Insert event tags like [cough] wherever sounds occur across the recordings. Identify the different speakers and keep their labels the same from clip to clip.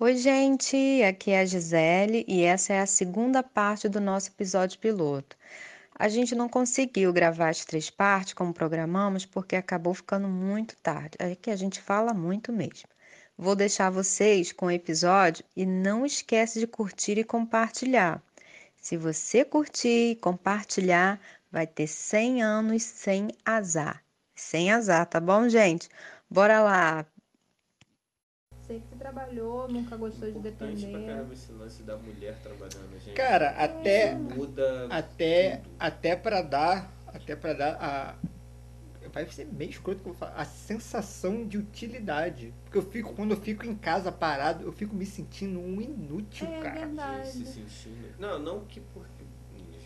Speaker 1: Oi, gente, aqui é a Gisele e essa é a segunda parte do nosso episódio piloto. A gente não conseguiu gravar as três partes como programamos porque acabou ficando muito tarde. É que a gente fala muito mesmo. Vou deixar vocês com o episódio e não esquece de curtir e compartilhar. Se você curtir e compartilhar, vai ter 100 anos sem azar. Sem azar, tá bom, gente? Bora lá.
Speaker 2: Sei que você trabalhou, nunca gostou de
Speaker 3: Importante pra
Speaker 2: depender. É
Speaker 3: caramba esse lance da mulher trabalhando, gente.
Speaker 4: Cara, até É
Speaker 3: Muda.
Speaker 4: até até para dar, até para dar a vai ser meio escroto que eu vou falar, a sensação de utilidade. Porque eu fico quando eu fico em casa parado, eu fico me sentindo um inútil,
Speaker 2: É
Speaker 4: cara.
Speaker 3: gente
Speaker 2: verdade.
Speaker 3: se sentindo. Não, não que porque.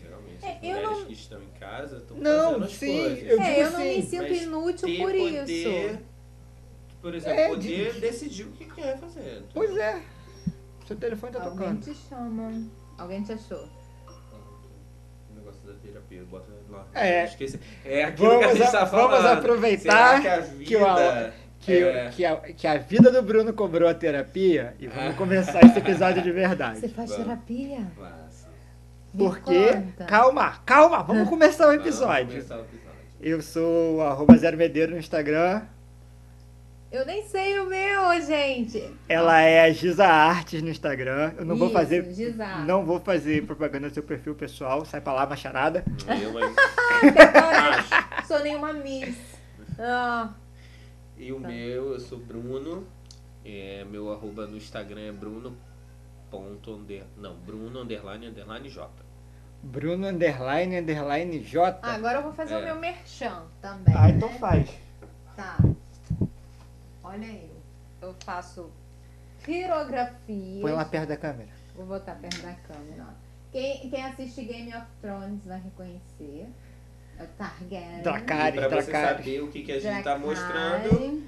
Speaker 3: Geralmente
Speaker 2: É,
Speaker 3: as
Speaker 2: eu
Speaker 3: mulheres
Speaker 2: não-
Speaker 3: que estão em casa estão
Speaker 4: Não,
Speaker 3: fazendo as
Speaker 4: sim,
Speaker 3: coisas.
Speaker 4: eu
Speaker 2: é,
Speaker 4: digo
Speaker 2: eu não me
Speaker 4: assim,
Speaker 2: sinto
Speaker 3: mas
Speaker 2: inútil
Speaker 3: ter
Speaker 2: por
Speaker 3: poder,
Speaker 2: isso.
Speaker 3: Por exemplo,
Speaker 4: É,
Speaker 3: poder
Speaker 4: de-
Speaker 3: decidir o que quer fazer. Então,
Speaker 4: Pois é. Seu telefone tá
Speaker 2: Alguém
Speaker 4: tocando.
Speaker 2: te chama. Alguém te achou.
Speaker 3: O negócio da terapia, bota lá.
Speaker 4: É.
Speaker 3: Esqueci. É aquilo que a
Speaker 4: Vamos
Speaker 3: gente
Speaker 4: a-
Speaker 3: tá falando.
Speaker 4: vamos aproveitar
Speaker 3: Será
Speaker 4: que o
Speaker 3: a
Speaker 4: Alan-
Speaker 3: vida
Speaker 4: Que,
Speaker 3: é-
Speaker 4: que, a, que a vida do Bruno cobrou a terapia e vamos
Speaker 3: Ah.
Speaker 4: começar esse episódio de verdade.
Speaker 2: Você faz
Speaker 3: Vamos.
Speaker 2: terapia?
Speaker 3: Massa.
Speaker 2: [laughs] Me
Speaker 4: Porque,
Speaker 2: conta.
Speaker 4: calma, calma, vamos
Speaker 2: [laughs]
Speaker 4: começar o
Speaker 3: Vamos
Speaker 4: episódio.
Speaker 3: começar o episódio.
Speaker 4: Eu sou o arroba Zero Medeiro no Instagram.
Speaker 2: Eu nem sei o meu,
Speaker 3: [laughs]
Speaker 2: gente.
Speaker 4: Ela é a Giza Artes no Instagram. Eu não vou
Speaker 2: Ah. Isso,
Speaker 4: fazer.
Speaker 2: Giza.
Speaker 4: Não vou fazer propaganda do seu perfil pessoal. Sai pra lá, macharada.
Speaker 3: Eu, hein?
Speaker 2: Ah, Agora, sou nenhuma miss. Ah,
Speaker 3: E
Speaker 4: Tá.
Speaker 3: o meu, eu sou Bruno. É, meu arroba no Instagram é Bruno. Ponto under, não, Bruno underline underline J.
Speaker 4: Bruno Underline Underline J.
Speaker 2: agora eu vou fazer o
Speaker 3: É.
Speaker 2: meu merchan também.
Speaker 4: Ah,
Speaker 2: né?
Speaker 4: então faz.
Speaker 2: Tá. Olha eu. Eu faço pirografia.
Speaker 4: Põe lá perto da câmera.
Speaker 2: Vou botar perto da câmera. ó. Quem, quem assiste Game of Thrones vai reconhecer. É o Targaryen.
Speaker 4: Dracarys.
Speaker 3: E pra você
Speaker 4: Dracarys.
Speaker 3: saber o Então, que, que a gente tá
Speaker 2: Dracarys.
Speaker 3: mostrando,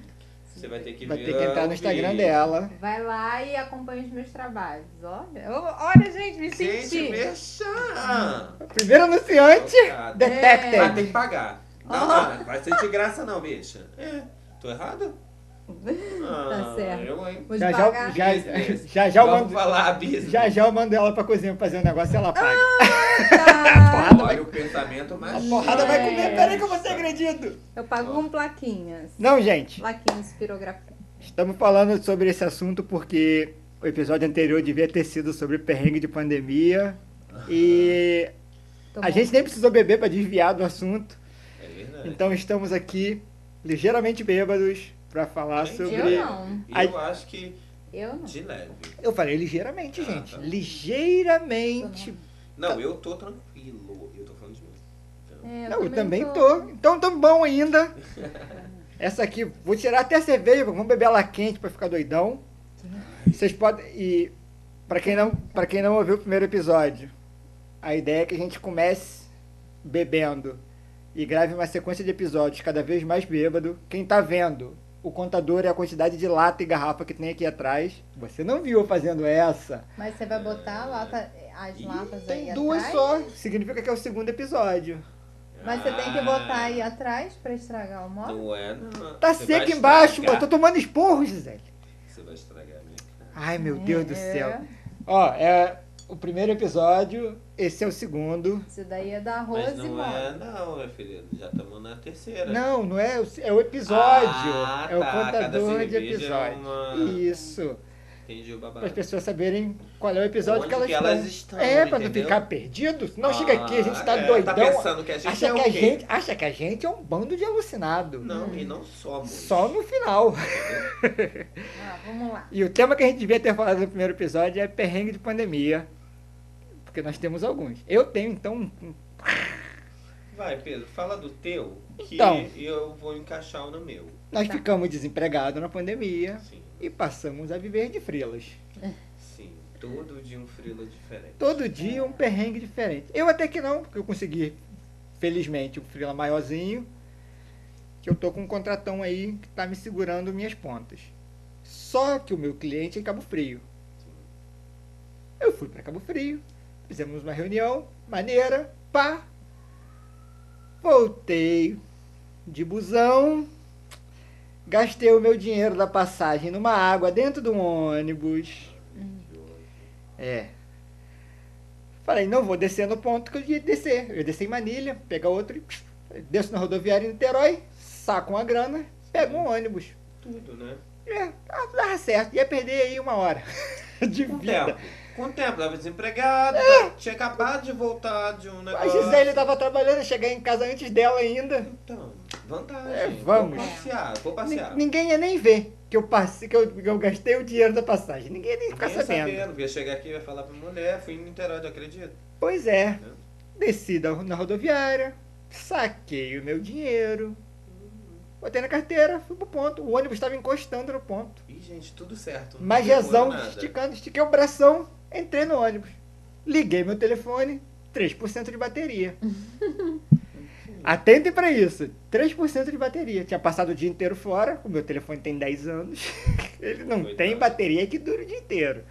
Speaker 3: você vai ter que
Speaker 4: Vai
Speaker 3: ver
Speaker 4: ter que entrar no
Speaker 3: o
Speaker 4: Instagram
Speaker 3: vídeo.
Speaker 4: dela.
Speaker 2: Vai lá e acompanha os meus trabalhos. Olha, eu- olha gente, me senti.
Speaker 3: Gente, merchan!
Speaker 4: Primeiro anunciante.
Speaker 2: É.
Speaker 3: Tocada. Mas
Speaker 4: Detected.
Speaker 3: tem que pagar. Não,
Speaker 2: Ah.
Speaker 3: não, vai ser de graça não, bicha. É, tô errado? Ah,
Speaker 2: Tá certo.
Speaker 3: Eu, hein?
Speaker 2: Vou
Speaker 4: Já
Speaker 2: te
Speaker 4: já,
Speaker 2: pagar.
Speaker 4: já, já, já, eu
Speaker 3: Vamos
Speaker 4: mando,
Speaker 3: falar a business.
Speaker 4: já já eu mando ela pra cozinha fazer um negócio e ela paga.
Speaker 2: Tá.
Speaker 3: Olha o pensamento É
Speaker 4: A
Speaker 3: mais.
Speaker 4: porrada vai comer.
Speaker 2: Ah, Gente.
Speaker 4: Peraí que eu vou ser agredido.
Speaker 2: [laughs] Eu pago com plaquinhas.
Speaker 4: Não, gente.
Speaker 2: Plaquinhas pirografia.
Speaker 4: Estamos falando sobre esse assunto porque o episódio anterior devia ter sido sobre perrengue de pandemia. E
Speaker 2: Tô
Speaker 4: a
Speaker 2: bom.
Speaker 4: gente nem precisou beber para desviar do assunto.
Speaker 3: É verdade.
Speaker 4: Então estamos aqui ligeiramente bêbados para falar
Speaker 3: Gente,
Speaker 4: sobre.
Speaker 2: Eu não.
Speaker 3: Eu
Speaker 4: Ai.
Speaker 3: acho que
Speaker 2: Eu não.
Speaker 3: de leve.
Speaker 4: Eu falei ligeiramente,
Speaker 3: Ah,
Speaker 4: gente.
Speaker 3: tá.
Speaker 4: Ligeiramente.
Speaker 3: Não, eu tô tranquilo. Eu tô falando de mim.
Speaker 2: É,
Speaker 4: Não, eu também tô. Então tão bom ainda. Essa aqui, vou tirar até a cerveja, vamos beber ela quente para ficar doidão. Vocês podem e para quem não, para quem não ouviu o primeiro episódio, a ideia é que a gente comece bebendo e grave uma sequência de episódios cada vez mais bêbado. Quem tá vendo, o contador é a quantidade de lata e garrafa que tem aqui atrás. Você não viu eu fazendo essa?
Speaker 2: Mas você vai botar a lata, as
Speaker 3: Ih,
Speaker 2: latas aí
Speaker 4: Tem duas
Speaker 2: atrás?
Speaker 4: só. Significa que é o segundo episódio.
Speaker 2: Mas você tem que botar aí atrás pra estragar o móvel?
Speaker 3: Não é, não.
Speaker 4: Tá
Speaker 3: Você
Speaker 4: seco
Speaker 3: vai
Speaker 4: embaixo, pô.
Speaker 3: estragar.
Speaker 4: Tô tomando esporro, Gisele.
Speaker 3: Você vai estragar a minha cara.
Speaker 4: Ai, meu Deus do
Speaker 2: É.
Speaker 4: céu. Ó, é o primeiro episódio, esse é o segundo.
Speaker 2: Isso daí é da
Speaker 3: Mas
Speaker 2: Rose
Speaker 3: não
Speaker 2: Mota.
Speaker 3: é, não, meu filho. Já estamos na terceira.
Speaker 4: Não, não é, o se- é o episódio.
Speaker 3: Ah,
Speaker 4: é o
Speaker 3: tá. Cada
Speaker 4: contador de
Speaker 3: cerveja é
Speaker 4: episódios.
Speaker 3: uma-
Speaker 4: Isso.
Speaker 3: Entendi o
Speaker 4: Para as
Speaker 3: babado.
Speaker 4: pessoas saberem qual é o episódio
Speaker 3: Onde
Speaker 4: que elas,
Speaker 3: que elas estão,
Speaker 4: É, para não
Speaker 3: entendeu?
Speaker 4: ficar perdido. Senão chega aqui, a gente tá
Speaker 3: Ah, é,
Speaker 4: doidão.
Speaker 3: Tá pensando que a gente
Speaker 4: acha,
Speaker 3: é
Speaker 4: que
Speaker 3: o
Speaker 4: a
Speaker 3: quê?
Speaker 4: gente, Hum. acha que a gente é um bando de alucinado.
Speaker 3: Não, e não somos.
Speaker 4: Só no final.
Speaker 2: Ah, vamos lá.
Speaker 4: E o tema que a gente devia ter falado no primeiro episódio é perrengue de pandemia. Porque nós temos alguns. Eu tenho, então, um-
Speaker 3: Vai, Pedro, fala do teu, que
Speaker 4: Então.
Speaker 3: eu vou encaixar o no meu.
Speaker 4: nós
Speaker 2: Tá.
Speaker 4: ficamos desempregados na pandemia
Speaker 3: Sim,
Speaker 4: e passamos a viver de frilas.
Speaker 3: sim. Todo dia um frila diferente.
Speaker 4: Todo dia um perrengue diferente. Eu até que não, porque eu consegui, felizmente, um frila maiorzinho. Que eu tô com um contratão aí que tá me segurando minhas pontas. Só que o meu cliente é em Cabo Frio. Eu fui para Cabo Frio, fizemos uma reunião, maneira, pá. Voltei de busão Gastei o meu dinheiro da passagem numa água dentro de um ônibus. É. Falei, não vou descer no ponto que eu ia descer. Eu ia descer em Manilha, pegar outro e pss, desço na rodoviária em Niterói, saco uma grana, pego um ônibus.
Speaker 3: Tudo, né?
Speaker 4: É, ah, dava certo. Ia perder aí uma hora [laughs] de
Speaker 3: Com o
Speaker 4: vida.
Speaker 3: tempo. Com o tempo, tava desempregado,
Speaker 4: É.
Speaker 3: tinha acabado de voltar de um
Speaker 4: A
Speaker 3: negócio.
Speaker 4: Gisele tava trabalhando, eu cheguei em casa antes dela ainda.
Speaker 3: Então, vantagem.
Speaker 4: É, vamos.
Speaker 3: Vou passear, vou passear.
Speaker 4: Ni- Ninguém ia nem ver que eu, passei, que, eu, que eu gastei o dinheiro da passagem. Ninguém ia nem ficar
Speaker 3: Ninguém ia
Speaker 4: sabendo.
Speaker 3: sabendo. Ia chegar aqui e ia falar pra mulher, fui em Niterói, tu acredita?
Speaker 4: Pois é. Desci da- na rodoviária, saquei o meu dinheiro, botei na carteira, fui pro ponto. O ônibus estava encostando no ponto.
Speaker 3: Ih, gente, tudo certo. não
Speaker 4: Majezão
Speaker 3: demorou nada.
Speaker 4: esticando, estiquei o bração, entrei no ônibus. Liguei meu telefone, 3% de bateria. Atentem pra isso, 3% de bateria. Tinha passado o dia inteiro fora, o meu telefone tem 10 anos. [laughs] Ele não
Speaker 3: Coitado.
Speaker 4: tem bateria que dura o dia inteiro.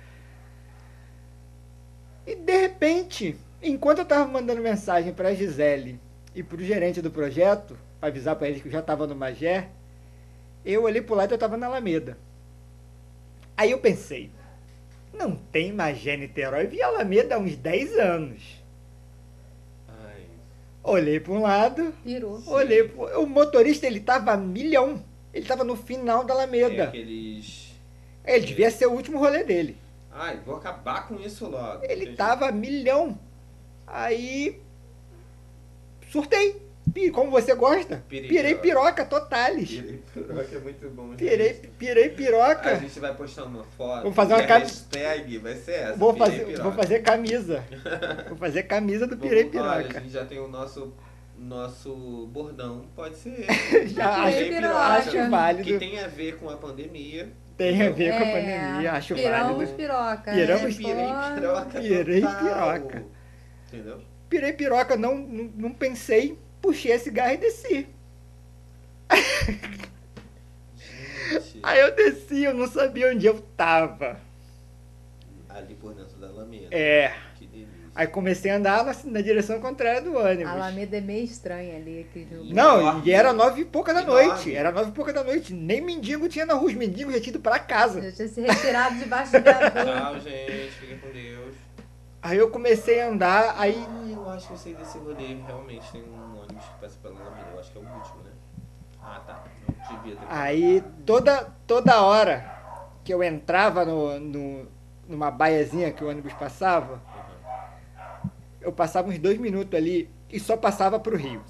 Speaker 4: E de repente, enquanto eu tava mandando mensagem pra Gisele e pro gerente do projeto, pra avisar pra eles que eu já tava no Magé, eu olhei pro lado e eu tava na Alameda. Aí eu pensei, não tem Magé Niterói, eu vi Alameda há uns 10 anos.
Speaker 3: Ai,
Speaker 4: Olhei pra um lado,
Speaker 2: Virou.
Speaker 4: olhei pro... O motorista, ele tava a milhão. Ele tava no final da
Speaker 3: é
Speaker 4: Alameda. É,
Speaker 3: aqueles.
Speaker 4: Ele devia ser o último rolê dele.
Speaker 3: Ai, vou acabar com isso logo.
Speaker 4: Ele
Speaker 3: Gente,
Speaker 4: tava a milhão. Aí. Surtei. Pi- Como você gosta?
Speaker 3: Pirei
Speaker 4: Pirei
Speaker 3: piroca.
Speaker 4: piroca totalis.
Speaker 3: Pirei piroca é muito bom. gente.
Speaker 4: Pirei, pirei
Speaker 3: A
Speaker 4: piroca.
Speaker 3: gente vai postar uma foto.
Speaker 4: Vou fazer uma
Speaker 3: e a
Speaker 4: cam-
Speaker 3: hashtag vai ser essa.
Speaker 4: Vou
Speaker 3: pirei
Speaker 4: fazer,
Speaker 3: piroca.
Speaker 4: vou
Speaker 3: [laughs]
Speaker 4: fazer camisa. Vou fazer camisa do pirei
Speaker 3: Vamos- olha, a
Speaker 4: piroca.
Speaker 3: gente já tem o nosso, nosso bordão, pode ser.
Speaker 4: [laughs] Já
Speaker 3: Pirei
Speaker 4: Ah, acho,
Speaker 2: piroca.
Speaker 4: acho
Speaker 3: Que
Speaker 4: válido.
Speaker 3: tem a ver com a pandemia.
Speaker 4: Tem a ver com a
Speaker 2: É,
Speaker 4: pandemia. Acho
Speaker 2: piramos
Speaker 4: válido.
Speaker 2: piroca.
Speaker 4: É, Piramos-
Speaker 2: né?
Speaker 3: pirei
Speaker 2: Pô,
Speaker 3: piroca.
Speaker 4: Pirei
Speaker 3: total.
Speaker 4: piroca.
Speaker 3: Entendeu?
Speaker 4: Pirei piroca, não, não, não pensei. Puxei a cigarra e desci.
Speaker 3: Gente,
Speaker 4: Aí eu desci, eu não sabia onde eu tava.
Speaker 3: ali por dentro da Alameda.
Speaker 4: É.
Speaker 3: Que
Speaker 4: Aí
Speaker 3: delícia.
Speaker 4: comecei a andar na, na direção contrária do ônibus.
Speaker 2: A Alameda é meio estranha ali, aquele lugar.
Speaker 4: Não,
Speaker 3: Enorme.
Speaker 4: e era nove e pouca da
Speaker 3: Enorme.
Speaker 4: noite. Era nove e pouca da noite. Nem mendigo tinha na rua. Os mendigos já tinham ido pra casa.
Speaker 2: Já tinha se retirado debaixo
Speaker 3: [laughs]
Speaker 2: da rua.
Speaker 3: Tchau, gente. Fiquem com Deus.
Speaker 4: Aí eu comecei a andar, aí.
Speaker 3: Ah, eu acho que eu sei desse rolê. Realmente tem um ônibus que passa pela Alameda. Eu acho que é o último, né? Ah, tá. Não devia ter.
Speaker 4: Aí toda, toda hora que eu entrava no, no- numa baiazinha que o ônibus passava, eu passava uns dois minutos ali e só passava pro Rio.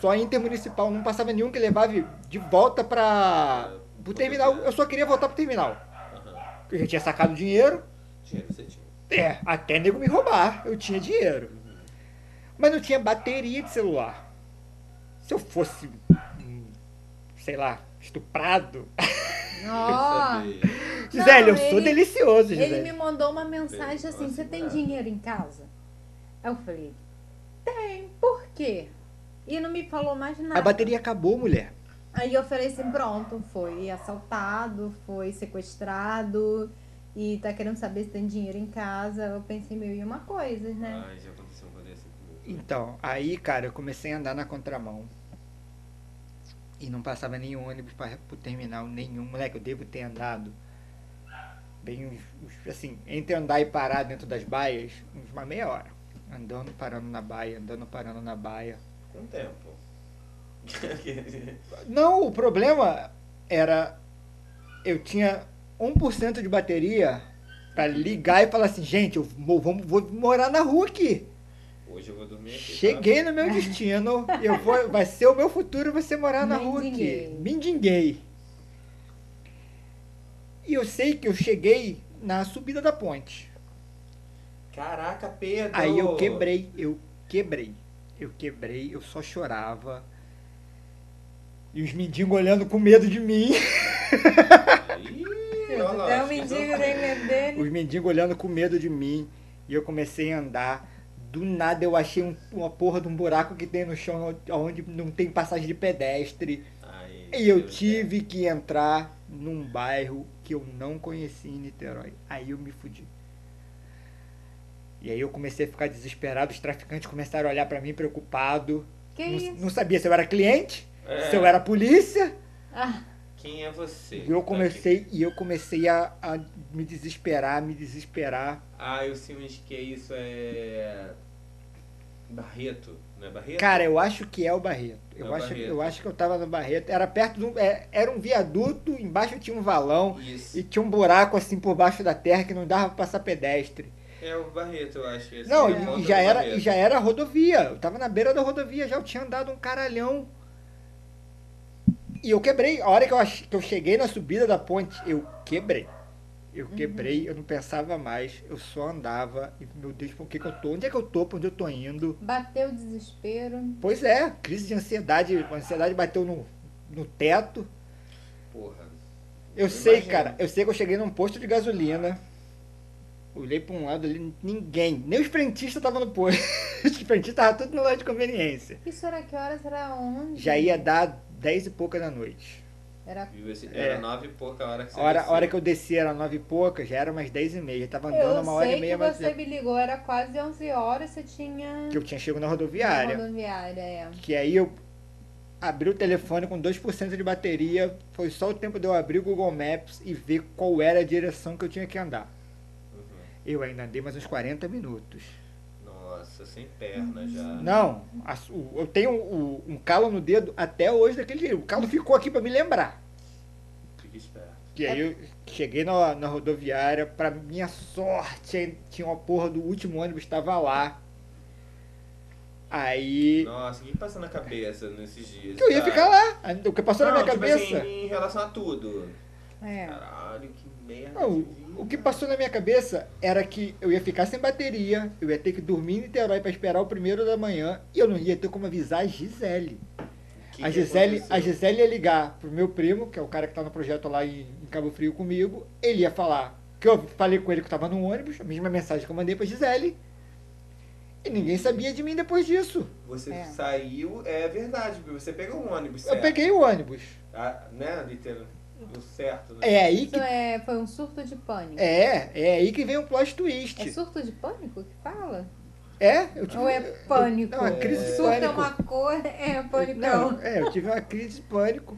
Speaker 4: Só intermunicipal, não passava nenhum que levava de volta pra. pro terminal. Eu só queria voltar pro terminal.
Speaker 3: Aham.
Speaker 4: Porque eu já tinha sacado o dinheiro.
Speaker 3: Dinheiro você tinha.
Speaker 4: É, até nego me roubar, eu tinha dinheiro. Mas não tinha bateria de celular. Se eu fosse, hum, sei lá, estuprado.
Speaker 2: Ó.
Speaker 3: Quer saber?
Speaker 4: Gisele, eu sou
Speaker 2: ele-
Speaker 4: delicioso,
Speaker 2: Ele me
Speaker 4: Gisele.
Speaker 2: mandou uma mensagem
Speaker 3: Ele
Speaker 2: assim:
Speaker 3: gosta
Speaker 2: Você
Speaker 3: de
Speaker 2: tem
Speaker 3: nada."
Speaker 2: dinheiro em casa? Aí Eu falei: Tem, por quê? E não me falou mais
Speaker 4: A
Speaker 2: nada.
Speaker 4: bateria acabou, mulher.
Speaker 2: Aí eu falei assim: Pronto, foi assaltado, foi sequestrado e tá querendo saber se tem dinheiro em casa. Eu pensei mil e uma coisas, né?
Speaker 3: Ai, já aconteceu um rolê assim comigo.
Speaker 4: Então, aí, cara, eu comecei a andar na contramão. E não passava nenhum ônibus para pro terminal, nenhum. Moleque, eu devo ter andado bem uns, uns- assim, entre andar e parar dentro das baias, uns uma meia hora. Andando, parando na baia, andando, parando na baia.
Speaker 3: Com o tempo.
Speaker 4: Não, o problema era eu tinha 1% de bateria pra ligar e falar assim, gente, eu mo- vou, vou morar na rua aqui.
Speaker 3: [laughs] Hoje eu vou dormir aqui. tá?
Speaker 4: Cheguei no meu destino, eu vou, vai ser o meu futuro você morar na rua aqui.
Speaker 2: Mendinguei.
Speaker 4: Mindinguei. E eu sei que eu cheguei na subida da ponte.
Speaker 3: Caraca, Pedro!
Speaker 4: Aí eu quebrei, eu quebrei, eu quebrei, eu só chorava. E os mendigos olhando com medo de mim.
Speaker 3: Ih, Ah, olha
Speaker 2: Então
Speaker 3: lá, acho que
Speaker 2: me
Speaker 3: eu
Speaker 2: diga
Speaker 3: tô-
Speaker 2: nem dele.
Speaker 4: Os mendigos olhando com medo de mim. E eu comecei a andar. Do nada eu achei um- uma porra de um buraco que tem no chão onde não tem passagem de pedestre.
Speaker 3: Ai,
Speaker 4: E eu
Speaker 3: Deus
Speaker 4: tive que entrar num bairro que eu não conhecia em Niterói. Aí eu me fudi. E aí eu comecei a ficar desesperado, os traficantes começaram a olhar pra mim preocupado.
Speaker 2: Que
Speaker 4: Não,
Speaker 2: isso?
Speaker 4: não sabia se eu era cliente,
Speaker 3: É.
Speaker 4: se eu era polícia,
Speaker 2: Ah,
Speaker 3: Quem é você?
Speaker 4: Eu comecei e eu comecei a, a me desesperar, me desesperar.
Speaker 3: Ah, eu sei mas que é isso, é. Barreto, não é Barreto?
Speaker 4: Cara, eu acho que é o Barreto. Eu,
Speaker 3: É o
Speaker 4: acho,
Speaker 3: Barreto.
Speaker 4: eu acho que eu tava no Barreto. Era perto de um. é, Era um viaduto, embaixo tinha um valão
Speaker 3: Isso.
Speaker 4: e tinha um buraco assim por baixo da terra que não dava pra passar pedestre.
Speaker 3: É o Barreto, eu acho. esse
Speaker 4: Não,
Speaker 3: é
Speaker 4: e-
Speaker 3: o
Speaker 2: É.
Speaker 3: outro
Speaker 4: e já
Speaker 3: do
Speaker 4: era,
Speaker 3: Barreto.
Speaker 4: e já era rodovia. Eu tava na beira da rodovia, já eu tinha andado um caralhão. E eu quebrei. A hora que eu, ach- que eu cheguei na subida da ponte, eu quebrei. Eu quebrei, eu não pensava mais, eu só andava. E, meu Deus, por que, que eu tô? Onde é que eu tô? Pra onde eu tô indo?
Speaker 2: Bateu o desespero.
Speaker 4: Pois é, crise de ansiedade. A ansiedade bateu no, no teto.
Speaker 3: Porra.
Speaker 4: Eu
Speaker 3: Eu
Speaker 4: sei,
Speaker 3: imagino.
Speaker 4: cara, eu sei que eu cheguei num posto de gasolina. Olhei pra um lado ali, ninguém. Nem os frentistas estavam no posto. [laughs] Os frentistas estavam tudo no loja de conveniência.
Speaker 2: Isso era que horas? Era onde?
Speaker 4: Já ia dar 10 e pouca da noite.
Speaker 2: Era
Speaker 3: Viu esse-
Speaker 4: É.
Speaker 3: Era nove e pouca a hora que
Speaker 4: A
Speaker 3: você
Speaker 4: hora, a
Speaker 3: desceu.
Speaker 4: hora que eu desci era 9 e pouca, já era umas 10 e meia. Já tava andando
Speaker 2: Eu
Speaker 4: uma hora
Speaker 2: sei
Speaker 4: e meia,
Speaker 2: que
Speaker 4: mas
Speaker 2: você me ligou, era quase 11 horas, você tinha...
Speaker 4: que eu tinha chego na
Speaker 2: Na
Speaker 4: rodoviária.
Speaker 2: Rodoviária, é.
Speaker 4: Que aí eu abri o telefone com 2% de bateria. Foi só o tempo de eu abrir o Google Maps e ver qual era a direção que eu tinha que andar.
Speaker 3: Uhum.
Speaker 4: Eu ainda andei mais uns 40 minutos.
Speaker 3: Nossa, sem perna já.
Speaker 4: Não, a su- eu tenho o- um calo no dedo até hoje daquele. O calo ficou aqui pra me lembrar.
Speaker 3: Fica esperto.
Speaker 4: Que aí eu cheguei na, na rodoviária, pra minha sorte, aí tinha uma porra do último ônibus, tava lá. Aí.
Speaker 3: Nossa, o que passa na cabeça nesses dias?
Speaker 4: Que eu ia
Speaker 3: cara?
Speaker 4: ficar lá. O que passou
Speaker 3: Não,
Speaker 4: na minha
Speaker 3: tipo
Speaker 4: cabeça.
Speaker 3: assim, em relação a tudo. Ah.
Speaker 2: É.
Speaker 3: Caralho, que merda.
Speaker 4: Não,
Speaker 3: de vida.
Speaker 4: o que passou na minha cabeça era que eu ia ficar sem bateria, eu ia ter que dormir em Niterói pra esperar o primeiro da manhã e eu não ia ter como avisar a Gisele.
Speaker 3: O que
Speaker 4: a,
Speaker 3: que
Speaker 4: Gisele, a
Speaker 3: aconteceu?
Speaker 4: Gisele ia ligar pro meu primo, que é o cara que tá no projeto lá em, em Cabo Frio comigo. Ele ia falar que eu falei com ele que eu tava no ônibus, a mesma mensagem que eu mandei pra Gisele. E ninguém sabia de mim depois disso.
Speaker 3: Você
Speaker 2: É.
Speaker 3: saiu, é verdade, porque você pegou um ônibus certo.
Speaker 4: Eu peguei o ônibus.
Speaker 3: Ah, né, literal, o certo, né?
Speaker 4: É aí
Speaker 2: Isso
Speaker 4: que.
Speaker 2: é, foi um surto de pânico.
Speaker 4: É, é aí que vem o plot
Speaker 2: É
Speaker 4: twist.
Speaker 2: surto de pânico que fala?
Speaker 4: É? Eu tive,
Speaker 2: Ou é pânico?
Speaker 4: Não, é crise de
Speaker 2: surto é
Speaker 4: pânico.
Speaker 2: uma cor, é
Speaker 4: Não,
Speaker 2: panicão.
Speaker 4: é, eu tive uma crise de pânico.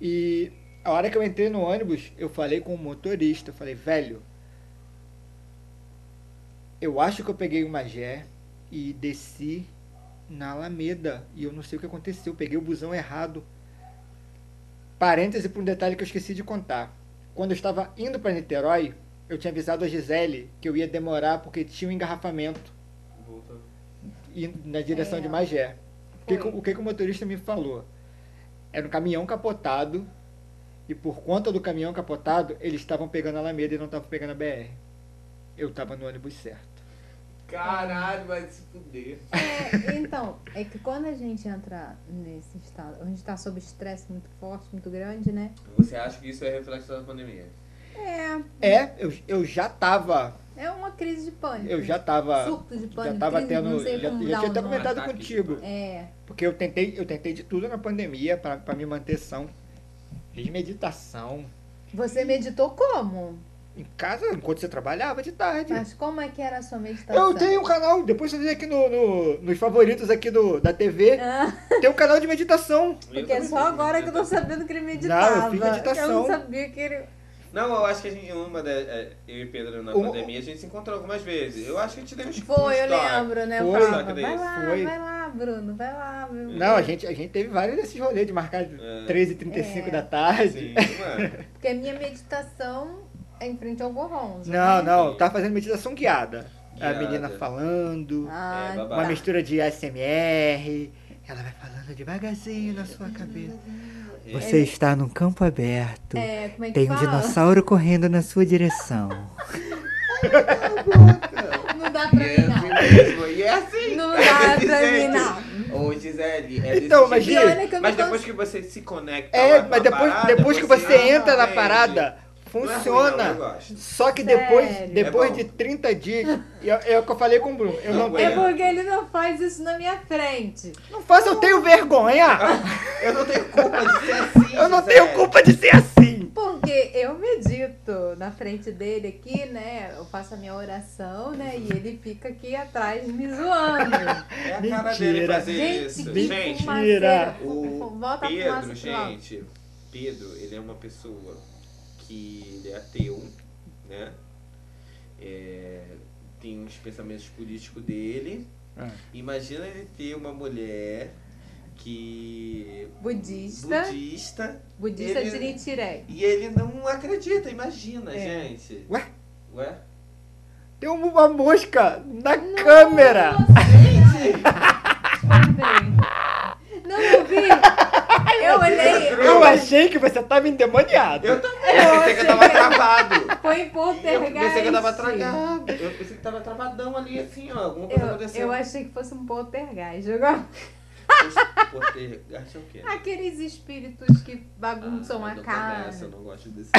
Speaker 4: E a hora que eu entrei no ônibus, eu falei com o motorista, eu falei, velho, eu acho que eu peguei o Magé e desci na Alameda. E eu não sei o que aconteceu, eu peguei o busão errado. Parêntese para um detalhe que eu esqueci de contar. Quando eu estava indo para Niterói, eu tinha avisado a Gisele que eu ia demorar porque tinha um engarrafamento
Speaker 3: Voltou.
Speaker 4: indo na direção
Speaker 2: É.
Speaker 4: de Magé. O que, que-
Speaker 2: Foi.
Speaker 4: o que que o motorista me falou? Era um caminhão capotado e por conta do caminhão capotado, eles estavam pegando a Alameda e não estavam pegando a BR. Eu tava no ônibus certo.
Speaker 3: Caralho, vai se fuder.
Speaker 2: É, então, é que quando a gente entra nesse estado, a gente tá sob estresse muito forte, muito grande, né?
Speaker 3: Você acha que isso é reflexo da pandemia?
Speaker 2: É,
Speaker 4: É, eu, eu já tava,
Speaker 2: é uma crise de pânico.
Speaker 4: eu já tava,
Speaker 2: Surto de pânico,
Speaker 4: já tava
Speaker 2: crise, não
Speaker 4: tendo,
Speaker 2: sei
Speaker 4: já,
Speaker 2: como
Speaker 4: já
Speaker 2: dar
Speaker 4: tinha
Speaker 2: o
Speaker 4: até
Speaker 2: nome.
Speaker 4: comentado
Speaker 3: Ataque de
Speaker 4: contigo,
Speaker 2: É,
Speaker 4: porque eu tentei, eu tentei de tudo na pandemia pra pra me manter são. Fiz meditação
Speaker 2: você meditou como?
Speaker 4: em casa enquanto você trabalhava de tarde.
Speaker 2: Mas como é que era a sua meditação?
Speaker 4: Eu tenho um canal, depois você vê aqui no, no- nos favoritos aqui do, da TV,
Speaker 2: Ah.
Speaker 4: tem um canal de meditação.
Speaker 2: Porque é só agora que eu tô sabendo que ele meditava.
Speaker 4: Não, eu fiz meditação.
Speaker 2: Eu não sabia que ele.
Speaker 3: Não, eu acho que a gente, uma da, é, eu e Pedro na
Speaker 4: Uma-
Speaker 3: pandemia, a gente se encontrou algumas vezes. Eu acho que eu te dei uns
Speaker 2: Foi,
Speaker 3: uns
Speaker 2: eu
Speaker 3: toques.
Speaker 2: lembro, né? Eu
Speaker 4: Foi.
Speaker 2: falava,
Speaker 3: Saca daí?
Speaker 2: vai lá,
Speaker 4: Foi.
Speaker 2: vai lá, Bruno, vai lá, Bruno.
Speaker 4: Não, a gente, a gente teve vários desses rolês de marcar 13h35
Speaker 2: É.
Speaker 4: da tarde.
Speaker 3: Sim, assim,
Speaker 4: [laughs]
Speaker 3: mano.
Speaker 2: Porque a minha meditação é em frente ao Gorronzo.
Speaker 4: Não,
Speaker 2: né?
Speaker 4: não, tá fazendo meditação guiada. A
Speaker 3: Guiada.
Speaker 4: menina falando,
Speaker 2: Ah,
Speaker 3: É, babado.
Speaker 4: uma mistura de ASMR. Ela vai falando devagarzinho na sua cabeça.
Speaker 3: É.
Speaker 4: Você está num campo aberto.
Speaker 2: é, como é que
Speaker 4: Tem um
Speaker 2: fala?
Speaker 4: dinossauro correndo na sua direção.
Speaker 2: [laughs] Não dá pra
Speaker 3: um
Speaker 2: mim, não.
Speaker 3: E é assim.
Speaker 2: Não
Speaker 3: é
Speaker 2: dá
Speaker 3: desse
Speaker 2: pra mim,
Speaker 3: jeito.
Speaker 2: não.
Speaker 3: Ô, Gisele, é desse
Speaker 4: Então,
Speaker 3: jeito.
Speaker 2: E
Speaker 4: Imagina,
Speaker 2: olha que eu me
Speaker 3: Mas
Speaker 2: cons-
Speaker 3: depois que você se conecta
Speaker 4: É,
Speaker 3: lá com
Speaker 4: mas
Speaker 3: a
Speaker 4: depois,
Speaker 3: parada,
Speaker 4: depois que você entra na
Speaker 3: realmente-
Speaker 4: parada,
Speaker 3: Não é ruim, não,
Speaker 4: funciona.
Speaker 3: eu gosto.
Speaker 4: Só que depois,
Speaker 2: Sério?
Speaker 4: depois
Speaker 3: É bom.
Speaker 4: de 30 dias, e é é o que eu falei com o Bruno. Eu
Speaker 3: Não
Speaker 4: não,
Speaker 3: aguento.
Speaker 2: É
Speaker 4: tenho.
Speaker 2: porque ele não faz isso na minha frente.
Speaker 4: Não faço, eu tenho vergonha!
Speaker 3: Eu não tenho culpa de
Speaker 4: [laughs]
Speaker 3: ser assim,
Speaker 4: Eu não
Speaker 3: Gisele.
Speaker 4: tenho culpa de ser assim!
Speaker 2: Porque eu medito na frente dele aqui, né? Eu faço a minha oração, né? E ele fica aqui atrás me zoando.
Speaker 3: É a cara dele
Speaker 4: Mentira.
Speaker 3: fazer
Speaker 2: Gente,
Speaker 3: isso.
Speaker 2: que
Speaker 4: Gente,
Speaker 2: fumaceira.
Speaker 4: mentira.
Speaker 2: Fu- fu-
Speaker 3: o
Speaker 2: Volta a fumaça
Speaker 3: Pedro,
Speaker 2: pro alto.
Speaker 3: gente, Pedro, ele é uma pessoa que ele é ateu, né? É, tem os pensamentos políticos dele.
Speaker 4: Ah.
Speaker 3: Imagina ele ter uma mulher que
Speaker 2: Budista.
Speaker 3: budista
Speaker 2: Budista
Speaker 3: Ele- é
Speaker 2: de Nitirei.
Speaker 3: e ele não acredita, imagina,
Speaker 2: É.
Speaker 3: gente.
Speaker 4: Ué?
Speaker 3: Ué?
Speaker 4: Tem uma mosca na câmera!
Speaker 2: Não eu vi. Eu olhei.
Speaker 4: Eu achei que você tava endemoniado.
Speaker 3: Eu também.
Speaker 2: É,
Speaker 3: Eu pensei que eu tava travado.
Speaker 2: Foi em
Speaker 3: Eu
Speaker 2: poltergeist.
Speaker 3: pensei que eu tava travado. Eu pensei que tava travadão ali, assim, ó. Alguma coisa
Speaker 2: Eu,
Speaker 3: aconteceu.
Speaker 2: eu achei que fosse um poltergeist. Agora,
Speaker 3: Porter, acho que é.
Speaker 2: aqueles espíritos que bagunçam
Speaker 3: Ah,
Speaker 2: a
Speaker 3: não
Speaker 2: casa.
Speaker 3: começa, Eu não gosto desse.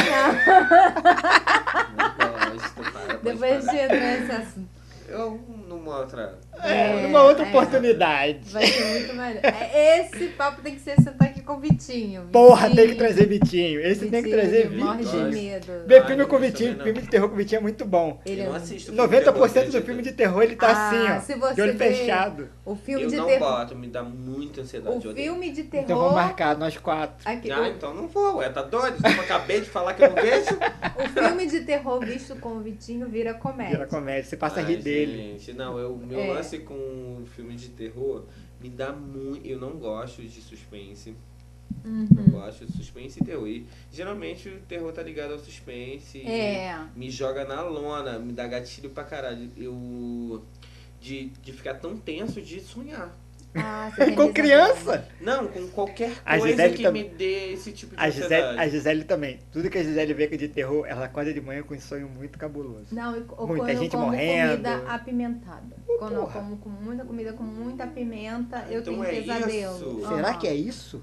Speaker 2: [laughs]
Speaker 3: não gosto, para. pode
Speaker 2: Depois
Speaker 3: parar.
Speaker 2: de entrar nesse assunto.
Speaker 3: Eu numa outra.
Speaker 4: É,
Speaker 2: É,
Speaker 4: numa outra
Speaker 2: é.
Speaker 4: oportunidade.
Speaker 2: Vai ser muito melhor. É, Esse papo tem que ser sentar aqui com o Vitinho.
Speaker 4: Porra, tem que
Speaker 2: Vitinho,
Speaker 4: trazer Vitinho. Esse tem que trazer
Speaker 2: Vitinho, Morre de
Speaker 4: Vitinho.
Speaker 2: medo.
Speaker 4: Vê
Speaker 3: Ah,
Speaker 4: filme
Speaker 3: não
Speaker 4: com
Speaker 3: gosto
Speaker 4: Vitinho.
Speaker 3: também, não.
Speaker 4: Filme de terror com Vitinho é muito bom.
Speaker 2: Ele
Speaker 3: eu
Speaker 2: é
Speaker 3: não
Speaker 2: um-
Speaker 3: assisto. filme de terror,
Speaker 4: 90% do
Speaker 3: acredita?
Speaker 4: filme de terror ele tá
Speaker 2: Ah,
Speaker 4: assim,
Speaker 2: se
Speaker 4: ó. De
Speaker 2: você
Speaker 4: olho
Speaker 2: vê
Speaker 4: fechado.
Speaker 2: o filme
Speaker 3: Eu
Speaker 2: de
Speaker 3: não
Speaker 2: terror.
Speaker 3: boto, me dá muita ansiedade.
Speaker 2: O
Speaker 3: eu odeio.
Speaker 2: filme de terror.
Speaker 4: Então vamos marcar, nós quatro.
Speaker 2: Aqui,
Speaker 3: Ah, então não vou, ué, tá doido? Eu acabei de falar que eu não vejo.
Speaker 2: o, o filme de terror visto com o Vitinho vira comédia.
Speaker 4: Vira comédia, você passa a
Speaker 3: Ai,
Speaker 4: rir dele.
Speaker 3: Gente, não, eu, meu
Speaker 2: É.
Speaker 3: lance com um filme de terror me dá muito. Eu não gosto de suspense.
Speaker 2: Hum.
Speaker 3: Não
Speaker 2: Uhum.
Speaker 3: gosto de suspense e terror. E, geralmente o terror tá ligado ao suspense. e
Speaker 4: [laughs]
Speaker 2: É.
Speaker 3: Me joga na lona, me dá gatilho pra caralho. Eu. De, de ficar tão tenso de sonhar.
Speaker 2: Ah, você tem
Speaker 4: Com
Speaker 2: razão.
Speaker 4: criança.
Speaker 3: Não, com qualquer
Speaker 4: A
Speaker 3: coisa
Speaker 4: Gisele
Speaker 3: que
Speaker 4: tam-
Speaker 3: me dê esse tipo de
Speaker 4: A Gisele, a
Speaker 3: ansiedade.
Speaker 4: Gisele também. Tudo que a Gisele vê que é de terror, ela acorda de manhã com um sonho muito cabuloso.
Speaker 2: Não, eu, eu,
Speaker 4: Muita
Speaker 2: quando
Speaker 4: gente
Speaker 2: eu como
Speaker 4: morrendo.
Speaker 2: comida apimentada. quando eu
Speaker 4: porra.
Speaker 2: como com muita comida com muita pimenta, eu
Speaker 3: Então
Speaker 2: tenho
Speaker 3: é
Speaker 2: pesadelo.
Speaker 3: isso.
Speaker 2: Aham.
Speaker 4: Será que é isso?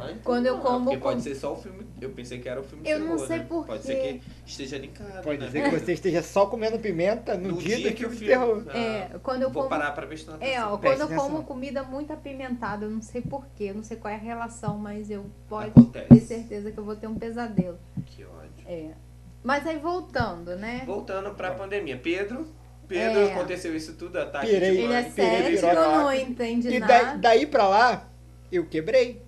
Speaker 3: Ah, então
Speaker 2: Quando eu
Speaker 3: não,
Speaker 2: como-
Speaker 3: Porque
Speaker 2: como-
Speaker 3: pode ser só o filme. Eu pensei que era o filme de
Speaker 2: Eu não
Speaker 3: terror,
Speaker 2: sei
Speaker 3: né?
Speaker 2: por
Speaker 3: Pode
Speaker 2: quê.
Speaker 3: ser que esteja linkado.
Speaker 4: Pode
Speaker 3: né?
Speaker 4: dizer que você esteja só comendo pimenta no, dia, do filme de terror.
Speaker 3: Ah,
Speaker 2: É, quando eu
Speaker 3: vou
Speaker 2: como.
Speaker 3: parar pra ver se tá não
Speaker 2: É, ó, quando
Speaker 4: Presta
Speaker 2: eu como
Speaker 4: atenção.
Speaker 2: comida muito apimentada, eu não sei porquê, eu não sei qual é a relação, mas
Speaker 3: Tá
Speaker 2: eu pode
Speaker 3: Acontece.
Speaker 2: ter certeza que eu vou ter um pesadelo.
Speaker 3: Que ódio.
Speaker 2: É. Mas aí voltando, né?
Speaker 3: Voltando pra pandemia. Pedro, Pedro,
Speaker 2: É.
Speaker 3: aconteceu isso tudo, ataque
Speaker 4: Pirei.
Speaker 3: de
Speaker 2: Ele é
Speaker 3: pânico.
Speaker 4: pirei,
Speaker 2: cético,
Speaker 4: pirei,
Speaker 2: não
Speaker 4: pirei.
Speaker 2: entende
Speaker 4: E
Speaker 2: nada.
Speaker 4: da- daí pra lá, eu quebrei.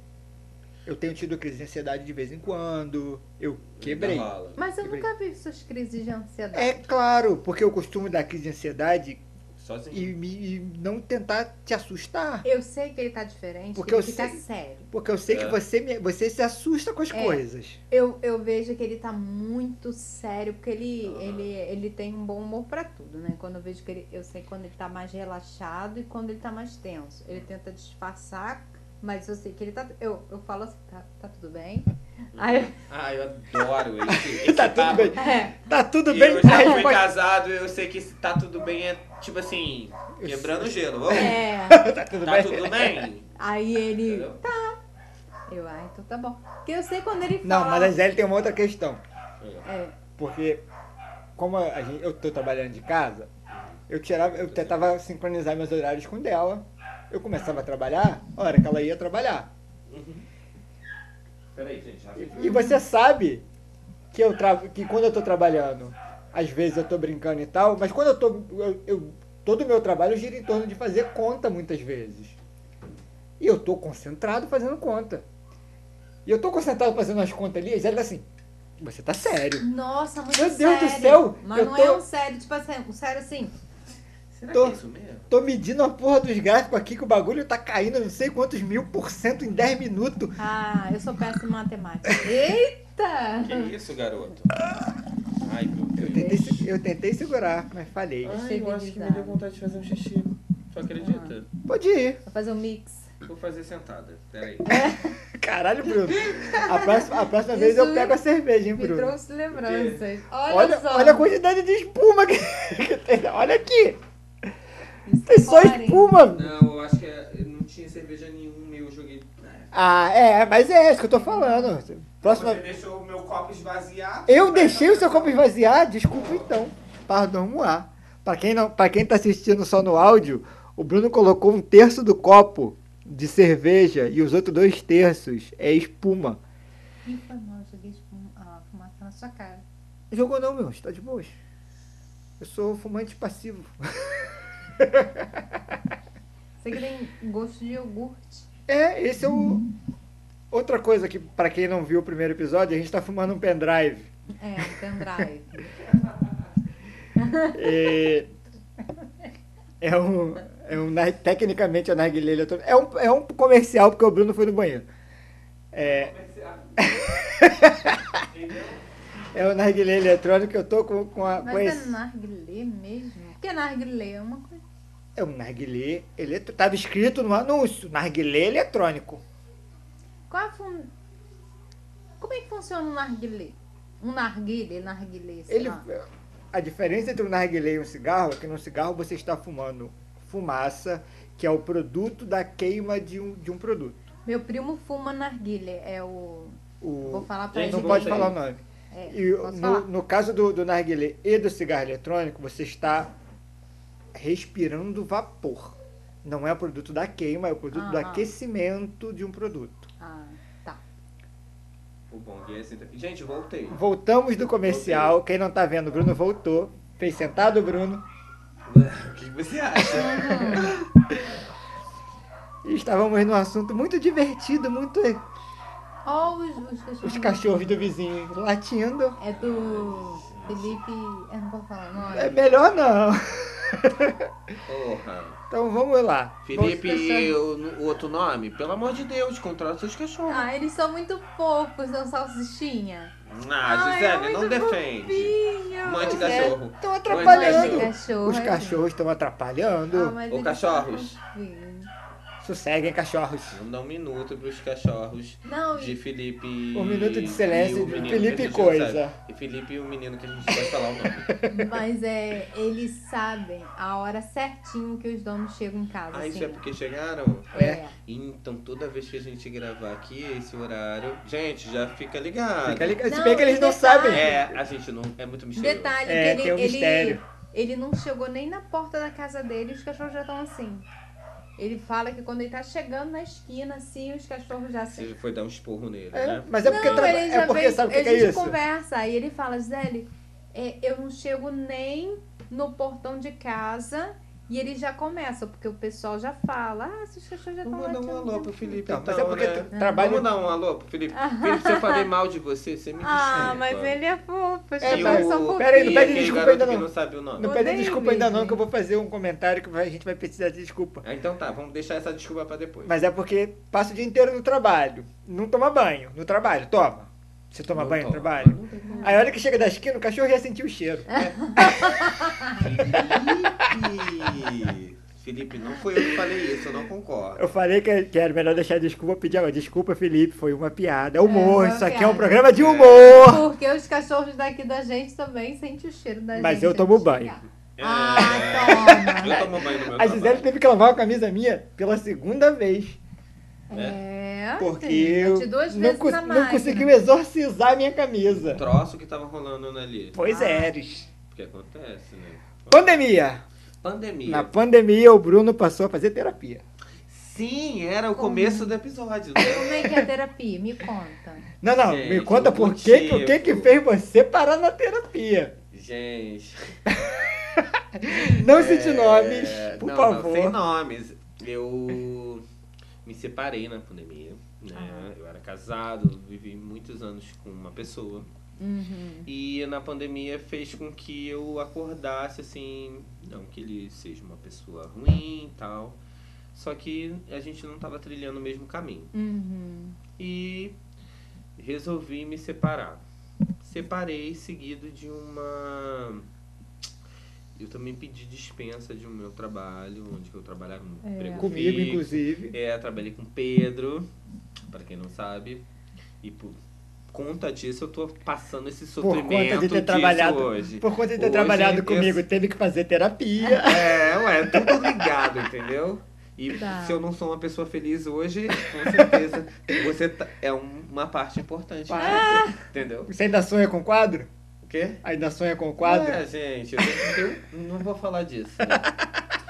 Speaker 4: Eu tenho tido crise de ansiedade de vez em quando. Eu quebrei.
Speaker 3: Ainda rola.
Speaker 2: Mas eu
Speaker 4: Quebrei.
Speaker 2: nunca vi suas crises de ansiedade.
Speaker 4: É claro, porque eu costumo dar crise de ansiedade e,
Speaker 3: Sozinho.
Speaker 4: me- e não tentar te assustar.
Speaker 2: Eu sei que ele tá diferente,
Speaker 4: Porque
Speaker 2: que ele
Speaker 4: eu
Speaker 2: fica
Speaker 4: sei-
Speaker 2: sério.
Speaker 4: Porque eu sei
Speaker 3: É.
Speaker 4: que você, me- você se assusta com as
Speaker 2: É.
Speaker 4: coisas.
Speaker 2: Eu, eu vejo que ele tá muito sério, porque ele,
Speaker 3: Ah.
Speaker 2: ele, ele tem um bom humor pra tudo, né? Quando eu vejo que ele. Eu sei quando ele tá mais relaxado e quando ele tá mais tenso.
Speaker 4: Uhum.
Speaker 2: Ele tenta disfarçar, mas eu sei que ele tá. Eu, eu falo assim, tá, tá tudo bem?
Speaker 4: Uhum.
Speaker 2: Aí, [laughs]
Speaker 3: Ah, eu adoro esse, esse
Speaker 4: [laughs] Tá tudo
Speaker 3: papo.
Speaker 4: bem.
Speaker 2: é,
Speaker 4: Tá tudo
Speaker 3: E
Speaker 4: bem.
Speaker 3: Eu
Speaker 4: A
Speaker 3: já fui
Speaker 4: resposta-
Speaker 3: casado, eu sei que esse tá tudo bem é tipo assim, quebrando o gelo. Ô,
Speaker 2: é.
Speaker 4: Tá tudo
Speaker 3: tá
Speaker 4: bem.
Speaker 3: tudo bem?
Speaker 2: Aí ele.
Speaker 3: Entendeu?
Speaker 2: Eu, ah, então tá bom. Porque eu sei quando ele fala.
Speaker 4: Não, mas a Gisele tem uma outra questão.
Speaker 2: Tá. É,
Speaker 4: Porque como a a gente, eu tô trabalhando de casa, eu tirava, eu tentava sincronizar meus horários com o dela. Eu começava a trabalhar, a hora que ela ia trabalhar.
Speaker 3: Peraí, gente. rapidinho.
Speaker 4: E, e você sabe que eu tra que quando eu tô trabalhando, às vezes eu tô brincando e tal, mas quando eu tô eu, eu- todo o meu trabalho gira em torno de fazer conta muitas vezes. E eu tô concentrado fazendo conta. E eu tô concentrado fazendo as contas ali, e ela tá assim: "Você tá sério?"
Speaker 2: Nossa, muito
Speaker 4: Meu
Speaker 2: sério.
Speaker 4: Deus do céu,
Speaker 2: Mas
Speaker 4: eu
Speaker 2: não
Speaker 4: tô-
Speaker 2: é um sério, tipo assim, um sério assim.
Speaker 3: Será
Speaker 4: tô-
Speaker 3: que é isso mesmo?
Speaker 4: Tô medindo a porra dos gráficos aqui que o bagulho tá caindo não sei quantos mil por cento em 10 minutos.
Speaker 2: Ah, eu sou péssima em matemática. Eita!
Speaker 3: Que isso, garoto? Ai, meu
Speaker 4: Eu
Speaker 3: Deus.
Speaker 4: tentei, se- eu tentei segurar, mas falhei.
Speaker 3: Ai, eu acho que me deu vontade de fazer um xixi. Tu acredita?
Speaker 4: Pode ir.
Speaker 2: Vou fazer um mix.
Speaker 4: Ah.
Speaker 3: Vou fazer sentada. Peraí.
Speaker 4: É? Caralho, Bruno. A próxima, a próxima vez
Speaker 2: Isso
Speaker 4: eu pego a cerveja, hein,
Speaker 2: Me
Speaker 4: Bruno?
Speaker 2: trouxe lembranças. Olha,
Speaker 4: Olha,
Speaker 2: só.
Speaker 4: olha a quantidade de espuma que, que tem. Olha aqui.
Speaker 2: Isso
Speaker 4: Tem só
Speaker 2: fora, hein?
Speaker 4: espuma.
Speaker 3: Não, eu acho que é- eu não tinha cerveja nenhuma e eu joguei. É.
Speaker 4: Ah, é, mas é isso que eu tô falando. Próxima
Speaker 3: Você deixou o meu copo esvaziado.
Speaker 4: Eu deixei o seu copo esvaziar? Desculpa então. Pardon, moi. Pra quem, não, pra quem tá assistindo só no áudio, o Bruno colocou um terço do copo de cerveja e os outros dois terços é espuma.
Speaker 2: Ih, foi mal, eu joguei espuma- a fumaça na sua cara.
Speaker 4: Jogou não, meu, está de boas. Eu sou fumante passivo.
Speaker 2: Você que tem gosto de iogurte.
Speaker 4: É, esse é o. Outra coisa que, para quem não viu o primeiro episódio, a gente tá fumando um pendrive.
Speaker 2: É, um pendrive.
Speaker 4: É, é um. É um nar- tecnicamente a narguilha eletrônica. É um, é um comercial, porque o Bruno foi no banheiro. É, [laughs] é um narguilé eletrônico, eu tô com, com
Speaker 2: [laughs]
Speaker 4: a.
Speaker 2: Mas
Speaker 4: com
Speaker 2: é
Speaker 4: esse-
Speaker 2: narguilé mesmo? Porque narguilé é uma coisa.
Speaker 4: É um narguilé eletrônico. Tava escrito no anúncio, narguilé eletrônico.
Speaker 2: Qual a fun... Como é que funciona um narguilé? Um narguilé, narguilé, sei
Speaker 4: Ele,
Speaker 2: lá.
Speaker 4: a diferença entre um narguilé e um cigarro é que no cigarro você está fumando fumaça, que é o produto da queima de um, de um produto.
Speaker 2: Meu primo fuma narguilé, é o...
Speaker 4: O,
Speaker 2: Vou falar pra
Speaker 3: Gente,
Speaker 4: não
Speaker 2: ele.
Speaker 4: pode
Speaker 3: Sim.
Speaker 4: falar o nome.
Speaker 2: É,
Speaker 4: E
Speaker 2: posso
Speaker 4: no,
Speaker 2: falar?
Speaker 4: no caso do, do narguilé e do cigarro eletrônico, você está respirando vapor. Não é o produto da queima, é o produto do
Speaker 2: Aham.
Speaker 4: aquecimento de um produto.
Speaker 2: Ah, tá.
Speaker 3: O bom que é esse... daqui. Gente,
Speaker 4: [laughs]
Speaker 3: voltei.
Speaker 4: Voltamos do comercial. Quem não tá vendo, o Bruno voltou. Fez sentado o Bruno.
Speaker 3: O que que você acha?
Speaker 4: E estávamos num assunto muito divertido, muito.
Speaker 2: Ó os, os cachorros.
Speaker 4: Os cachorros do vizinho latindo.
Speaker 2: É do Felipe... Eu não vou falar o nome.
Speaker 4: É melhor não.
Speaker 3: Porra.
Speaker 4: Então vamos lá.
Speaker 3: Felipe
Speaker 2: Bom,
Speaker 3: e o, o outro nome? Pelo amor de Deus, contrata seus cachorros.
Speaker 2: Ah, eles são muito fofos, são salsichinha.
Speaker 3: Ah,
Speaker 2: Ai,
Speaker 3: Gisele,
Speaker 2: é
Speaker 3: não
Speaker 2: muito
Speaker 3: defende.
Speaker 2: fofinho.
Speaker 3: Mãe de
Speaker 4: Pois é,
Speaker 3: cachorro.
Speaker 4: Estão
Speaker 2: Mãe de
Speaker 4: atrapalhando.
Speaker 2: cachorro.
Speaker 4: Os
Speaker 2: é
Speaker 4: cachorros estão
Speaker 2: lindo. Ah,
Speaker 4: atrapalhando.
Speaker 2: mas
Speaker 3: Ô,
Speaker 2: eles
Speaker 3: cachorros.
Speaker 2: são fofinhos. Ah.
Speaker 4: Sosseguem, cachorros.
Speaker 3: Vamos dar um minuto pros cachorros
Speaker 2: Não,
Speaker 3: de Felipe.
Speaker 4: Um minuto de
Speaker 3: e
Speaker 4: silêncio
Speaker 3: o
Speaker 4: de
Speaker 3: menino
Speaker 4: Felipe
Speaker 3: que a gente
Speaker 4: Coisa.
Speaker 3: não sabe. E Felipe e o menino que a gente pode falar o nome.
Speaker 2: mas é, eles sabem a hora certinho que os donos chegam em casa.
Speaker 3: Ah, isso
Speaker 2: assim.
Speaker 3: é porque chegaram?
Speaker 2: É.
Speaker 3: Então toda vez que a gente gravar aqui, esse horário. Gente, já fica ligado.
Speaker 4: Fica ligado. Se
Speaker 2: Não,
Speaker 4: bem que eles não
Speaker 2: detalhe.
Speaker 4: sabem.
Speaker 3: É, a gente não. É muito misterioso.
Speaker 2: Detalhe
Speaker 4: É,
Speaker 2: que
Speaker 4: tem um
Speaker 2: ele, ele,
Speaker 4: mistério.
Speaker 2: ele não chegou nem na porta da casa dele e os cachorros já estão assim. Ele fala que quando ele tá chegando na esquina, assim, os cachorros já assim.
Speaker 3: Você foi dar um esporro nele,
Speaker 4: É,
Speaker 3: né?
Speaker 4: mas é porque,
Speaker 2: não,
Speaker 4: tra-
Speaker 2: ele já
Speaker 4: é porque
Speaker 2: veio-
Speaker 4: sabe o que,
Speaker 2: a
Speaker 4: que é
Speaker 2: gente
Speaker 4: isso?
Speaker 2: conversa, aí ele fala, Gisele, é, eu não chego nem no portão de casa e ele já começa, porque o pessoal já fala, ah, seus cachorros já estão
Speaker 3: Vamos mandar um alô pro Felipe.
Speaker 4: Então,
Speaker 3: Então,
Speaker 4: mas é porque
Speaker 3: né?
Speaker 4: tra- trabalho-
Speaker 3: Vamos dar um alô pro Felipe. Felipe, se eu falei mal de você, você me desculpa.
Speaker 2: [laughs] Ah, mas ele é fofo, os
Speaker 4: É,
Speaker 2: cachorros
Speaker 4: mas-
Speaker 2: são
Speaker 4: pera aí, não
Speaker 2: fofinhos.
Speaker 4: pede
Speaker 3: aquele
Speaker 4: desculpa
Speaker 3: garoto
Speaker 4: ainda
Speaker 3: que
Speaker 4: não.
Speaker 3: não sabe o nome.
Speaker 4: Não
Speaker 2: Odeio
Speaker 4: pede desculpa ainda não,
Speaker 2: mesmo.
Speaker 4: que eu vou fazer um comentário que vai- a gente vai precisar de desculpa.
Speaker 3: Ah, então tá, vamos deixar essa desculpa pra depois. [laughs]
Speaker 4: Mas é porque passa o dia inteiro no trabalho. Não toma banho. No trabalho, toma. Você toma
Speaker 3: Não
Speaker 4: banho no
Speaker 3: toma.
Speaker 4: trabalho? Aí a hora que chega da esquina, o cachorro já sentiu o cheiro.
Speaker 3: Felipe! Felipe, não foi eu que falei isso, eu não concordo.
Speaker 4: Eu falei que, que era melhor deixar desculpa, pedir agora. Desculpa, Felipe, foi uma piada. É humor,
Speaker 2: É, uma
Speaker 4: isso aqui é
Speaker 2: piada.
Speaker 4: um programa de humor.
Speaker 2: Porque os cachorros daqui da gente também sentem o cheiro da gente.
Speaker 4: Mas eu
Speaker 2: antes
Speaker 4: tomo
Speaker 2: de
Speaker 4: banho.
Speaker 2: chegar.
Speaker 3: É.
Speaker 4: tá.
Speaker 2: Ah,
Speaker 3: Eu tomo banho no meu
Speaker 4: A Gisele
Speaker 3: trabalho.
Speaker 4: teve que lavar uma camisa minha pela segunda vez.
Speaker 2: toma. É,
Speaker 4: Porque
Speaker 2: tem,
Speaker 4: eu
Speaker 2: bati duas
Speaker 4: não,
Speaker 2: vezes
Speaker 4: cons-
Speaker 2: na
Speaker 4: não
Speaker 2: máquina.
Speaker 4: conseguiu exorcizar a minha camisa.
Speaker 3: O Um troço que tava rolando ali.
Speaker 4: Pois
Speaker 2: Ah.
Speaker 4: é, Eris.
Speaker 3: Porque acontece, né?
Speaker 4: Pandemia.
Speaker 3: Pandemia.
Speaker 4: Na pandemia, o Bruno passou a fazer terapia.
Speaker 3: Sim, era o começo do
Speaker 4: [laughs]
Speaker 3: episódio. Né?
Speaker 2: Como é que é a terapia? Me conta.
Speaker 4: Não, não,
Speaker 3: Gente,
Speaker 4: me conta
Speaker 3: o
Speaker 4: por que, que- o
Speaker 3: motivo.
Speaker 4: que que fez você parar na terapia.
Speaker 3: Gente.
Speaker 4: Não
Speaker 3: é,
Speaker 4: cite nomes, por
Speaker 3: não, Não,
Speaker 4: favor.
Speaker 3: sem nomes. Eu me separei na pandemia. Né? Eu era casado, vivi muitos anos com uma pessoa.
Speaker 2: Uhum.
Speaker 3: E na pandemia fez com que eu acordasse assim, não que ele seja uma pessoa ruim e tal, só que a gente não estava trilhando o mesmo caminho.
Speaker 2: Uhum.
Speaker 3: E resolvi me separar. Separei seguido de uma eu também pedi dispensa de um meu trabalho, onde eu trabalhava no
Speaker 2: É.
Speaker 3: emprego
Speaker 4: Comigo,
Speaker 3: fixo.
Speaker 4: inclusive.
Speaker 3: É, trabalhei com Pedro, para quem não sabe. E por conta disso eu tô passando esse
Speaker 4: conta
Speaker 3: sofrimento
Speaker 4: de ter
Speaker 3: disso
Speaker 4: trabalhado-
Speaker 3: hoje.
Speaker 4: Por conta de ter
Speaker 3: Hoje
Speaker 4: trabalhado
Speaker 3: eu-
Speaker 4: comigo, teve que fazer terapia.
Speaker 3: É, ué, tudo ligado, entendeu? E
Speaker 2: Tá.
Speaker 3: se eu não sou uma pessoa feliz hoje, com certeza você tá- é um- uma parte importante. disso,
Speaker 2: Ah.
Speaker 3: Entendeu?
Speaker 4: Você ainda sonha com quadro?
Speaker 3: O quê?
Speaker 4: Ainda sonha com quadro?
Speaker 3: É, gente, eu, eu não vou falar disso. né?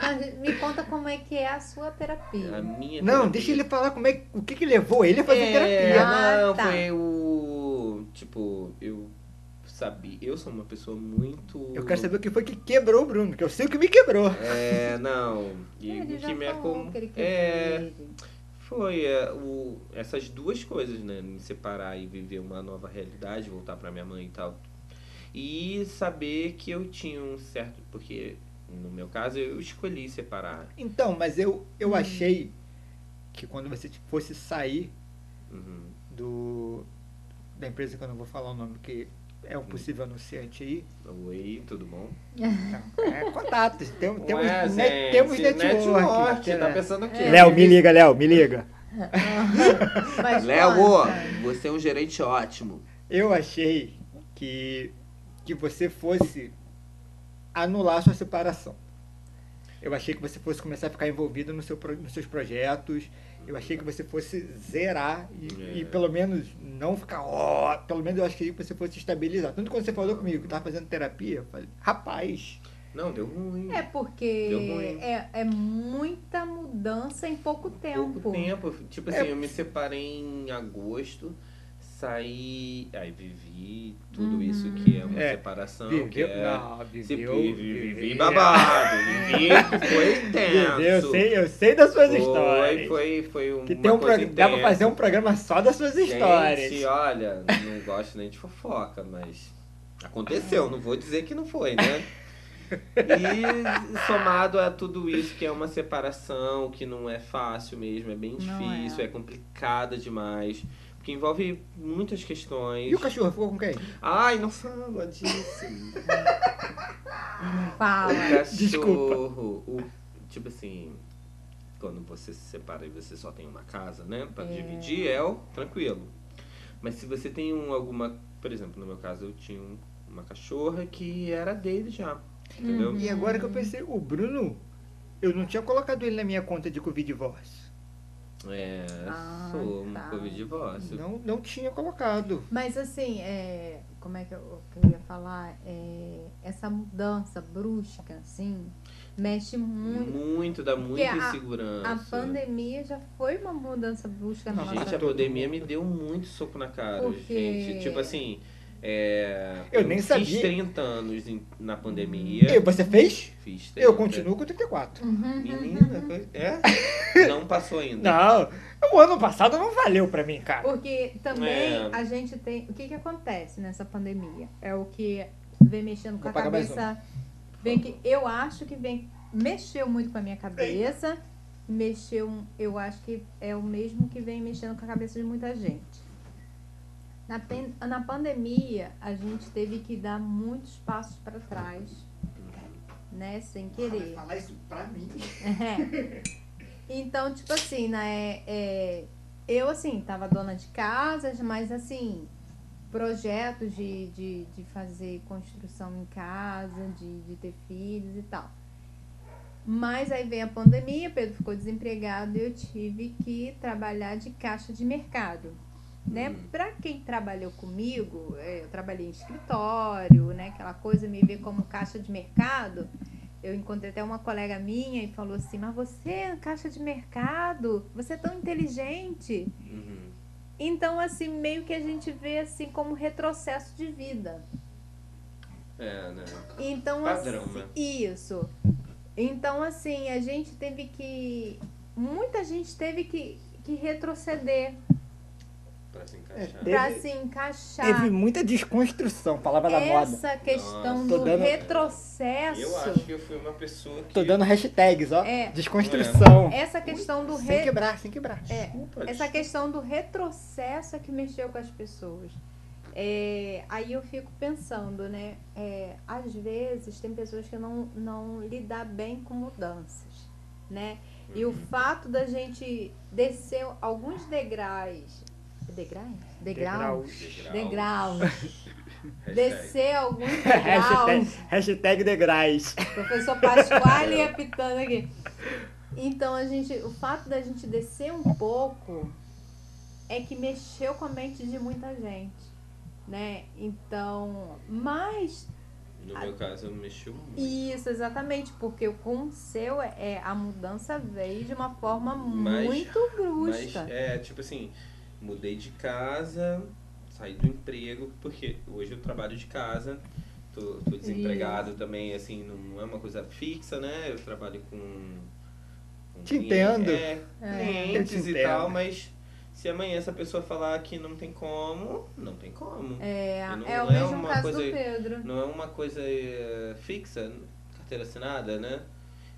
Speaker 2: Mas me conta como é que é a sua
Speaker 3: A
Speaker 2: terapia.
Speaker 3: minha
Speaker 4: Não,
Speaker 3: terapia-
Speaker 4: deixa ele falar como é, que- o que que levou ele a fazer
Speaker 3: É,
Speaker 4: terapia.
Speaker 2: Ah,
Speaker 3: Não,
Speaker 2: tá.
Speaker 3: foi o. Tipo, eu sabia. Eu sou uma pessoa muito.
Speaker 4: Eu quero saber o que foi que quebrou o Bruno, que eu sei o que me quebrou.
Speaker 3: É, não. E o que me acom...
Speaker 2: que ele quer
Speaker 3: é,
Speaker 2: ver.
Speaker 3: Foi é, o, essas duas coisas, né? Me separar e viver uma nova realidade, voltar pra minha mãe e tal. E saber que eu tinha um certo. Porque, no meu caso, eu escolhi separar.
Speaker 4: Então, mas eu, eu achei que quando você fosse sair
Speaker 3: Uhum.
Speaker 4: do da empresa que eu não vou falar o nome, que é
Speaker 3: Hum.
Speaker 4: um possível anunciante aí.
Speaker 3: Oi, tudo bom?
Speaker 4: Então, é contatos, tem, temos,
Speaker 3: Ué,
Speaker 4: net-
Speaker 3: gente,
Speaker 4: temos network.
Speaker 3: network. tá
Speaker 4: né?
Speaker 3: pensando o quê?
Speaker 4: Léo, me liga, Léo, me liga.
Speaker 2: Mas
Speaker 3: Léo,
Speaker 2: conta.
Speaker 3: você é um gerente ótimo.
Speaker 4: Eu achei que, que você fosse anular a sua separação. Eu achei que você fosse começar a ficar envolvido no seu, pro- nos seus projetos. Eu achei que você fosse zerar e,
Speaker 3: É.
Speaker 4: e pelo menos não ficar. ó, pelo menos eu achei que você fosse estabilizar. Tanto quando você falou comigo que tava fazendo terapia, eu falei, rapaz,
Speaker 3: Não, deu ruim.
Speaker 2: É
Speaker 3: Deu ruim.
Speaker 2: porque é, é muita mudança em pouco tempo. É.
Speaker 3: Pouco tempo. Tipo assim, eu me separei em agosto, saí, aí vivi tudo
Speaker 2: Uhum.
Speaker 3: isso que é uma
Speaker 4: É,
Speaker 3: separação, que
Speaker 4: viveu.
Speaker 3: é...
Speaker 4: Não,
Speaker 3: Se
Speaker 4: viveu.
Speaker 3: vivi, vivi,
Speaker 4: viveu.
Speaker 3: babado, vivi, foi tenso.
Speaker 4: [laughs] Viveu, eu sei, eu sei das suas
Speaker 3: Foi,
Speaker 4: histórias.
Speaker 3: foi, foi uma
Speaker 4: Que tem um
Speaker 3: coisa
Speaker 4: pro... dá pra
Speaker 3: intensa.
Speaker 4: fazer um programa só das suas histórias.
Speaker 3: Gente, olha, não gosto nem de fofoca, mas aconteceu, não vou dizer que não foi, né? E somado a tudo isso, que é uma separação, que não é fácil mesmo, é bem
Speaker 2: Não
Speaker 3: difícil, é,
Speaker 2: é.
Speaker 3: complicada demais. Porque envolve muitas questões.
Speaker 4: E o cachorro ficou com quem?
Speaker 3: Ai, não fala disso.
Speaker 2: Fala.
Speaker 3: O cachorro.
Speaker 4: Desculpa.
Speaker 3: o- tipo assim, quando você se separa e você só tem uma casa, né? Pra dividir, é o tranquilo. Mas se você tem um, alguma. Por exemplo, no meu caso, eu tinha um- uma cachorra que era dele já. Entendeu?
Speaker 2: Uhum.
Speaker 4: E agora que eu pensei, o Bruno, eu não tinha colocado ele na minha conta de Covid divórcio.
Speaker 3: É.
Speaker 2: Ah,
Speaker 3: sou um
Speaker 2: tá.
Speaker 3: Covid divórcio.
Speaker 4: Não, não tinha colocado.
Speaker 2: Mas assim, é, como é que eu, que eu ia falar? É, essa mudança brusca, assim, mexe muito.
Speaker 3: Muito, dá muita
Speaker 2: a-
Speaker 3: insegurança.
Speaker 2: A pandemia já foi uma mudança brusca na
Speaker 4: Não,
Speaker 2: nossa
Speaker 3: Gente, é a
Speaker 4: Todo
Speaker 3: pandemia
Speaker 4: mundo.
Speaker 3: me deu muito soco na cara,
Speaker 2: Porque-
Speaker 3: gente. Tipo assim, é,
Speaker 4: Eu nem
Speaker 3: fiz
Speaker 4: sabia. Hum.
Speaker 3: 30 anos em- na pandemia.
Speaker 4: E você fez?
Speaker 3: Fiz 30.
Speaker 4: Eu continuo com 34.
Speaker 2: Uhum.
Speaker 3: Menina, coi-
Speaker 4: [laughs]
Speaker 3: é? Não passou ainda.
Speaker 4: Não, o ano passado não valeu pra mim, cara.
Speaker 2: Porque também
Speaker 3: É.
Speaker 2: a gente tem. O que, que acontece nessa pandemia? É o que vem mexendo com
Speaker 4: Vou
Speaker 2: a
Speaker 4: pagar mais
Speaker 2: cabeça. Vem que, eu acho que vem. Mexeu muito com a minha cabeça. Mexeu. um, Eu acho que é o mesmo que vem mexendo com a cabeça de muita gente. Na, pen- na pandemia, a gente teve que dar muitos passos para trás, né? Sem querer.
Speaker 4: Falar isso pra mim.
Speaker 2: É. Então, tipo assim, né? é, eu, assim, tava dona de casas, mas, assim, projetos de, de, de fazer construção em casa, de, de ter filhos e tal. Mas aí veio a pandemia, Pedro ficou desempregado e eu tive que trabalhar de caixa de mercado. Né?
Speaker 3: Hum.
Speaker 2: Pra quem trabalhou comigo, é, eu trabalhei em escritório, né? Aquela coisa, me ver como caixa de mercado. Eu encontrei até uma colega minha e falou assim: Mas você é caixa de mercado, você é tão inteligente.
Speaker 3: Uhum.
Speaker 2: Então, assim, meio que a gente vê assim como retrocesso de vida.
Speaker 3: É, né?
Speaker 2: Então,
Speaker 3: Padrão,
Speaker 2: assim,
Speaker 3: né?
Speaker 2: isso. Então, assim, a gente teve que. Muita gente teve que, que retroceder
Speaker 3: Pra se encaixar.
Speaker 4: Teve-
Speaker 2: pra se encaixar.
Speaker 4: Teve muita desconstrução, palavra
Speaker 2: É,
Speaker 4: da moda.
Speaker 2: Essa questão
Speaker 3: Nossa.
Speaker 4: Tô
Speaker 2: do
Speaker 4: dando-
Speaker 2: retrocesso.
Speaker 3: Eu acho que eu fui uma pessoa que.
Speaker 4: Tô dando hashtags, ó.
Speaker 2: É.
Speaker 4: Desconstrução.
Speaker 2: Essa questão do
Speaker 4: Sem
Speaker 2: re...
Speaker 4: quebrar, sem quebrar.
Speaker 2: É.
Speaker 3: Desculpa,
Speaker 2: Essa
Speaker 3: desculpa.
Speaker 2: questão do retrocesso é que mexeu com as pessoas. É, aí eu fico pensando, né? é, às vezes tem pessoas que não, não lidar bem com mudanças, né? E o fato da gente descer alguns degraus. Degraus? Degraus?
Speaker 3: Degrau.
Speaker 2: Degraus.
Speaker 3: Hashtag.
Speaker 2: Descer alguns
Speaker 4: [laughs] Hashtag,
Speaker 2: degraus.
Speaker 4: hashtag degraus.
Speaker 2: Professor
Speaker 3: [laughs] É.
Speaker 2: Pasquale apitando aqui. Então a gente, o fato da gente descer um pouco é que mexeu com a mente de muita gente, né? Então, mas
Speaker 3: No meu caso, eu mexi um muito.
Speaker 2: isso exatamente, porque com o seu é é- a mudança veio de uma forma
Speaker 3: Mas-
Speaker 2: muito
Speaker 3: Mas
Speaker 2: brusca.
Speaker 3: é, tipo assim, mudei de casa, saí do emprego, porque hoje eu trabalho de casa, tô, tô desempregado também, assim, não é uma coisa fixa, né? Eu trabalho com com
Speaker 4: Te
Speaker 3: clien-
Speaker 4: entendo.
Speaker 3: É,
Speaker 2: É.
Speaker 3: clientes
Speaker 4: Eu te
Speaker 3: e
Speaker 4: entendo.
Speaker 3: tal, mas se amanhã essa pessoa falar que não tem como, não tem como.
Speaker 2: É,
Speaker 3: E não
Speaker 2: é o
Speaker 3: é
Speaker 2: mesmo
Speaker 3: uma
Speaker 2: caso
Speaker 3: coisa-
Speaker 2: do Pedro.
Speaker 3: Não é uma coisa eh, fixa, carteira assinada, né?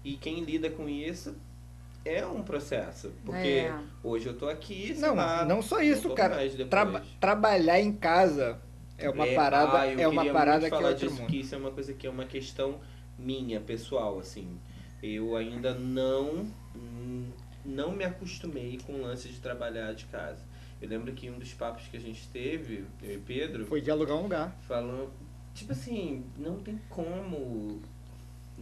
Speaker 3: E quem lida com isso é um processo. Porque
Speaker 2: É.
Speaker 3: hoje eu tô aqui, sei
Speaker 4: Não,
Speaker 3: lá,
Speaker 4: não só
Speaker 3: não
Speaker 4: isso,
Speaker 3: vou
Speaker 4: cara.
Speaker 3: mais depois.
Speaker 4: Traba- trabalhar em casa é uma
Speaker 3: É,
Speaker 4: parada,
Speaker 3: ah, eu
Speaker 4: é uma
Speaker 3: queria
Speaker 4: parada
Speaker 3: muito
Speaker 4: que é
Speaker 3: falar
Speaker 4: outro
Speaker 3: disso,
Speaker 4: mundo.
Speaker 3: que isso é uma coisa que é uma questão minha, pessoal, assim. Eu ainda não não me acostumei com o lance de trabalhar de casa. Eu lembro que um dos papos que a gente teve, eu e Pedro,
Speaker 4: Foi de alugar um lugar.
Speaker 3: falando tipo assim, não tem como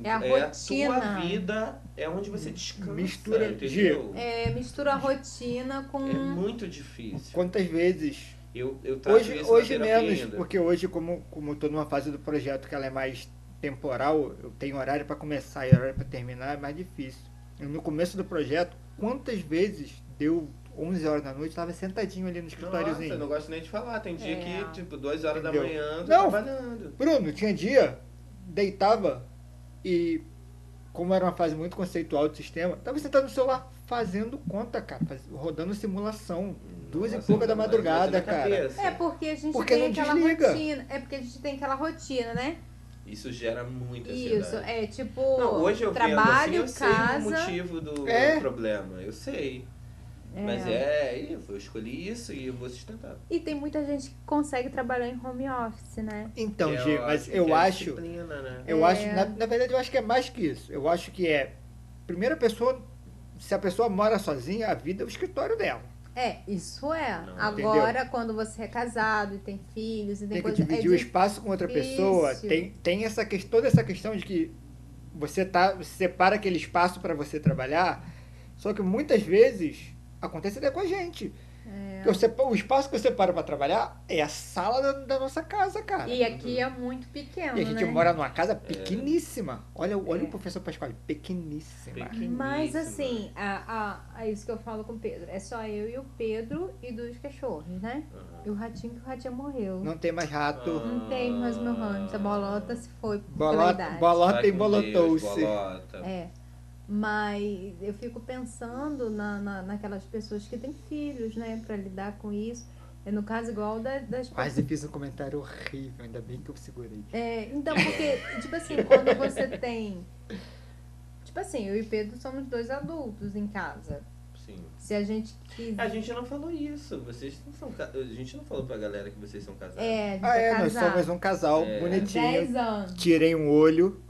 Speaker 2: É a
Speaker 3: tua
Speaker 2: rotina.
Speaker 3: vida, é onde você descansa,
Speaker 4: Mistura de-
Speaker 3: entendeu?
Speaker 2: É, um mistura a rotina com.
Speaker 3: É muito difícil.
Speaker 4: Quantas vezes?
Speaker 3: Eu, eu trato
Speaker 4: Hoje,
Speaker 3: isso Tá, na
Speaker 4: hoje
Speaker 3: terapia
Speaker 4: menos,
Speaker 3: ainda.
Speaker 4: porque hoje, como, como eu tô numa fase do projeto que ela é mais temporal, eu tenho horário para começar e horário para terminar, é mais difícil. Eu, no começo do projeto, quantas vezes deu 11 horas da noite, tava sentadinho ali no
Speaker 3: Nossa,
Speaker 4: escritóriozinho.
Speaker 3: eu não gosto nem de falar. Tem dia
Speaker 2: É.
Speaker 3: que, tipo, 2 horas da
Speaker 4: Entendeu?
Speaker 3: manhã, tô
Speaker 4: Não.
Speaker 3: trabalhando.
Speaker 4: Bruno, tinha dia, deitava e, como era uma fase muito conceitual do sistema, tava sentado no celular fazendo conta, cara, faz- rodando simulação. Duas e
Speaker 3: Nossa,
Speaker 4: pouca da
Speaker 3: mas
Speaker 4: madrugada,
Speaker 3: na
Speaker 4: cara.
Speaker 3: cabeça.
Speaker 2: É porque a gente
Speaker 4: Porque
Speaker 2: tem
Speaker 4: não
Speaker 2: aquela
Speaker 4: desliga.
Speaker 2: rotina. É porque a gente tem aquela rotina, né?
Speaker 3: Isso gera muita ansiedade.
Speaker 2: Isso, é tipo
Speaker 3: Não, hoje eu
Speaker 2: trabalho,
Speaker 3: vendo assim, eu
Speaker 2: casa.
Speaker 3: sei o motivo do
Speaker 4: É.
Speaker 3: meu problema. Eu sei. Mas é, eu escolhi isso e eu vou sustentar.
Speaker 2: E tem muita gente que consegue trabalhar em home office, né?
Speaker 4: Então,
Speaker 3: Que é
Speaker 4: G,
Speaker 3: a-
Speaker 4: mas
Speaker 3: que é
Speaker 4: eu
Speaker 3: a
Speaker 4: acho.
Speaker 3: disciplina, né?
Speaker 4: Eu
Speaker 2: É.
Speaker 4: acho, na, na verdade, eu acho que é mais que isso. Eu acho que é. Primeira pessoa, se a pessoa mora sozinha, a vida é o escritório dela.
Speaker 2: É, isso é.
Speaker 3: Não.
Speaker 2: Agora, quando você é casado e tem filhos e tem,
Speaker 4: Tem que
Speaker 2: coisa.
Speaker 4: dividir
Speaker 2: é
Speaker 4: o
Speaker 2: de-
Speaker 4: espaço com outra pessoa.
Speaker 2: difícil.
Speaker 4: Tem, tem essa questão, toda essa questão de que você tá, você separa aquele espaço para você trabalhar. Só que muitas vezes acontece até com a gente.
Speaker 2: É.
Speaker 4: Que eu sepa- o espaço que eu separo para trabalhar é a sala da, da nossa casa, cara.
Speaker 2: E aqui é muito pequeno.
Speaker 4: E a gente
Speaker 2: né? É.
Speaker 4: mora numa
Speaker 3: É.
Speaker 4: casa pequeníssima. Olha, olha o professor Pascoal, pequeníssima.
Speaker 3: Pequeníssima.
Speaker 2: Mas assim, a, a, é isso que eu falo com o Pedro. É só eu e o Pedro e dois cachorros, né?
Speaker 3: Ah.
Speaker 2: E o ratinho que o ratinho morreu. Não,
Speaker 4: Não tem mais rato.
Speaker 3: Ah.
Speaker 2: tem mais meu rancho. A bolota se foi. pela
Speaker 4: Bolota,
Speaker 2: idade.
Speaker 4: bolota
Speaker 3: Vai
Speaker 4: e
Speaker 3: com um Deus,
Speaker 4: bolotou-se.
Speaker 3: Bolota.
Speaker 4: Então.
Speaker 2: É. Mas eu fico pensando na, na, naquelas pessoas que têm filhos, né? Pra lidar com isso. É no caso igual da- das pessoas.
Speaker 4: Quase fiz um comentário horrível, ainda bem que eu segurei.
Speaker 2: É, então, porque, tipo assim, quando você tem. Tipo assim, eu e Pedro somos dois adultos em casa.
Speaker 3: Sim.
Speaker 2: Se a gente
Speaker 3: A
Speaker 2: quiser.
Speaker 3: gente não falou isso. Vocês não são ca- A gente não falou pra galera que vocês são casados.
Speaker 2: É, a gente
Speaker 4: Ah, é, nós
Speaker 2: casado.
Speaker 4: somos um casal
Speaker 3: É.
Speaker 4: bonitinho.
Speaker 2: 10 anos.
Speaker 4: Tirei um olho.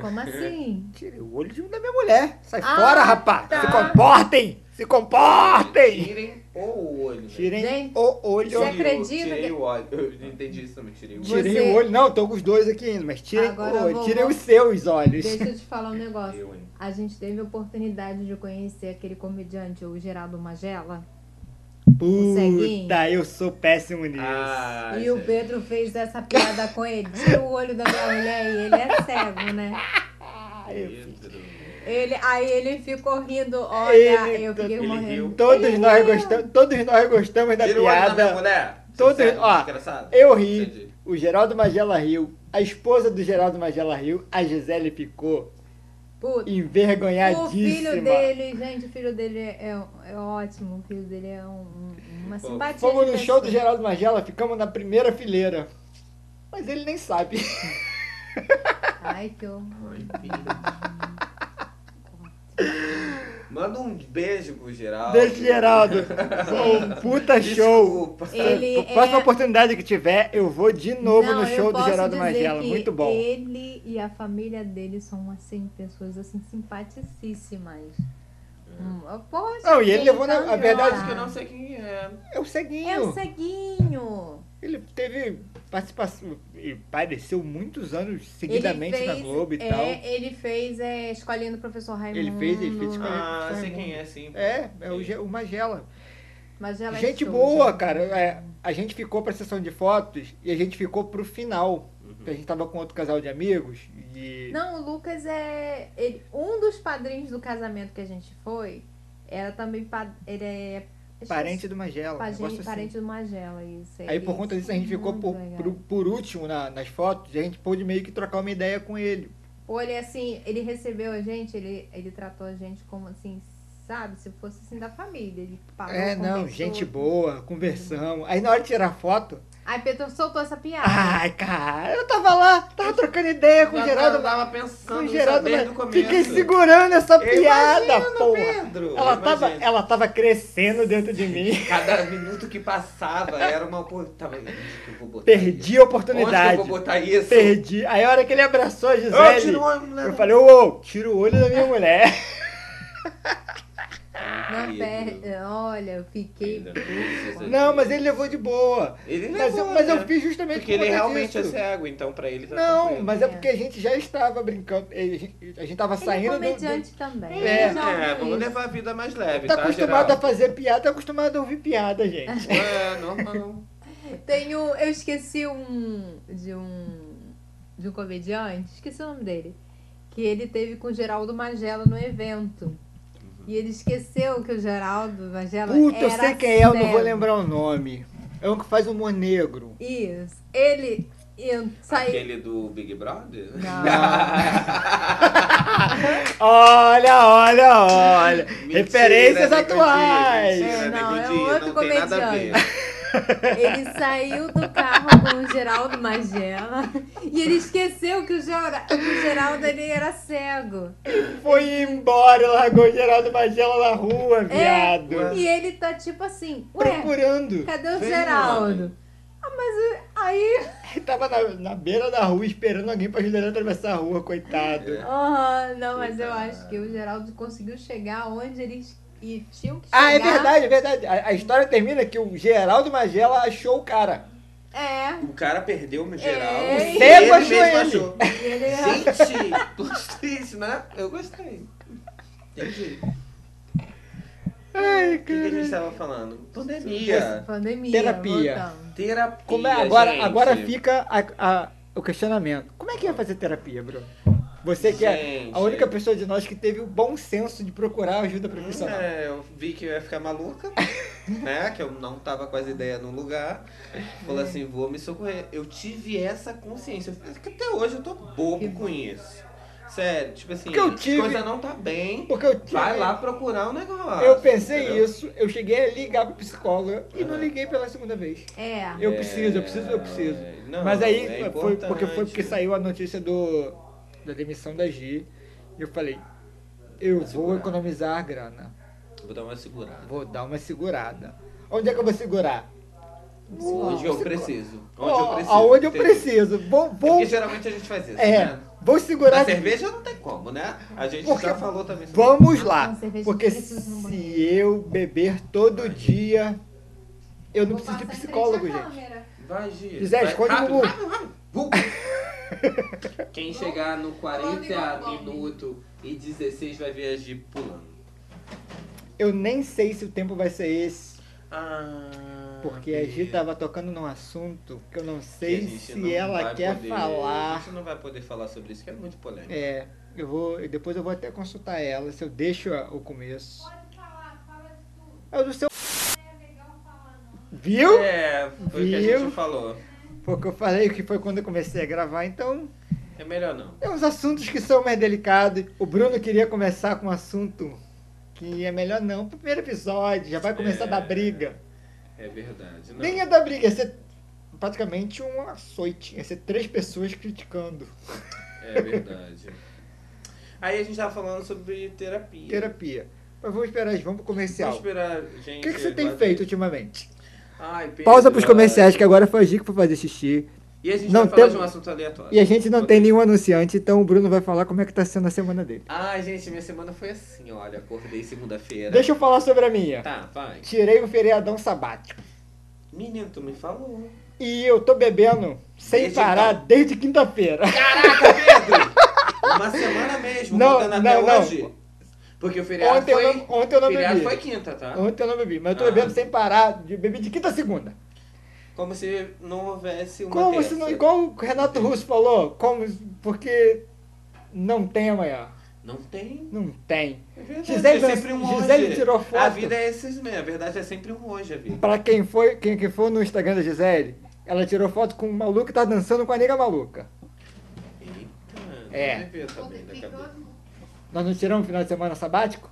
Speaker 2: Como
Speaker 4: [laughs]
Speaker 2: assim?
Speaker 4: Tirei o olho de um da minha mulher. Sai
Speaker 2: Ah,
Speaker 4: fora, rapaz!
Speaker 2: tá.
Speaker 4: Se comportem! Se comportem!
Speaker 3: Tirem o olho. Né?
Speaker 4: Tirem
Speaker 2: Gente,
Speaker 4: o olho.
Speaker 2: Você
Speaker 3: Tirei o-
Speaker 2: acredita
Speaker 3: Tirei
Speaker 2: que-
Speaker 3: o olho. Eu não entendi isso também. Tirei o olho.
Speaker 4: Tirei
Speaker 2: é Você-
Speaker 4: o olho. Não, tô com os dois aqui ainda, mas tirem
Speaker 2: Agora
Speaker 4: o
Speaker 2: eu
Speaker 4: olho.
Speaker 2: vou-
Speaker 4: Tirem
Speaker 2: vou-
Speaker 4: os seus olhos.
Speaker 2: deixa eu te falar um negócio.
Speaker 3: Eu, hein?
Speaker 2: A gente teve a oportunidade de conhecer aquele comediante, o Geraldo Magela. um
Speaker 4: Puta,
Speaker 2: ceguinho.
Speaker 4: eu sou péssimo nisso.
Speaker 3: Ah,
Speaker 2: E o
Speaker 3: gente.
Speaker 2: Pedro fez essa piada com ele. Tira o olho da minha mulher e ele é cego, né?
Speaker 3: Pedro.
Speaker 2: Ele, aí ele ficou rindo. Olha,
Speaker 4: Ele-
Speaker 2: eu fiquei
Speaker 3: ele
Speaker 2: morrendo.
Speaker 3: riu.
Speaker 4: Todos nós
Speaker 2: é
Speaker 4: gostamos, todos nós gostamos da
Speaker 3: Tira o olho da minha
Speaker 4: piada.
Speaker 3: mulher.
Speaker 4: Todo-
Speaker 3: Você sabe,
Speaker 4: ó,
Speaker 3: desgraçado.
Speaker 4: Eu ri.
Speaker 3: Entendi.
Speaker 4: O Geraldo Magela riu, a esposa do Geraldo Magela riu, a Gisele ficou
Speaker 2: Puta.
Speaker 4: envergonhadíssima.
Speaker 2: O filho dele, gente, o filho dele é, é ótimo. O filho dele é um- um- uma
Speaker 3: Fofo.
Speaker 2: simpatia.
Speaker 4: Fomos
Speaker 2: de
Speaker 4: no show do
Speaker 2: pessoa.
Speaker 4: Geraldo Magela, ficamos na primeira fileira. Mas ele nem sabe.
Speaker 2: Ai, que horror.
Speaker 4: [laughs]
Speaker 3: Ai, Pedro. Manda um beijo pro
Speaker 4: [laughs]
Speaker 3: Geraldo.
Speaker 4: Beijo, Geraldo. Foi um puta show.
Speaker 3: Desculpa.
Speaker 2: Ele
Speaker 4: Próxima
Speaker 2: é-
Speaker 4: oportunidade que tiver, eu vou de novo
Speaker 2: Não,
Speaker 4: no
Speaker 2: eu
Speaker 4: show do
Speaker 2: posso
Speaker 4: Geraldo
Speaker 2: dizer
Speaker 4: Magela.
Speaker 2: que
Speaker 4: Muito bom.
Speaker 2: Ele e a família dele são assim pessoas assim simpaticíssimas. Hum, eu posso,
Speaker 4: Não, e ele levou na-
Speaker 2: tá
Speaker 4: a verdade
Speaker 2: lá.
Speaker 3: Acho que eu não sei quem é.
Speaker 4: É o ceguinho.
Speaker 2: É o ceguinho.
Speaker 4: Ele teve participação e pareceu muitos anos seguidamente
Speaker 2: Ele
Speaker 4: na
Speaker 2: fez-
Speaker 4: Globo e
Speaker 2: é,
Speaker 4: tal.
Speaker 2: ele fez é, escolhendo o professor Raimundo.
Speaker 4: Ele fez- ele fez escolhendo-
Speaker 3: Ah,
Speaker 4: Foi
Speaker 3: sei
Speaker 4: muito.
Speaker 3: quem é, sim.
Speaker 4: É, é o, Ge- o Magela.
Speaker 2: Mas ela é
Speaker 4: gente
Speaker 2: show,
Speaker 4: boa,
Speaker 2: gente.
Speaker 4: cara. É, a gente ficou pra sessão de fotos e a gente ficou pro final.
Speaker 3: Uhum.
Speaker 4: Porque a gente tava com outro casal de amigos e.
Speaker 2: Não, o Lucas é. ele- um dos padrinhos do casamento que a gente foi era também. pa- Ele é.
Speaker 4: Parente do Magela. um
Speaker 2: Parente,
Speaker 4: negócio assim.
Speaker 2: parente do Magela, isso.
Speaker 4: Aí por conta disso a gente ficou por, por, por último na- nas fotos e a gente pôde meio que trocar uma ideia com ele.
Speaker 2: Ou ele assim, ele recebeu a gente, ele, ele tratou a gente como assim, sabe, se fosse assim da família. Ele parou,
Speaker 4: É, não,
Speaker 2: conversou.
Speaker 4: gente boa, conversamos. Aí na hora de tirar foto,
Speaker 2: Aí Pedro soltou essa piada.
Speaker 4: ai, cara, eu tava lá, tava trocando ideia com o
Speaker 3: Já
Speaker 4: Geraldo,
Speaker 3: tava
Speaker 4: com
Speaker 3: pensando
Speaker 4: o
Speaker 3: nisso
Speaker 4: Geraldo,
Speaker 3: desde
Speaker 4: mas
Speaker 3: o começo.
Speaker 4: fiquei segurando essa
Speaker 3: Eu
Speaker 4: piada,
Speaker 3: imagino,
Speaker 4: porra.
Speaker 3: Pedro,
Speaker 4: Ela
Speaker 3: eu
Speaker 4: tava,
Speaker 3: imagino.
Speaker 4: ela tava crescendo dentro de mim.
Speaker 3: Cada minuto que passava era uma oportunidade. Onde que eu vou botar isso?
Speaker 4: Perdi a oportunidade.
Speaker 3: Onde que eu vou botar isso?
Speaker 4: Perdi. Aí a hora que ele abraçou a
Speaker 3: Ah,
Speaker 4: Gisele,
Speaker 3: tirou
Speaker 4: eu,
Speaker 3: a mulher.
Speaker 4: falei, ô, tira o olho da minha
Speaker 3: [laughs]
Speaker 4: mulher.
Speaker 2: Não,
Speaker 3: Pedro.
Speaker 2: Ah, perde. Olha, eu fiquei.
Speaker 3: Pedro, Jesus,
Speaker 4: Não, mas ele levou de boa.
Speaker 3: é Ele
Speaker 4: Mas eu,
Speaker 3: levou,
Speaker 4: mas eu
Speaker 3: né?
Speaker 4: fiz justamente
Speaker 3: Porque
Speaker 4: por
Speaker 3: ele
Speaker 4: conta
Speaker 3: realmente é
Speaker 4: disso.
Speaker 3: cego, então pra ele tá
Speaker 4: Não,
Speaker 3: tranquilo.
Speaker 4: mas é
Speaker 2: É.
Speaker 4: porque a gente já estava brincando. A gente, a gente tava
Speaker 2: Ele é
Speaker 4: saindo do- do.
Speaker 2: comediante também.
Speaker 4: É,
Speaker 2: eu já
Speaker 3: É,
Speaker 2: ouvi
Speaker 3: vamos
Speaker 2: isso.
Speaker 3: levar a vida mais leve,
Speaker 4: Tá
Speaker 3: tá,
Speaker 4: acostumado a
Speaker 3: Geraldo?
Speaker 4: fazer piada, tá acostumado a ouvir piada,
Speaker 2: Ah,
Speaker 4: gente.
Speaker 3: É, normal.
Speaker 2: Tem um, eu esqueci um de um de um comediante, esqueci o nome dele, que ele teve com o Geraldo Magela no evento. E ele esqueceu que o Geraldo Magela
Speaker 4: Uhum. Puta, eu
Speaker 2: era
Speaker 4: sei quem é, eu não vou
Speaker 2: cego.
Speaker 4: lembrar o nome. É um que faz humor negro.
Speaker 2: Isso. Ele en- saiu
Speaker 3: Aquele do Big Brother?
Speaker 2: Não.
Speaker 4: Olha, olha, olha.
Speaker 3: Mentira, né,
Speaker 4: Referências
Speaker 3: nego Di,
Speaker 4: atuais.
Speaker 3: mentira,
Speaker 2: É, não,
Speaker 3: nego
Speaker 2: é
Speaker 3: Di,
Speaker 2: outro
Speaker 3: não tem nada a ver.
Speaker 2: ele saiu do carro com o Geraldo Magela e ele esqueceu que o, Gera- que o Geraldo ele era cego.
Speaker 4: Foi embora, e largou o Geraldo Magela na rua,
Speaker 2: É.
Speaker 4: viado.
Speaker 3: Ué.
Speaker 2: E ele tá tipo assim, ué,
Speaker 4: Procurando.
Speaker 2: Cadê o
Speaker 3: Vem,
Speaker 2: Geraldo?
Speaker 3: homem.
Speaker 2: Ah, mas uh, aí.
Speaker 4: Ele tava na, na beira da rua esperando alguém pra ajudar ele a atravessar a rua, coitado.
Speaker 3: É.
Speaker 2: Ah, não, mas eu
Speaker 3: Coitado.
Speaker 2: acho que o Geraldo conseguiu chegar onde eles e tinham que chegar.
Speaker 4: Ah, é verdade, é verdade. A, a história termina que o Geraldo Magela achou o cara.
Speaker 2: É.
Speaker 3: O cara perdeu no geral.
Speaker 2: É,
Speaker 3: e
Speaker 4: cego
Speaker 3: ele
Speaker 4: achou
Speaker 3: mesmo
Speaker 4: ele.
Speaker 3: achou.
Speaker 2: E ele
Speaker 4: [laughs]
Speaker 3: Gente, gostei disso, né? Eu gostei. Entendi.
Speaker 4: Ai,
Speaker 3: O que, que a gente
Speaker 4: cara.
Speaker 3: tava falando? Pandemia.
Speaker 2: Pandemia.
Speaker 4: Terapia.
Speaker 2: voltamos.
Speaker 3: Terapia.
Speaker 4: Como é, agora,
Speaker 3: gente.
Speaker 4: agora fica a- a- o questionamento. Como é que ia fazer terapia, Bruno? Você que é
Speaker 3: Gente.
Speaker 4: a única pessoa de nós que teve o bom senso de procurar ajuda profissional.
Speaker 3: É, eu vi que eu ia ficar
Speaker 4: [laughs]
Speaker 3: maluca, né? Que eu não tava com as ideias no lugar. Falei assim, vou me socorrer. Eu tive essa consciência. Eu- "É que Até hoje eu tô
Speaker 2: Que
Speaker 3: bobo
Speaker 2: bom.
Speaker 3: com isso. Sério, tipo assim,
Speaker 4: Que eu
Speaker 3: as
Speaker 4: tive-
Speaker 3: coisa não tá bem.
Speaker 4: Porque eu tive-
Speaker 3: Vai lá procurar um negócio.
Speaker 4: Eu pensei
Speaker 3: entendeu?
Speaker 4: isso, eu cheguei a ligar pro psicólogo e não liguei pela segunda vez.
Speaker 2: É.
Speaker 4: Eu preciso, eu preciso, eu preciso.
Speaker 3: É, não,
Speaker 4: Mas aí
Speaker 3: é
Speaker 4: foi porque foi porque
Speaker 3: importante.
Speaker 4: saiu a notícia do da demissão da G. E eu falei, eu
Speaker 3: Vai
Speaker 4: vou
Speaker 3: segurar.
Speaker 4: economizar grana,
Speaker 3: Vou dar uma segurada.
Speaker 4: vou dar uma segurada. Onde é que eu vou segurar?
Speaker 3: Onde eu
Speaker 4: psicó-
Speaker 3: preciso. Onde eu
Speaker 4: Ó,
Speaker 3: preciso.
Speaker 4: Aonde eu
Speaker 3: entendeu?
Speaker 4: preciso? Vou,
Speaker 3: É
Speaker 4: vou,
Speaker 3: Porque geralmente a gente faz isso,
Speaker 4: é,
Speaker 3: né?
Speaker 4: vou
Speaker 3: Na
Speaker 4: segurar.
Speaker 3: cerveja não tem como, né? A gente
Speaker 4: Porque-
Speaker 3: já falou também sobre
Speaker 4: Vamos
Speaker 2: Ah,
Speaker 4: lá,
Speaker 2: com cerveja
Speaker 4: porque
Speaker 2: eu preciso no
Speaker 4: se
Speaker 2: um banheiro.
Speaker 4: eu beber todo dia, eu não
Speaker 2: Vou
Speaker 4: preciso de
Speaker 2: passar em
Speaker 4: psicólogo,
Speaker 2: frente à
Speaker 4: gente.
Speaker 2: câmera.
Speaker 3: Vai, Gi.
Speaker 4: Gisele,
Speaker 3: Vai,
Speaker 4: esconde o
Speaker 3: rápido,
Speaker 4: Gugu.
Speaker 3: rápido, rápido.
Speaker 4: [laughs]
Speaker 3: Gugu. Quem chegar no 40 minuto e 16 vai ver a Gi pulando.
Speaker 4: Eu nem sei se o tempo vai ser esse.
Speaker 3: Ah,
Speaker 4: Porque a Gi tava tocando num assunto que eu não sei se ela quer
Speaker 3: A
Speaker 4: falar.
Speaker 3: gente não vai poder falar sobre isso, que é muito polêmico.
Speaker 4: É, eu vou. eu- Depois eu vou até consultar ela, se eu deixo a- o começo. É o do seu. Viu?
Speaker 3: É, foi o que a
Speaker 4: Viu?
Speaker 3: gente falou.
Speaker 4: Porque eu falei que foi quando eu comecei a gravar, então
Speaker 3: É melhor não.
Speaker 4: é uns assuntos que são mais delicados. O Bruno queria começar com um assunto que é melhor não. Primeiro episódio, já vai começar
Speaker 3: É.
Speaker 4: da briga.
Speaker 3: É verdade. Não.
Speaker 4: Nem é da briga, ia ser praticamente um açoite. Ia ser três pessoas criticando.
Speaker 3: É verdade. [laughs] Aí a gente tava falando sobre terapia.
Speaker 4: Terapia. Mas vamos esperar, gente, vamos pro comercial.
Speaker 3: Vamos esperar,
Speaker 4: O
Speaker 3: gente.
Speaker 4: que, que você tem
Speaker 3: agora-
Speaker 4: feito ultimamente?
Speaker 3: Ai, Pedro,
Speaker 4: Pausa pros
Speaker 3: ah,
Speaker 4: comerciais, que agora foi a Gi que foi fazer xixi.
Speaker 3: E a gente
Speaker 4: Não
Speaker 3: vai falar
Speaker 4: tem-
Speaker 3: de um assunto aleatório.
Speaker 4: E a gente não tem nenhum anunciante, então o Bruno vai falar como é que tá sendo a semana dele.
Speaker 3: Ai, gente, minha semana foi assim, olha. Acordei segunda-feira.
Speaker 4: Deixa eu falar sobre a minha.
Speaker 3: Tá, vai.
Speaker 4: Tirei um feriadão sabático.
Speaker 3: Menino, tu me falou.
Speaker 4: E eu tô bebendo sem
Speaker 3: Desde então.
Speaker 4: parar desde quinta-feira.
Speaker 3: Caraca,
Speaker 4: [laughs]
Speaker 3: Pedro! Uma semana mesmo,
Speaker 4: Não,
Speaker 3: voltando até
Speaker 4: não, não.
Speaker 3: hoje. Porque o feriado
Speaker 4: Ontem,
Speaker 3: foi...
Speaker 4: eu não, ontem eu não
Speaker 3: feriado
Speaker 4: bebi.
Speaker 3: foi quinta, tá?
Speaker 4: Ontem eu não bebi, mas eu tô
Speaker 3: Ah.
Speaker 4: bebendo sem parar. de- Bebi de quinta a segunda.
Speaker 3: Como se não houvesse uma
Speaker 4: Como
Speaker 3: terça.
Speaker 4: se não. Igual o Renato Russo falou, como. Porque não tem amanhã.
Speaker 3: Não tem.
Speaker 4: Não tem.
Speaker 3: É verdade,
Speaker 4: Gisele
Speaker 3: é
Speaker 4: lanç-
Speaker 3: sempre um hoje.
Speaker 4: Gisele tirou foto.
Speaker 3: A vida é esses mesmo. A verdade é sempre um hoje, a vida.
Speaker 4: Pra quem foi, quem, quem for no Instagram da Gisele, ela tirou foto com um maluco que tá dançando com a nega maluca.
Speaker 3: Eita. não
Speaker 4: É.
Speaker 3: vai ver também da cabeça.
Speaker 4: Nós não tiramos um final de semana sabático?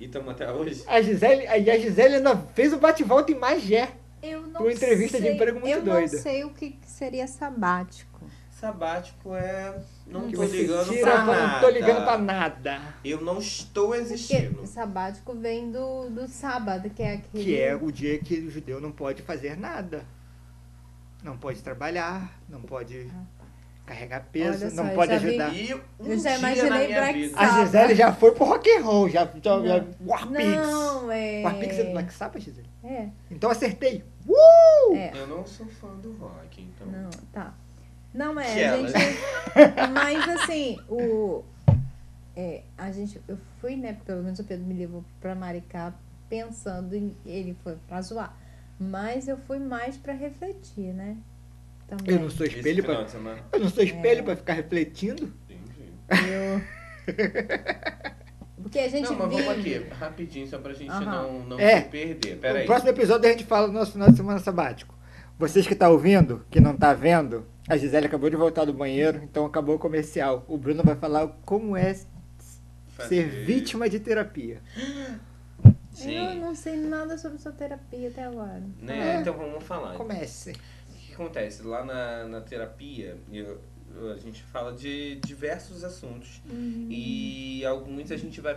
Speaker 3: E estamos até hoje?
Speaker 4: A Gisele, a, e a Gisele ainda fez o bate-volta em Magé.
Speaker 2: Eu não
Speaker 4: Uma entrevista de
Speaker 2: sei-
Speaker 4: emprego muito
Speaker 2: eu
Speaker 4: doida.
Speaker 2: não sei o que que seria sabático.
Speaker 3: Sabático é. Não
Speaker 4: Que
Speaker 3: tô
Speaker 4: você
Speaker 3: ligando
Speaker 4: tira,
Speaker 3: pra
Speaker 4: eu
Speaker 3: nada.
Speaker 4: não tô ligando pra nada.
Speaker 3: Eu não estou existindo.
Speaker 2: Porque sabático vem do, do sábado, que é aquele...
Speaker 3: Uhum.
Speaker 4: Que é o dia que o judeu não pode fazer nada. Não pode trabalhar, não pode carregar peso,
Speaker 2: Olha só, é
Speaker 4: não
Speaker 2: eu
Speaker 4: pode
Speaker 2: já vi-
Speaker 4: ajudar.
Speaker 3: E um
Speaker 2: Eu já
Speaker 3: dia
Speaker 2: imaginei
Speaker 3: na minha
Speaker 2: Black
Speaker 3: vida.
Speaker 2: Sabbath.
Speaker 4: A Gisele já foi pro rock and roll, já. já, já Warpix.
Speaker 2: Não, é...
Speaker 4: Warpix é do Black Sabbath, Gisele?
Speaker 2: É,
Speaker 4: Então acertei. Uh!
Speaker 2: é.
Speaker 3: Eu não sou fã do rock, então.
Speaker 2: Não, tá. Não é,
Speaker 3: Que
Speaker 2: a
Speaker 3: ela,
Speaker 2: gente...
Speaker 4: né?
Speaker 2: [laughs] Mas, assim, o... é, a gente... Eu fui, né? Pelo menos o Pedro me levou pra Maricá pensando em... Ele foi pra zoar. Mas eu fui mais pra refletir, né? Também.
Speaker 4: Eu não sou
Speaker 3: Esse
Speaker 4: espelho
Speaker 3: final
Speaker 4: pra.
Speaker 3: de semana.
Speaker 4: Eu não sou espelho pra ficar refletindo.
Speaker 3: Entendi.
Speaker 4: [laughs]
Speaker 2: Porque a gente
Speaker 3: Não, mas
Speaker 2: vive...
Speaker 3: vamos aqui, rapidinho, só pra gente
Speaker 2: Aham.
Speaker 3: não, não
Speaker 4: É.
Speaker 3: se perder. Pera aí.
Speaker 4: No próximo episódio a gente fala do nosso final de semana sabático. Vocês que tá ouvindo, que não tá vendo, a Gisele acabou de voltar do banheiro, então acabou o comercial. O Bruno vai falar como é ser
Speaker 3: Fazer-
Speaker 4: vítima de terapia.
Speaker 2: Eu
Speaker 3: Sim.
Speaker 2: não sei nada sobre sua terapia até agora.
Speaker 3: Né?
Speaker 4: É.
Speaker 3: Então vamos falar.
Speaker 4: Comece.
Speaker 3: O que acontece? Lá na, na terapia, eu- eu- a gente fala de diversos assuntos.
Speaker 2: Hum.
Speaker 3: E alguns a gente vai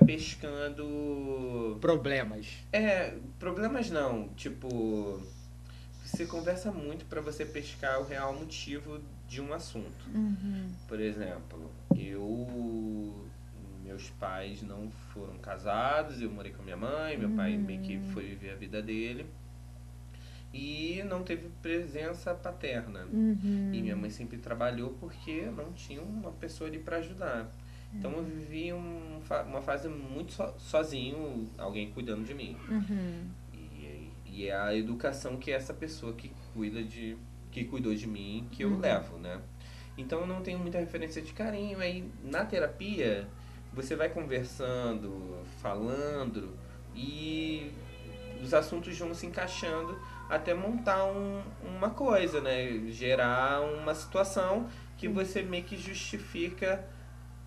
Speaker 3: pescando.
Speaker 4: Problemas.
Speaker 3: É, problemas não. Tipo, você conversa muito pra você pescar o real motivo de um assunto.
Speaker 2: Uhum.
Speaker 3: Por exemplo, eu. Meus pais não foram casados, eu morei com a minha mãe, meu pai meio que foi viver a vida dele. E não teve presença paterna.
Speaker 2: Uhum.
Speaker 3: E minha mãe sempre trabalhou porque não tinha uma pessoa ali pra ajudar. Então eu vivi um fa- uma fase muito so- sozinho, alguém cuidando de mim.
Speaker 2: Uhum.
Speaker 3: E, e é a educação que essa pessoa que cuida de que cuidou de mim que eu
Speaker 2: Uhum.
Speaker 3: levo, né? Então eu não tenho muita referência de carinho aí na terapia você vai conversando, falando e os assuntos vão se encaixando até montar um- uma coisa, né? Gerar uma situação que você meio que justifica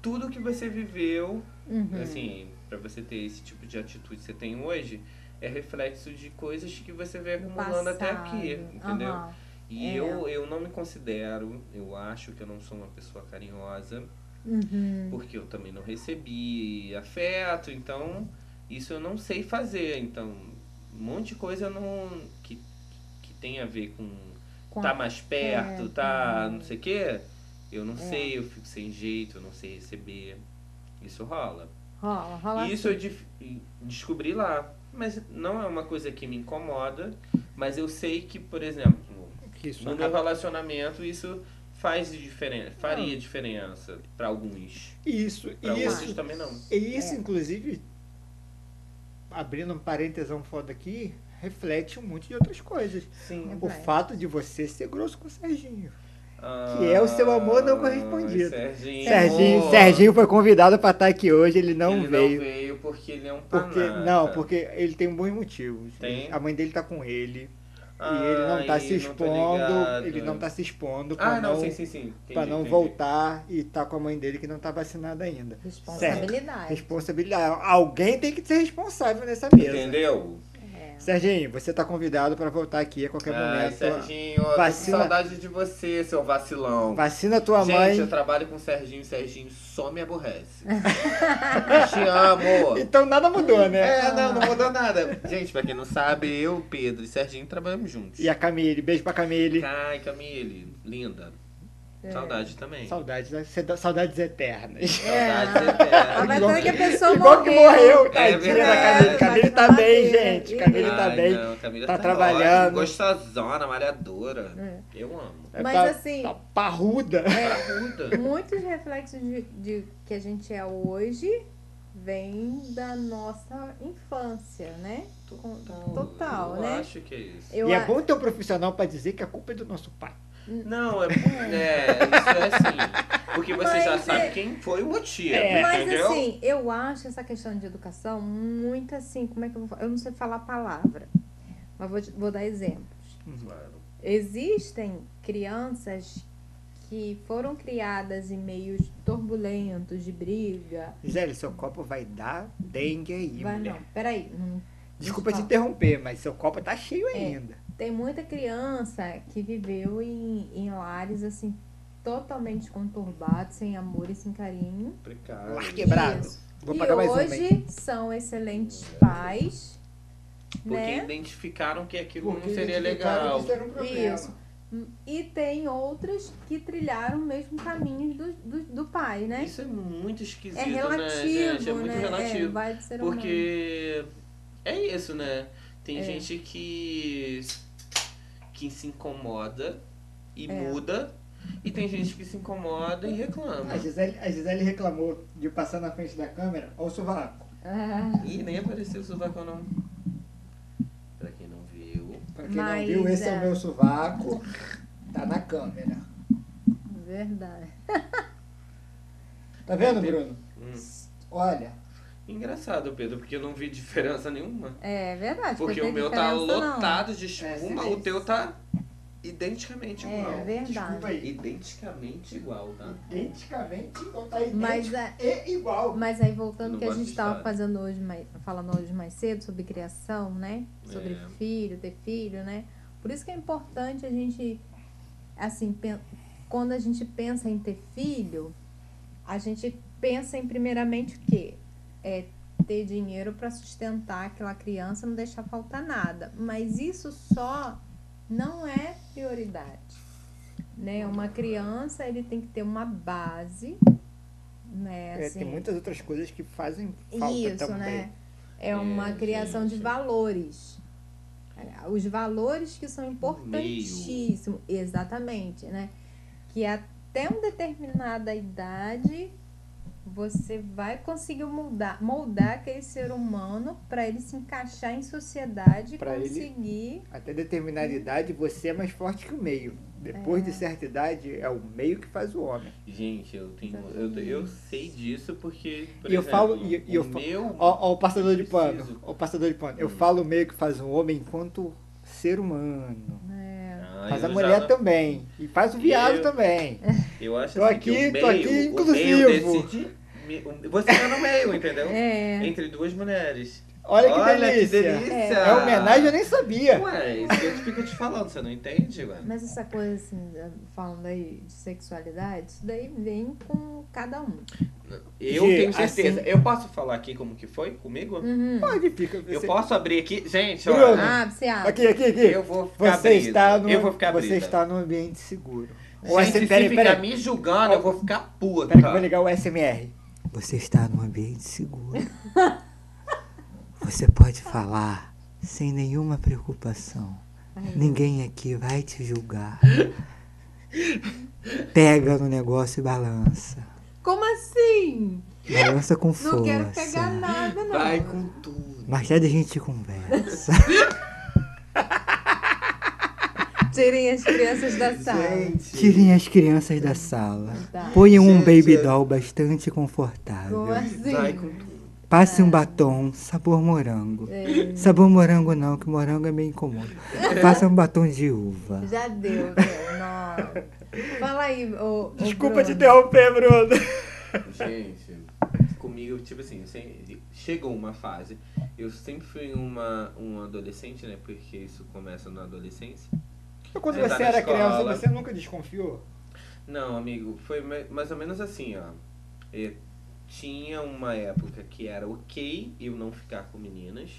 Speaker 3: tudo que você viveu
Speaker 2: Uhum.
Speaker 3: Assim, pra você ter esse tipo de atitude que você tem hoje, é reflexo de coisas que você vem
Speaker 2: No
Speaker 3: acumulando até
Speaker 2: Uhum. passado.
Speaker 3: aqui, entendeu?
Speaker 2: Aham.
Speaker 3: E
Speaker 2: É.
Speaker 3: eu, eu não me considero, eu acho que eu não sou uma pessoa carinhosa,
Speaker 2: Uhum.
Speaker 3: porque eu também não recebi afeto, então isso eu não sei fazer. Então, um monte de coisa eu não, que, que tem a ver com
Speaker 2: Com
Speaker 3: tá
Speaker 2: a-
Speaker 3: mais perto, tá
Speaker 2: é.
Speaker 3: não sei o quê, eu não sei, eu fico sem jeito, eu não sei receber. Isso rola.
Speaker 2: Rola, rola.
Speaker 3: E isso eu dif- descobri lá. Mas não é uma coisa que me incomoda, mas eu sei que, por exemplo,
Speaker 4: Isso. é
Speaker 3: no meu relacionamento isso faz diferença, faria diferença pra alguns.
Speaker 4: Isso,
Speaker 3: Pra um outros
Speaker 4: isso.
Speaker 3: também não.
Speaker 4: E isso, inclusive, abrindo um parêntesão foda aqui, reflete um monte de outras coisas.
Speaker 3: Sim.
Speaker 4: O
Speaker 2: Vai.
Speaker 4: fato de você ser grosso com o Serginho. Que é o seu amor não correspondido.
Speaker 3: Ah, Serginho.
Speaker 4: Serginho, Serginho foi convidado pra estar aqui hoje, ele não
Speaker 3: ele
Speaker 4: veio.
Speaker 3: não veio porque ele é um
Speaker 4: Porque,
Speaker 3: panata.
Speaker 4: não, porque ele tem bons motivos.
Speaker 3: Tem?
Speaker 4: A mãe dele tá com ele.
Speaker 3: Ah,
Speaker 4: e ele não tá
Speaker 3: e
Speaker 4: se
Speaker 3: tô
Speaker 4: expondo.
Speaker 3: ligado.
Speaker 4: ele não tá se expondo pra
Speaker 3: Ah,
Speaker 4: não,
Speaker 3: não, sim, sim, sim. Entendi,
Speaker 4: pra não
Speaker 3: entendi.
Speaker 4: voltar e tá com a mãe dele que não tá vacinada ainda.
Speaker 2: Responsabilidade.
Speaker 4: Responsabilidade. Alguém tem que ser responsável nessa mesa.
Speaker 3: Entendeu?
Speaker 4: Serginho, você tá convidado pra voltar aqui a qualquer
Speaker 3: Ai,
Speaker 4: momento.
Speaker 3: Ah, Serginho, eu
Speaker 4: Vacila-
Speaker 3: tô com saudade de você, seu vacilão.
Speaker 4: Vacina tua
Speaker 3: Gente,
Speaker 4: mãe.
Speaker 3: eu trabalho com o Serginho, o Serginho só me aborrece. eu te
Speaker 4: [laughs]
Speaker 3: amo.
Speaker 4: Então nada mudou, né?
Speaker 3: É, não, não mudou nada. Gente, pra quem não sabe, eu, Pedro e Serginho trabalhamos juntos.
Speaker 4: E a Camille, beijo pra Camille.
Speaker 3: Ai, Camille, linda.
Speaker 2: É.
Speaker 3: Saudade também.
Speaker 4: Saudades, né? Cê- saudades eternas.
Speaker 3: Saudades
Speaker 2: É.
Speaker 3: eternas.
Speaker 2: Ah, Mas
Speaker 4: Igual
Speaker 2: olha que a
Speaker 4: que-
Speaker 3: [laughs]
Speaker 2: pessoa
Speaker 4: Igual que morreu, tadinha da
Speaker 3: verdade.
Speaker 4: Camille. É Camille tá bem, gente. Camille
Speaker 3: Ai,
Speaker 4: tá bem.
Speaker 3: não, Camila
Speaker 4: tá
Speaker 3: tá
Speaker 4: trabalhando.
Speaker 3: ótima, Gostosona, malhadora.
Speaker 2: É.
Speaker 3: Eu amo.
Speaker 4: É,
Speaker 2: Mas
Speaker 4: tá-
Speaker 2: assim- é,
Speaker 4: Tá parruda.
Speaker 3: Parruda.
Speaker 2: Muitos reflexos de, de que a gente é hoje vêm da nossa infância, né?
Speaker 3: Total.
Speaker 2: Total,
Speaker 3: eu
Speaker 2: né?
Speaker 3: acho que é isso.
Speaker 2: Eu
Speaker 4: e é
Speaker 2: a-
Speaker 4: bom ter um profissional pra dizer que a culpa é do nosso pai.
Speaker 3: Não, é, é, isso é assim. Porque você já
Speaker 2: Mas
Speaker 3: sabe
Speaker 2: é-
Speaker 3: quem foi o motivo,
Speaker 4: É,
Speaker 2: Mas
Speaker 3: entendeu?
Speaker 2: assim, eu acho essa questão de educação muito assim, como é que eu vou falar? Eu não sei falar a palavra, mas vou, te- vou dar exemplos.
Speaker 3: Claro.
Speaker 2: Existem crianças que foram criadas em meios turbulentos de briga.
Speaker 4: Gisele, seu copo vai dar dengue aí,
Speaker 2: Vai
Speaker 4: mulher.
Speaker 2: não, peraí. não- É.
Speaker 4: Desculpa te
Speaker 2: Desculpa.
Speaker 4: interromper, mas seu copo tá cheio ainda.
Speaker 2: Tem muita criança que viveu em, em lares assim totalmente conturbados, sem amor e sem carinho.
Speaker 3: Precário.
Speaker 4: Lar quebrado.
Speaker 2: Isso.
Speaker 4: Vou
Speaker 2: e
Speaker 4: pagar mais um uma, hein?
Speaker 2: hoje são excelentes pais,
Speaker 3: Porque
Speaker 2: né?
Speaker 3: identificaram que aquilo
Speaker 4: Porque
Speaker 3: não seria
Speaker 4: identificaram
Speaker 3: legal.
Speaker 4: que isso era um problema.
Speaker 2: Isso. E tem outras que trilharam o mesmo caminho do, do, do pai, né?
Speaker 3: Isso é muito esquisito,
Speaker 2: é
Speaker 3: né, gente?
Speaker 2: relativo,
Speaker 3: É muito
Speaker 2: né? É,
Speaker 3: relativo.
Speaker 2: vai do ser humano.
Speaker 3: porque é isso, né? Tem
Speaker 2: É.
Speaker 3: gente que que se incomoda e
Speaker 2: É.
Speaker 3: muda, e tem gente que se incomoda e reclama.
Speaker 4: A Gisele, a Gisele reclamou de passar na frente da câmera. Olha o sovaco.
Speaker 2: Ah.
Speaker 3: E nem apareceu o sovacão, não. Pra quem não viu.
Speaker 4: Pra quem
Speaker 2: Mas,
Speaker 4: não viu, esse é
Speaker 2: é.
Speaker 4: o meu sovaco. Tá na câmera.
Speaker 2: Verdade.
Speaker 4: Tá vendo, Bruno?
Speaker 3: Hum.
Speaker 4: Olha.
Speaker 3: Engraçado, Pedro, porque eu não vi [laughs] diferença nenhuma.
Speaker 2: É verdade.
Speaker 3: Porque
Speaker 2: não
Speaker 3: o
Speaker 2: tem
Speaker 3: meu tá
Speaker 2: diferença, não.
Speaker 3: lotado de
Speaker 4: É,
Speaker 3: espuma,
Speaker 4: sim.
Speaker 3: o teu tá identicamente igual.
Speaker 2: É verdade.
Speaker 4: Desculpa aí.
Speaker 3: Identicamente igual, tá?
Speaker 4: Identicamente igual. Tá idêntico
Speaker 2: Mas é-
Speaker 4: e igual.
Speaker 2: Mas aí voltando
Speaker 3: Não
Speaker 2: que a
Speaker 3: gosto
Speaker 2: gente
Speaker 3: de
Speaker 2: estava
Speaker 3: estar.
Speaker 2: fazendo hoje, mais, falando hoje mais cedo sobre criação, né? Sobre
Speaker 3: É.
Speaker 2: filho, ter filho, né? Por isso que é importante a gente, assim, pen- quando a gente pensa em ter filho, a gente pensa em primeiramente o quê? É ter dinheiro para sustentar aquela criança, não deixar faltar nada. Mas isso só não é prioridade. Né? Uma criança, ele tem que ter uma base, né?
Speaker 4: É,
Speaker 2: assim,
Speaker 4: tem muitas outras coisas que fazem falta
Speaker 2: isso,
Speaker 4: também.
Speaker 2: né? É
Speaker 3: É,
Speaker 2: uma criação de
Speaker 3: gente.
Speaker 2: valores. É, Os valores que são importantíssimos. Exatamente, né? Que até uma determinada idade você vai conseguir moldar, moldar aquele ser humano para ele se encaixar em sociedade e
Speaker 4: Pra ele-
Speaker 2: conseguir.
Speaker 4: Até
Speaker 2: Uhum.
Speaker 4: determinada idade, você é mais forte que o meio. Depois de certa idade, é o meio que faz o homem.
Speaker 3: Gente, eu tenho. Eu, eu sei disso porque. por
Speaker 4: E eu falo-
Speaker 3: exemplo,
Speaker 4: e- e eu
Speaker 3: o
Speaker 4: fa-
Speaker 3: meu.
Speaker 4: Ó, ó o passador de
Speaker 3: Preciso.
Speaker 4: pano. Ó, o passador de pano. Eu
Speaker 3: Hum.
Speaker 4: falo o meio que faz o homem enquanto ser humano.
Speaker 2: Uhum.
Speaker 3: Ah,
Speaker 4: Faz
Speaker 3: eu
Speaker 4: a
Speaker 3: já
Speaker 4: mulher
Speaker 3: não-
Speaker 4: também. E faz o viado
Speaker 3: Eu-
Speaker 2: [laughs]
Speaker 4: também.
Speaker 3: Eu acho
Speaker 4: Tô
Speaker 3: assim que
Speaker 4: aqui-
Speaker 3: o meio,
Speaker 4: tô aqui
Speaker 3: o meio
Speaker 4: inclusivo.
Speaker 3: decide. me- o- Você tá no meio, entendeu?
Speaker 2: [laughs] É.
Speaker 3: Entre duas mulheres.
Speaker 4: Olha que delícia.
Speaker 3: delícia.
Speaker 4: É homenagem, eu nem sabia.
Speaker 3: Ué, isso que eu te fico te falando, você não entende, ué?
Speaker 2: Mas essa coisa assim, falando aí de sexualidade, isso daí vem com cada um.
Speaker 3: Eu
Speaker 4: Gê,
Speaker 3: tenho certeza. Eu posso falar aqui como que foi comigo?
Speaker 2: Uhum.
Speaker 4: Pode, fica.
Speaker 3: Eu
Speaker 4: você-
Speaker 3: posso abrir aqui. Gente,
Speaker 4: Bruno.
Speaker 3: olha.
Speaker 2: Ah, você acha?
Speaker 4: Aqui, aqui, aqui.
Speaker 3: Eu vou ficar
Speaker 4: você
Speaker 3: brisa.
Speaker 4: está no,
Speaker 3: Eu vou ficar
Speaker 4: Você
Speaker 3: brisa.
Speaker 4: está num ambiente seguro.
Speaker 3: Gente, se ficar me julgando, eu vou ficar puta.
Speaker 4: Pera que eu vou ligar o SMR.
Speaker 5: Você está num ambiente seguro. Você pode falar sem nenhuma preocupação. Ninguém aqui vai te julgar. Pega no negócio e balança.
Speaker 2: Como assim?
Speaker 5: Balança com força.
Speaker 2: Não quero pegar nada, não.
Speaker 3: Vai com tudo.
Speaker 5: Mais tarde a gente
Speaker 3: [laughs]
Speaker 5: conversa.
Speaker 2: Tirem as crianças da sala.
Speaker 5: Tirem as crianças da sala.
Speaker 2: Tá.
Speaker 5: Ponham um
Speaker 3: Gente,
Speaker 5: baby
Speaker 3: eu-
Speaker 5: doll bastante
Speaker 2: Como
Speaker 5: confortável.
Speaker 2: assim?
Speaker 3: Vai com tudo.
Speaker 5: Passe um batom sabor morango.
Speaker 2: É,
Speaker 5: Sabor morango não, que morango é meio incomum. Faça um batom de uva.
Speaker 2: já deu, meu. Não. Fala aí, ô. ô,
Speaker 4: Desculpa
Speaker 2: Bruno.
Speaker 4: te interromper, Bruno.
Speaker 3: Gente, comigo, tipo assim, eu sempre- chegou uma fase. Eu sempre fui uma, um adolescente, né? Porque isso começa na adolescência.
Speaker 4: Quando
Speaker 3: Você tá
Speaker 4: você
Speaker 3: na
Speaker 4: era
Speaker 3: escola.
Speaker 4: criança, você nunca desconfiou?
Speaker 3: Não, amigo, foi mai- mais ou menos assim, ó. É, tinha uma época que era ok eu não ficar com meninas.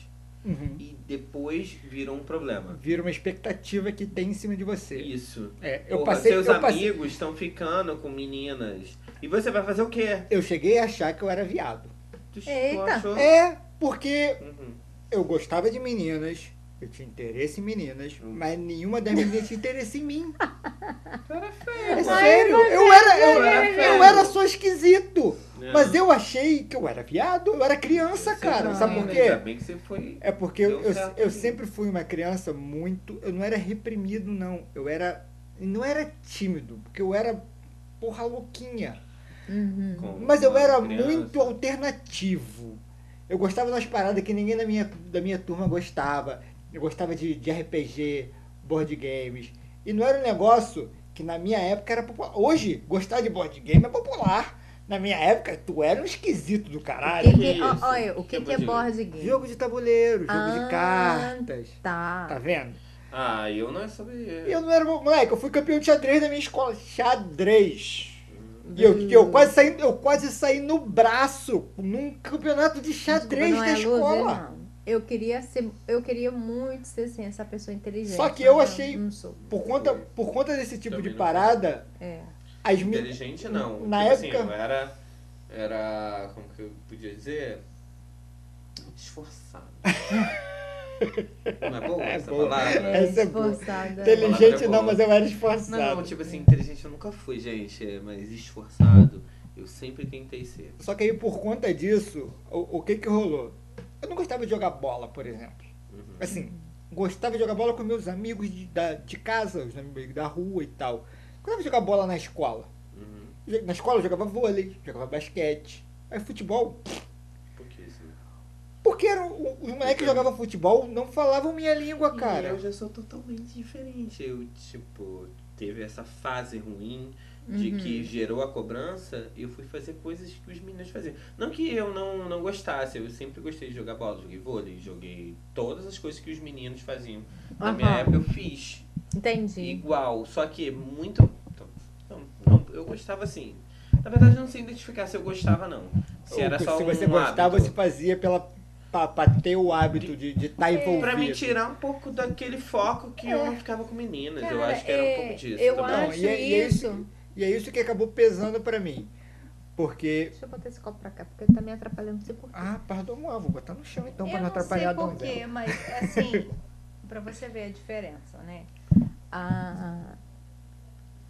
Speaker 3: E depois virou um problema.
Speaker 4: Uhum. Vira uma expectativa que tem em cima de você.
Speaker 3: Isso.
Speaker 4: É, eu
Speaker 3: Porra,
Speaker 4: passei,
Speaker 3: seus
Speaker 4: eu passei.
Speaker 3: amigos estão ficando com meninas. E você vai fazer o quê?
Speaker 4: Eu cheguei a achar que eu era viado.
Speaker 3: Tu tu
Speaker 2: Eita.
Speaker 3: achou?
Speaker 4: É, porque
Speaker 3: Uhum.
Speaker 4: eu gostava de meninas, eu tinha interesse em meninas,
Speaker 3: Hum.
Speaker 4: mas nenhuma das meninas tinha interesse em mim.
Speaker 3: Tu era feio.
Speaker 4: É
Speaker 3: mano.
Speaker 4: sério, é eu era, eu,
Speaker 3: eu era
Speaker 4: eu
Speaker 3: feio.
Speaker 4: era só esquisito.
Speaker 3: É.
Speaker 4: Mas eu achei que eu era viado, eu era criança,
Speaker 3: Você
Speaker 4: cara.
Speaker 3: foi,
Speaker 4: Sabe por
Speaker 3: né?
Speaker 4: quê?
Speaker 3: Ainda bem que você foi.
Speaker 4: É porque eu,
Speaker 3: Deu
Speaker 4: eu,
Speaker 3: certo.
Speaker 4: eu sempre fui uma criança muito. Eu não era reprimido, não. Eu era. Não era tímido, porque eu era porra louquinha.
Speaker 2: Uhum.
Speaker 3: com-
Speaker 4: Mas eu
Speaker 3: com
Speaker 4: era
Speaker 3: criança.
Speaker 4: muito alternativo. Eu gostava das paradas que ninguém da minha, da minha turma gostava. Eu gostava de, de RPG, board games. E não era um negócio que que na minha época era popular. Hoje, gostar de board game é popular. Na minha época, tu era um esquisito do
Speaker 2: O
Speaker 4: caralho.
Speaker 2: que que-
Speaker 3: isso?
Speaker 2: ó, olha, o que, que é board game?
Speaker 4: Jogo de tabuleiro, jogo
Speaker 2: Ah,
Speaker 4: de cartas. Tá
Speaker 2: Tá.
Speaker 4: vendo?
Speaker 3: Ah, eu não sabia.
Speaker 4: E eu não era bom- moleque, eu fui campeão de xadrez na minha escola. Xadrez. E eu, eu, quase saí, eu quase saí no braço num campeonato de
Speaker 2: Desculpa,
Speaker 4: xadrez
Speaker 2: não
Speaker 4: da
Speaker 2: é loser,
Speaker 4: escola.
Speaker 2: não. Eu queria ser, eu queria muito ser assim, essa pessoa inteligente.
Speaker 4: Só que eu
Speaker 2: mas
Speaker 4: achei-
Speaker 2: Não sou.
Speaker 4: por, conta, por conta desse tipo
Speaker 3: Também
Speaker 4: de
Speaker 3: não
Speaker 4: parada,
Speaker 2: É.
Speaker 4: as meninas.
Speaker 3: Inteligente não.
Speaker 4: Na
Speaker 3: tipo assim,
Speaker 4: época-
Speaker 3: eu era. Era. Como que eu podia dizer? Esforçado.
Speaker 4: [laughs]
Speaker 3: não é boa
Speaker 4: É
Speaker 3: essa
Speaker 4: boa.
Speaker 3: palavra?
Speaker 4: [laughs] Essa é boa.
Speaker 2: esforçada.
Speaker 4: Inteligente
Speaker 3: Palavra
Speaker 4: não,
Speaker 3: boa.
Speaker 4: mas eu era
Speaker 3: Não,
Speaker 4: esforçado.
Speaker 3: não, tipo assim, inteligente eu nunca fui, gente, é, mas esforçado eu sempre tentei ser.
Speaker 4: Só que aí por conta disso, o, o que que rolou? Eu não gostava de jogar bola, por exemplo.
Speaker 3: Uhum.
Speaker 4: Assim, gostava de jogar bola com meus amigos de, da, de casa, os amigos da rua e tal. Gostava de jogar bola na escola.
Speaker 3: Uhum.
Speaker 4: Na escola eu jogava vôlei, jogava basquete. Aí futebol.
Speaker 3: Pouquíssimo.
Speaker 4: Porque era, o- os moleques que jogavam futebol não falavam minha língua,
Speaker 3: E eu
Speaker 4: cara.
Speaker 3: já sou totalmente diferente. Eu, tipo, teve essa fase ruim de que gerou a cobrança eu fui fazer coisas que os meninos faziam. Não que eu não, não gostasse, eu sempre gostei de jogar bola, joguei vôlei, joguei todas as coisas que os meninos faziam. Na minha
Speaker 2: Aham.
Speaker 3: época eu fiz
Speaker 2: Entendi.
Speaker 3: igual, só que muito. então, Não, não, eu gostava assim. Na verdade, eu não sei identificar se eu gostava, não. Se era
Speaker 4: Ou
Speaker 3: só
Speaker 4: se
Speaker 3: um
Speaker 4: você gostava,
Speaker 3: hábito.
Speaker 4: você fazia pela, pra, pra ter o hábito de estar
Speaker 2: É.
Speaker 4: envolvido.
Speaker 3: Pra me tirar um pouco daquele foco que eu não ficava com meninas. eu
Speaker 2: Cara,
Speaker 3: acho que era um
Speaker 2: é,
Speaker 3: pouco disso.
Speaker 2: eu
Speaker 3: também.
Speaker 2: acho
Speaker 4: e é- e é
Speaker 2: isso.
Speaker 4: E é isso que acabou pesando pra mim. Porque.
Speaker 2: Deixa eu botar esse copo pra cá, porque ele tá me atrapalhando, não sei porquê.
Speaker 4: Ah, pardon, ah, vou botar no chão então
Speaker 2: eu
Speaker 4: pra não atrapalhar a
Speaker 2: não sei porquê,
Speaker 4: donzela.
Speaker 2: mas assim, [laughs] pra você ver a diferença, né? Ah,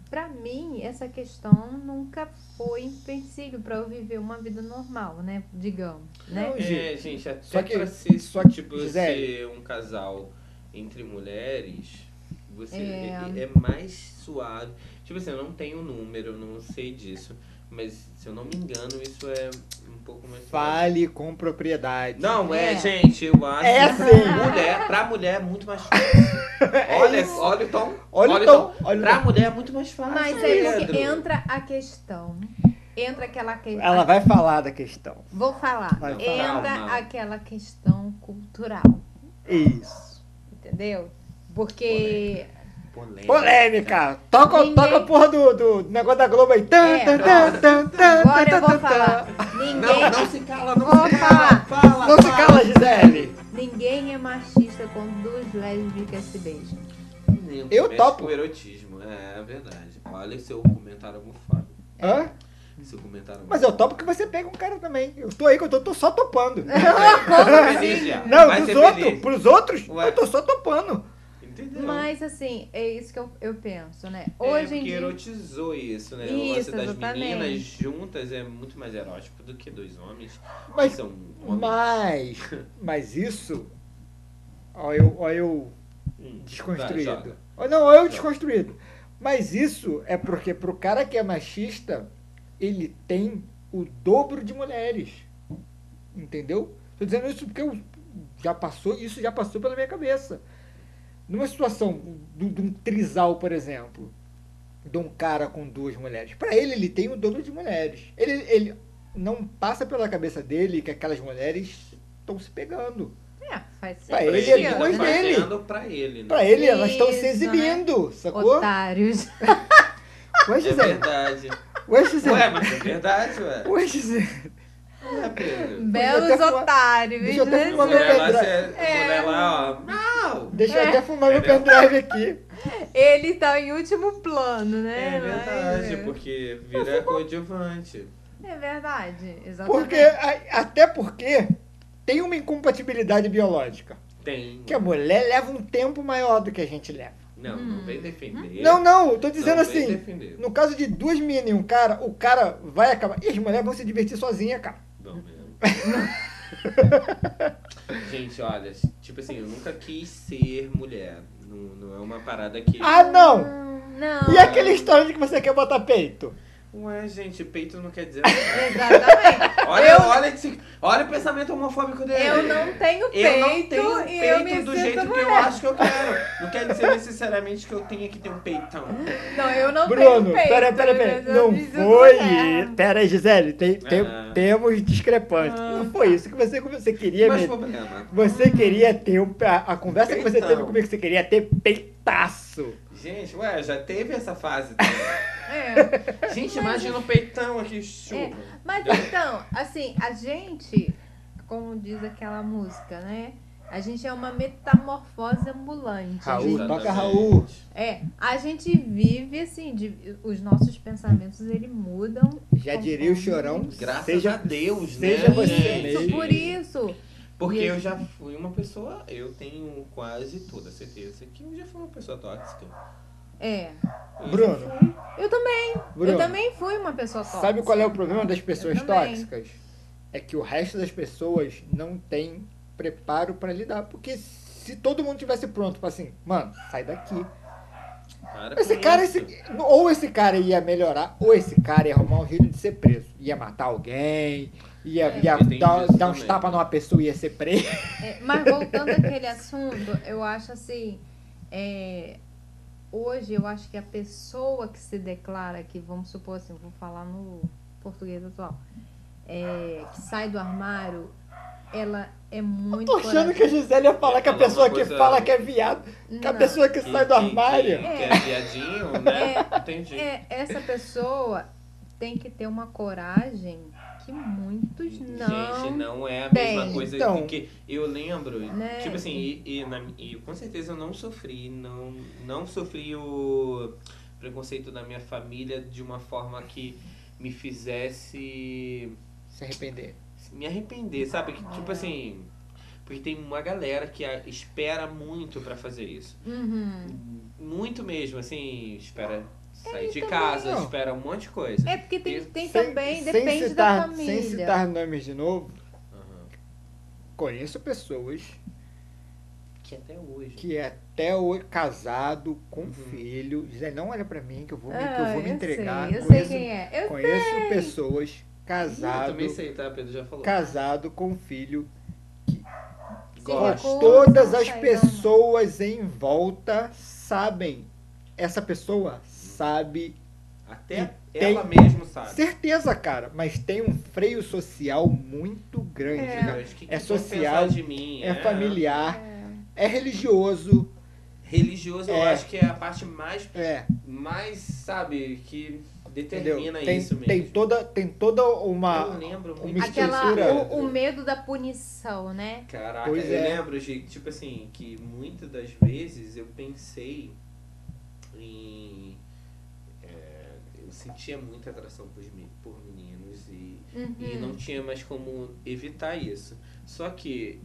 Speaker 2: pra mim, essa questão nunca foi empecilho pra eu viver uma vida normal, né? Digamos, né?
Speaker 4: Não, Gi,
Speaker 3: É, gente, até
Speaker 4: Só que-
Speaker 3: pra ser,
Speaker 4: só que,
Speaker 3: tipo,
Speaker 4: Gisele-
Speaker 3: ser um casal entre mulheres, você
Speaker 2: É.
Speaker 3: é. é mais suave. Tipo assim, eu não tenho número, eu não sei disso. Mas se eu não me engano, isso é um pouco mais suave.
Speaker 4: Fale com propriedade.
Speaker 3: Não, é,
Speaker 2: É.
Speaker 3: gente, eu acho
Speaker 4: É
Speaker 3: que
Speaker 4: assim. É
Speaker 3: mulher, pra mulher é muito mais
Speaker 4: [laughs]
Speaker 3: fácil. olha,
Speaker 4: isso.
Speaker 3: olha o tom.
Speaker 4: Olha o tom, olha o
Speaker 3: Pra
Speaker 4: tom.
Speaker 3: mulher é muito mais fácil.
Speaker 2: Mas é porque
Speaker 3: Pedro.
Speaker 2: entra a questão. Entra aquela questão.
Speaker 4: Ela vai falar da questão.
Speaker 2: Vou falar.
Speaker 4: Vai falar.
Speaker 2: entra
Speaker 3: Calma.
Speaker 2: aquela questão cultural,
Speaker 4: É Isso.
Speaker 2: entendeu? Porque.
Speaker 3: Polêmica.
Speaker 4: Polêmica! Toca,
Speaker 2: Ninguém-
Speaker 4: toca a porra do, do negócio da Globo aí. Tan,
Speaker 2: É.
Speaker 4: tan, tan, tan, tan,
Speaker 2: Agora eu
Speaker 4: tan,
Speaker 2: vou
Speaker 4: tan,
Speaker 2: falar.
Speaker 4: tan.
Speaker 2: Ninguém.
Speaker 3: Não, não se cala, não
Speaker 2: Vou
Speaker 3: se cala.
Speaker 2: falar.
Speaker 3: Fala,
Speaker 4: Não se
Speaker 3: fala.
Speaker 4: cala, Gisele!
Speaker 2: Ninguém é machista quando duas lésbicas se beijam.
Speaker 4: Eu
Speaker 3: Mexe
Speaker 4: topo.
Speaker 3: com o erotismo, é, é verdade. Olha seu comentário homofóbico.
Speaker 4: Hã?
Speaker 3: Seu comentário
Speaker 4: Mas eu topo que você pega um cara também. Eu tô aí que eu tô, tô só topando.
Speaker 2: É.
Speaker 3: topo.
Speaker 4: Ah, assim? Não, pros outros, pros outros,
Speaker 3: Ué.
Speaker 4: eu tô só topando.
Speaker 3: Entendeu?
Speaker 2: Mas assim, é isso que eu, eu penso, né?
Speaker 3: É,
Speaker 2: Hoje em
Speaker 3: porque
Speaker 2: dia.
Speaker 3: erotizou isso, né? o
Speaker 2: Isso,
Speaker 3: lance das
Speaker 2: exatamente.
Speaker 3: meninas juntas é muito mais erótico do que dois homens.
Speaker 4: Mas
Speaker 3: que são um homens.
Speaker 4: Mas, mas isso. Ó, eu, ó, eu
Speaker 3: Hum, vai,
Speaker 4: desconstruído.
Speaker 3: joga.
Speaker 4: Ó, não, ó, eu desconstruído. Mas isso é porque pro cara que é machista, ele tem o dobro de mulheres. Entendeu? Tô dizendo isso porque eu já passou, isso já passou pela minha cabeça. Numa situação de de um trisal, por exemplo, de um cara com duas mulheres. Pra ele, ele tem o dobro de mulheres. Ele, ele não passa pela cabeça dele que aquelas mulheres estão se pegando.
Speaker 2: É, faz
Speaker 4: Pra
Speaker 2: sentido,
Speaker 4: ele é
Speaker 3: tá
Speaker 4: duas
Speaker 2: né?
Speaker 4: dele.
Speaker 3: fazendo pra ele, né?
Speaker 4: Pra ele, elas estão se
Speaker 2: Isso, né?
Speaker 4: exibindo, sacou?
Speaker 2: Otários.
Speaker 4: Ué,
Speaker 3: É
Speaker 4: Gisele,
Speaker 3: verdade.
Speaker 4: ué, Gisele.
Speaker 3: Ué, mas é verdade, ué.
Speaker 4: Ué, Gisele.
Speaker 3: Ué, Pedro.
Speaker 2: Belos
Speaker 4: até falar-
Speaker 2: otários.
Speaker 4: deixa eu até
Speaker 2: né?
Speaker 4: falar uma
Speaker 3: Mulher lá,
Speaker 4: pedra-
Speaker 3: cê-
Speaker 2: É.
Speaker 3: mulher lá, ó. Não!
Speaker 4: Deixa eu até fumar meu pendrive aqui.
Speaker 2: Ele tá em último plano, né?
Speaker 3: É verdade,
Speaker 2: Mas-
Speaker 3: porque vira coadjuvante.
Speaker 2: É verdade, exatamente.
Speaker 4: Porque, a- até porque tem uma incompatibilidade biológica.
Speaker 3: Tem.
Speaker 4: Que a mulher leva um tempo maior do que a gente leva.
Speaker 3: Não,
Speaker 2: Hum.
Speaker 3: não vem defender.
Speaker 4: Não, não, eu tô dizendo
Speaker 3: Não vem
Speaker 4: assim.
Speaker 3: defender.
Speaker 4: No caso de duas meninas e um cara, o cara vai acabar. E as mulheres vão se divertir sozinha, cara.
Speaker 3: Não
Speaker 4: [laughs]
Speaker 3: mesmo. Gente, olha, tipo assim, eu nunca quis ser mulher. Não, não é uma parada que.
Speaker 4: Ah, não!
Speaker 2: Não.
Speaker 4: E aquela história de que você quer botar peito?
Speaker 3: Ué, gente, peito não quer dizer nada.
Speaker 4: [laughs]
Speaker 2: Exatamente.
Speaker 3: Olha,
Speaker 2: Eu-
Speaker 3: olha, esse- olha o pensamento homofóbico dele.
Speaker 2: Eu não tenho peito,
Speaker 3: [laughs] Eu não tenho um
Speaker 2: e eu
Speaker 3: peito
Speaker 2: me
Speaker 3: do
Speaker 2: sinto
Speaker 3: jeito que
Speaker 2: mulher.
Speaker 3: eu acho que eu quero. Não quer dizer necessariamente que eu tenha que ter um peitão.
Speaker 2: Não, eu não
Speaker 4: Bruno,
Speaker 2: tenho peito.
Speaker 4: pera, pera,
Speaker 2: mas
Speaker 4: pera.
Speaker 2: eu
Speaker 4: Não
Speaker 2: me sinto
Speaker 4: foi.
Speaker 2: mulher.
Speaker 4: Pera, Gisele, tem, tem-
Speaker 3: Ah.
Speaker 4: temos discrepantes. Não
Speaker 2: Ah.
Speaker 4: foi isso que você, que você queria
Speaker 3: Mas
Speaker 4: me-
Speaker 3: problema.
Speaker 4: Você queria ter um, a, a conversa que você
Speaker 3: Peitão.
Speaker 4: teve comigo, que você queria ter peitaço.
Speaker 3: Gente, ué, já teve essa fase.
Speaker 2: [laughs]
Speaker 3: também.
Speaker 2: É.
Speaker 3: Gente, imagina o peitão aqui, chupa.
Speaker 2: Mas então, assim, a gente, como diz aquela música, né? A gente é uma metamorfose ambulante. A
Speaker 4: Raul, né?
Speaker 2: gente-
Speaker 4: toca
Speaker 3: Exatamente.
Speaker 4: Raul.
Speaker 2: É, a gente vive assim, de- os nossos pensamentos ele mudam.
Speaker 4: Já diria o chorão.
Speaker 3: Graças
Speaker 4: seja,
Speaker 3: a Deus, né?
Speaker 4: seja é você
Speaker 3: gente?
Speaker 2: Isso, por isso.
Speaker 3: Porque
Speaker 2: E-
Speaker 3: eu já fui uma pessoa, eu tenho quase toda certeza que eu já fui uma pessoa tóxica.
Speaker 2: É.
Speaker 3: Eu
Speaker 4: Bruno.
Speaker 3: já fui.
Speaker 2: Eu também,
Speaker 4: Bruno,
Speaker 2: eu também fui uma pessoa tóxica.
Speaker 4: sabe qual é o problema das pessoas
Speaker 2: Eu também.
Speaker 4: tóxicas? É que o resto das pessoas não tem preparo pra lidar. Porque se todo mundo tivesse pronto, pra assim, mano, sai daqui.
Speaker 3: Para
Speaker 4: Esse
Speaker 3: com
Speaker 4: cara, é
Speaker 3: isso.
Speaker 4: esse- ou esse cara ia melhorar, ou esse cara ia arrumar um jeito de ser preso. Ia matar alguém, ia,
Speaker 2: É,
Speaker 4: ia
Speaker 3: porque tem
Speaker 4: dar,
Speaker 3: disso
Speaker 4: dar uns
Speaker 3: também.
Speaker 4: tapas numa pessoa e ia ser preso.
Speaker 2: É, mas voltando àquele assunto, eu acho assim. é, hoje eu acho que a pessoa que se declara que, vamos supor assim, vou falar no português atual, é, que sai do armário, ela é muito.
Speaker 4: Tô achando que a Gisele ia falar que a
Speaker 3: Falar uma
Speaker 4: pessoa que
Speaker 3: É coisa-
Speaker 4: fala que é viado, que a
Speaker 2: Não.
Speaker 4: pessoa que sai do
Speaker 3: Que- que-
Speaker 4: armário.
Speaker 3: Que, que é viadinho, né? Entendi.
Speaker 2: É, essa pessoa tem que ter uma coragem que muitos não.
Speaker 3: Gente, não é a
Speaker 2: tem.
Speaker 3: mesma coisa
Speaker 4: Uhum. Então.
Speaker 3: do que eu lembro.
Speaker 2: Né?
Speaker 3: Tipo assim, e, e na- e com certeza eu não sofri, não, não sofri o preconceito da minha família de uma forma que me fizesse
Speaker 4: Se arrepender.
Speaker 3: me arrepender, sabe? Que, tipo assim, porque tem uma galera que a- espera muito pra fazer isso.
Speaker 2: Uhum. É,
Speaker 3: Muito mesmo, assim, espera sair de
Speaker 2: também.
Speaker 3: casa,
Speaker 4: Não.
Speaker 3: espera um monte de coisa.
Speaker 2: É porque tem,
Speaker 3: Eu-
Speaker 2: tem
Speaker 4: Sem-
Speaker 2: também,
Speaker 4: sem
Speaker 2: depende
Speaker 4: citar-
Speaker 2: da família.
Speaker 4: Sem citar nomes de novo,
Speaker 3: Aham.
Speaker 4: conheço pessoas
Speaker 3: Que até hoje.
Speaker 4: que é até hoje casado, com
Speaker 3: Uhum.
Speaker 4: filho. Gisele, não olha pra mim que eu vou me, que eu
Speaker 2: Ah,
Speaker 4: vou me entregar.
Speaker 2: Sei, eu sei
Speaker 4: conheço
Speaker 2: quem é. Eu-
Speaker 4: conheço pessoas
Speaker 3: Eu
Speaker 4: casado,
Speaker 3: também sei, tá? Pedro já falou.
Speaker 4: casado com filho.
Speaker 2: Se
Speaker 3: Gosto.
Speaker 2: recusa,
Speaker 4: É Todas
Speaker 2: não
Speaker 4: as
Speaker 2: sai do
Speaker 4: pessoas em volta sabem. Essa pessoa sabe.
Speaker 3: Até
Speaker 4: Tem-
Speaker 3: ela mesma sabe.
Speaker 4: Certeza, cara, mas tem um freio social muito grande,
Speaker 2: É.
Speaker 4: cara.
Speaker 3: Que- que
Speaker 4: É
Speaker 3: vão
Speaker 4: social,
Speaker 3: pensar de mim,
Speaker 4: É familiar,
Speaker 2: armário.
Speaker 4: é religioso,
Speaker 3: Religioso, eu
Speaker 4: É.
Speaker 3: acho que é a parte mais,
Speaker 4: é.
Speaker 3: mais sabe, que
Speaker 4: Entendeu?
Speaker 3: determina
Speaker 4: Tem,
Speaker 3: isso mesmo.
Speaker 4: tem toda, tem toda
Speaker 3: eu
Speaker 4: uma.
Speaker 3: lembro
Speaker 4: uma
Speaker 3: muito disso.
Speaker 2: Aquela,
Speaker 4: Mistura.
Speaker 2: o, o medo da punição, né?
Speaker 3: Caraca,
Speaker 4: Pois
Speaker 3: eu
Speaker 4: é.
Speaker 3: lembro, de, tipo assim, que muitas das vezes eu pensei em. é, eu sentia muita atração por, me- por meninos e,
Speaker 2: Uhum.
Speaker 3: e não tinha mais como evitar isso. Só que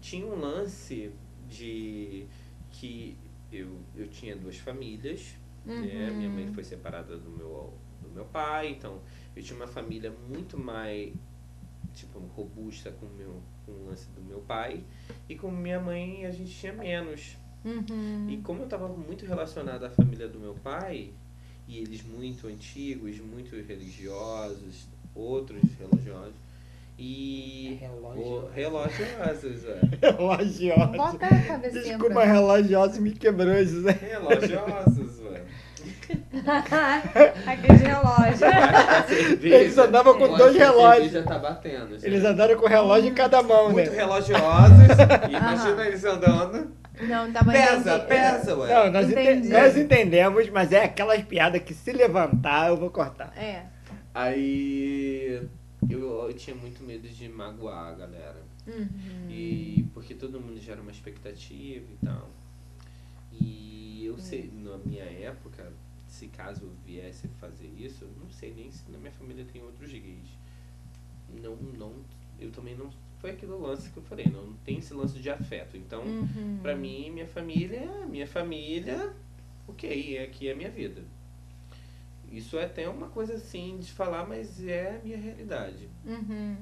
Speaker 3: tinha um lance de que eu, eu tinha duas famílias, né?
Speaker 2: Uhum.
Speaker 3: Minha mãe foi separada do meu, do meu pai, então eu tinha uma família muito mais tipo robusta com o meu com o lance do meu pai e com minha mãe a gente tinha menos.
Speaker 2: Uhum.
Speaker 3: E como eu estava muito relacionado à família do meu pai, e eles muito antigos, muito religiosos, outros religiosos,
Speaker 4: É
Speaker 3: e. o- Religiosos, é.
Speaker 2: um
Speaker 4: Religiosa.
Speaker 2: Uhum. Bota né? a cabecinha
Speaker 4: Desculpa, religiosa me quebrou, José.
Speaker 3: Religiosos, ué.
Speaker 2: [laughs] Aquele relógio.
Speaker 4: Eles andavam com
Speaker 3: né? Eu
Speaker 4: dois
Speaker 3: acho que a
Speaker 4: relógios.
Speaker 3: cerveja tá batendo. gente.
Speaker 4: Eles andaram com o relógio
Speaker 2: Hum,
Speaker 4: em cada mão,
Speaker 3: muito
Speaker 4: né? [laughs]
Speaker 3: religiosos. Imagina
Speaker 2: Aham.
Speaker 3: eles andando.
Speaker 2: Não, tá mais
Speaker 3: Pesa, pesa, ué.
Speaker 4: Não, nós, ente-
Speaker 2: Entendi.
Speaker 4: nós entendemos, mas é aquelas piadas que se levantar eu vou cortar.
Speaker 2: É.
Speaker 3: Aí eu, eu tinha muito medo de magoar a galera.
Speaker 2: Uhum.
Speaker 3: E porque todo mundo gera uma expectativa e tal. E eu sei, na minha época, se caso eu viesse fazer isso, eu não sei nem se na minha família tem outros gays. Não, não, eu também não. Foi aquele lance que eu falei, não tem esse lance de afeto. Então,
Speaker 2: Uhum.
Speaker 3: Pra mim, minha família, minha família, ok, é aqui é a minha vida. Isso é até uma coisa assim de falar, mas é a minha realidade.
Speaker 2: Uhum.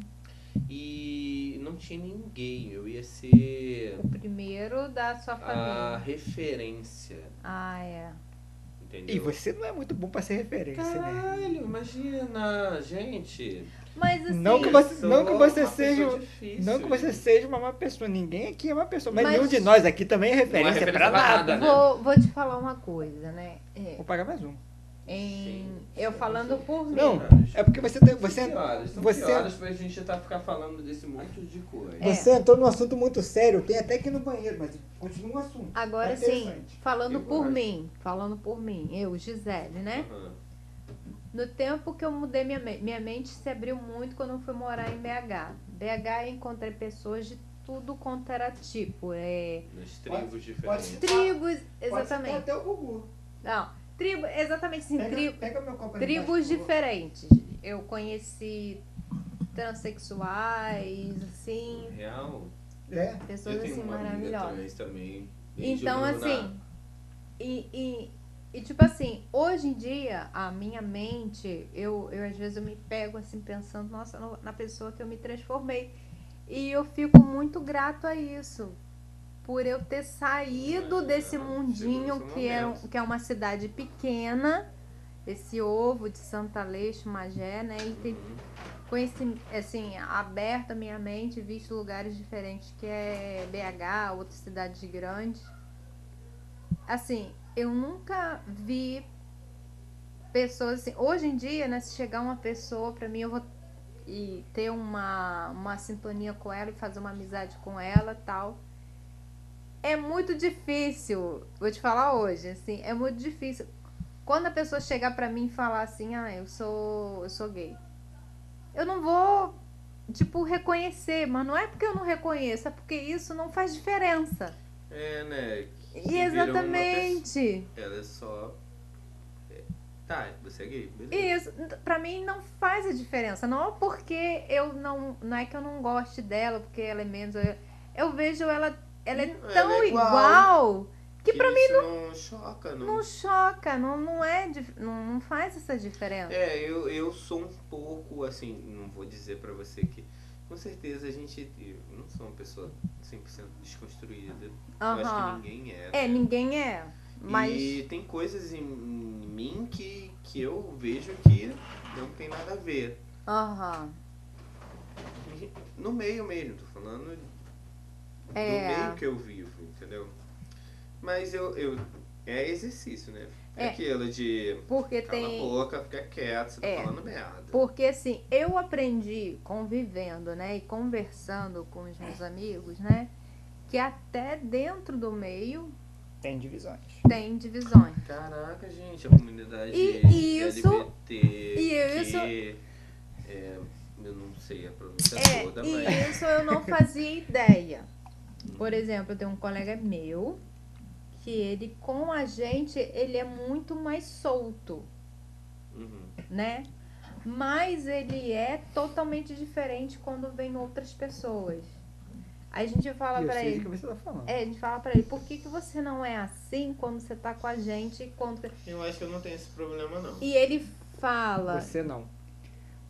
Speaker 3: E não tinha nenhum gay, eu ia ser
Speaker 2: O primeiro da sua
Speaker 3: a
Speaker 2: família.
Speaker 3: referência.
Speaker 2: Ah, é.
Speaker 3: Entendeu?
Speaker 4: E você não é muito bom pra ser referência,
Speaker 2: Ah,
Speaker 4: né?
Speaker 3: Caralho, imagina, gente.
Speaker 2: Mas assim,
Speaker 4: Não que
Speaker 3: Eu
Speaker 4: você-
Speaker 3: sou
Speaker 4: não que você
Speaker 3: uma pessoa
Speaker 4: seja-
Speaker 3: difícil,
Speaker 4: Não que você
Speaker 3: gente.
Speaker 4: seja uma má pessoa, ninguém aqui é uma pessoa, mas,
Speaker 2: Mas-
Speaker 4: nenhum de nós aqui também é referência,
Speaker 3: referência pra
Speaker 4: pra nada.
Speaker 3: nada. né?
Speaker 2: vou, vou te falar uma coisa, né? É,
Speaker 4: Vou pagar mais um.
Speaker 2: em-
Speaker 3: Sim,
Speaker 2: eu
Speaker 3: sim,
Speaker 2: falando
Speaker 3: sim.
Speaker 2: por mim.
Speaker 4: Não,
Speaker 3: Senhoras.
Speaker 4: é porque você tem- você
Speaker 3: São piores, são
Speaker 4: você-
Speaker 3: piores pra gente tá ficar falando desse monte de coisa.
Speaker 2: É.
Speaker 4: você entrou num assunto muito sério, tem até que ir no banheiro, mas continua o assunto.
Speaker 2: Agora
Speaker 4: É
Speaker 2: sim,
Speaker 4: interessante.
Speaker 2: falando
Speaker 3: Eu
Speaker 2: por
Speaker 3: gosto.
Speaker 2: mim, falando por mim, eu, Gisele,
Speaker 4: É,
Speaker 2: né?
Speaker 3: Aham.
Speaker 2: No tempo que eu mudei minha mente, minha mente se abriu muito quando eu fui morar em BH. BH eu encontrei pessoas de tudo quanto era tipo, é
Speaker 3: Nas tribos
Speaker 4: pode-
Speaker 3: diferentes.
Speaker 2: tribos,
Speaker 4: Pode citar
Speaker 2: exatamente.
Speaker 4: até o Gugu.
Speaker 2: Não, tribo, exatamente
Speaker 3: É,
Speaker 2: assim,
Speaker 4: Pega,
Speaker 2: tribo,
Speaker 4: pega meu copo ali
Speaker 2: tribos
Speaker 4: embaixo, por favor.
Speaker 2: diferentes. Eu conheci transexuais, assim,
Speaker 3: Real.
Speaker 4: É.
Speaker 2: pessoas
Speaker 3: eu tenho
Speaker 2: assim
Speaker 3: uma amiga
Speaker 2: maravilhosas.
Speaker 3: trans também. Beijo,
Speaker 2: Então,
Speaker 3: Bruna.
Speaker 2: assim, e, e, e, tipo assim, hoje em dia, a minha mente, eu, eu às vezes eu me pego assim pensando, nossa, no- na pessoa que eu me transformei. E eu fico muito grato a isso. Por eu ter saído
Speaker 3: É,
Speaker 2: desse
Speaker 3: chegou
Speaker 2: mundinho
Speaker 3: nesse
Speaker 2: que é, um-
Speaker 3: momento.
Speaker 2: que é uma cidade pequena, esse ovo de Santa Leixo, Magé, né? E ter
Speaker 3: Uhum.
Speaker 2: conheci, assim, aberto a minha mente, visto lugares diferentes que é BH, outras cidades grandes. Assim, eu nunca vi pessoas assim. Hoje em dia, né, se chegar uma pessoa pra mim, eu vou e ter uma, uma sintonia com ela e fazer uma amizade com ela tal. É muito difícil, vou te falar hoje, assim, é muito difícil. Quando a pessoa chegar pra mim e falar assim, ah, eu sou, eu sou gay eu não vou, tipo, reconhecer, mas não é porque eu não reconheço, é porque isso não faz diferença.
Speaker 3: É, né? que
Speaker 2: E
Speaker 3: viram uma
Speaker 2: exatamente.
Speaker 3: pessoa- Ela é só. é, Tá, você é gay, beleza.
Speaker 2: Isso, pra mim não faz a diferença. Não é porque eu não. Não é que eu não goste dela, porque ela é menos. Eu, eu vejo ela. Ela é
Speaker 3: Ela é
Speaker 2: tão igual.
Speaker 3: igual.
Speaker 2: que pra
Speaker 3: mim não. choca, não.
Speaker 2: não choca, não, não é. dif- Não, não faz essa diferença.
Speaker 3: É, eu, eu sou um pouco assim, não vou dizer pra você que. Com certeza a gente. Eu não sou uma pessoa 100% desconstruída. Eu
Speaker 2: Aham.
Speaker 3: acho que ninguém é.
Speaker 2: É,
Speaker 3: né?
Speaker 2: ninguém é. Mas.
Speaker 3: E tem coisas em em mim que, que eu vejo que não tem nada a ver.
Speaker 2: Aham.
Speaker 3: No meio mesmo, tô falando
Speaker 2: É.
Speaker 3: do meio que eu vivo, entendeu? Mas eu. eu é exercício, né? É,
Speaker 2: É.
Speaker 3: aquilo de
Speaker 2: Porque
Speaker 3: cala
Speaker 2: tem.
Speaker 3: a boca, fica quieto, você tá
Speaker 2: É.
Speaker 3: falando merda.
Speaker 2: Porque assim, eu aprendi convivendo, né, e conversando com os meus amigos, né, que até dentro do meio
Speaker 4: Tem divisões.
Speaker 2: tem divisões.
Speaker 3: Caraca, gente, a comunidade
Speaker 2: E- e isso-
Speaker 3: LGBT.
Speaker 2: e isso-
Speaker 3: que, é, eu não sei a pronúncia
Speaker 2: É,
Speaker 3: toda, mas.
Speaker 2: e isso eu não fazia ideia. Por exemplo, eu tenho um colega meu que ele com a gente, ele é muito mais solto,
Speaker 3: Uhum.
Speaker 2: né? Mas ele é totalmente diferente quando vem outras pessoas. Aí a gente fala
Speaker 4: E eu
Speaker 2: pra
Speaker 4: sei
Speaker 2: ele,
Speaker 4: do que você tá falando.
Speaker 2: É, a gente fala pra ele, por que, que você não é assim quando você tá com a gente? e Quando...
Speaker 3: Eu acho que eu não tenho esse problema, não.
Speaker 2: E ele fala.
Speaker 4: Você não.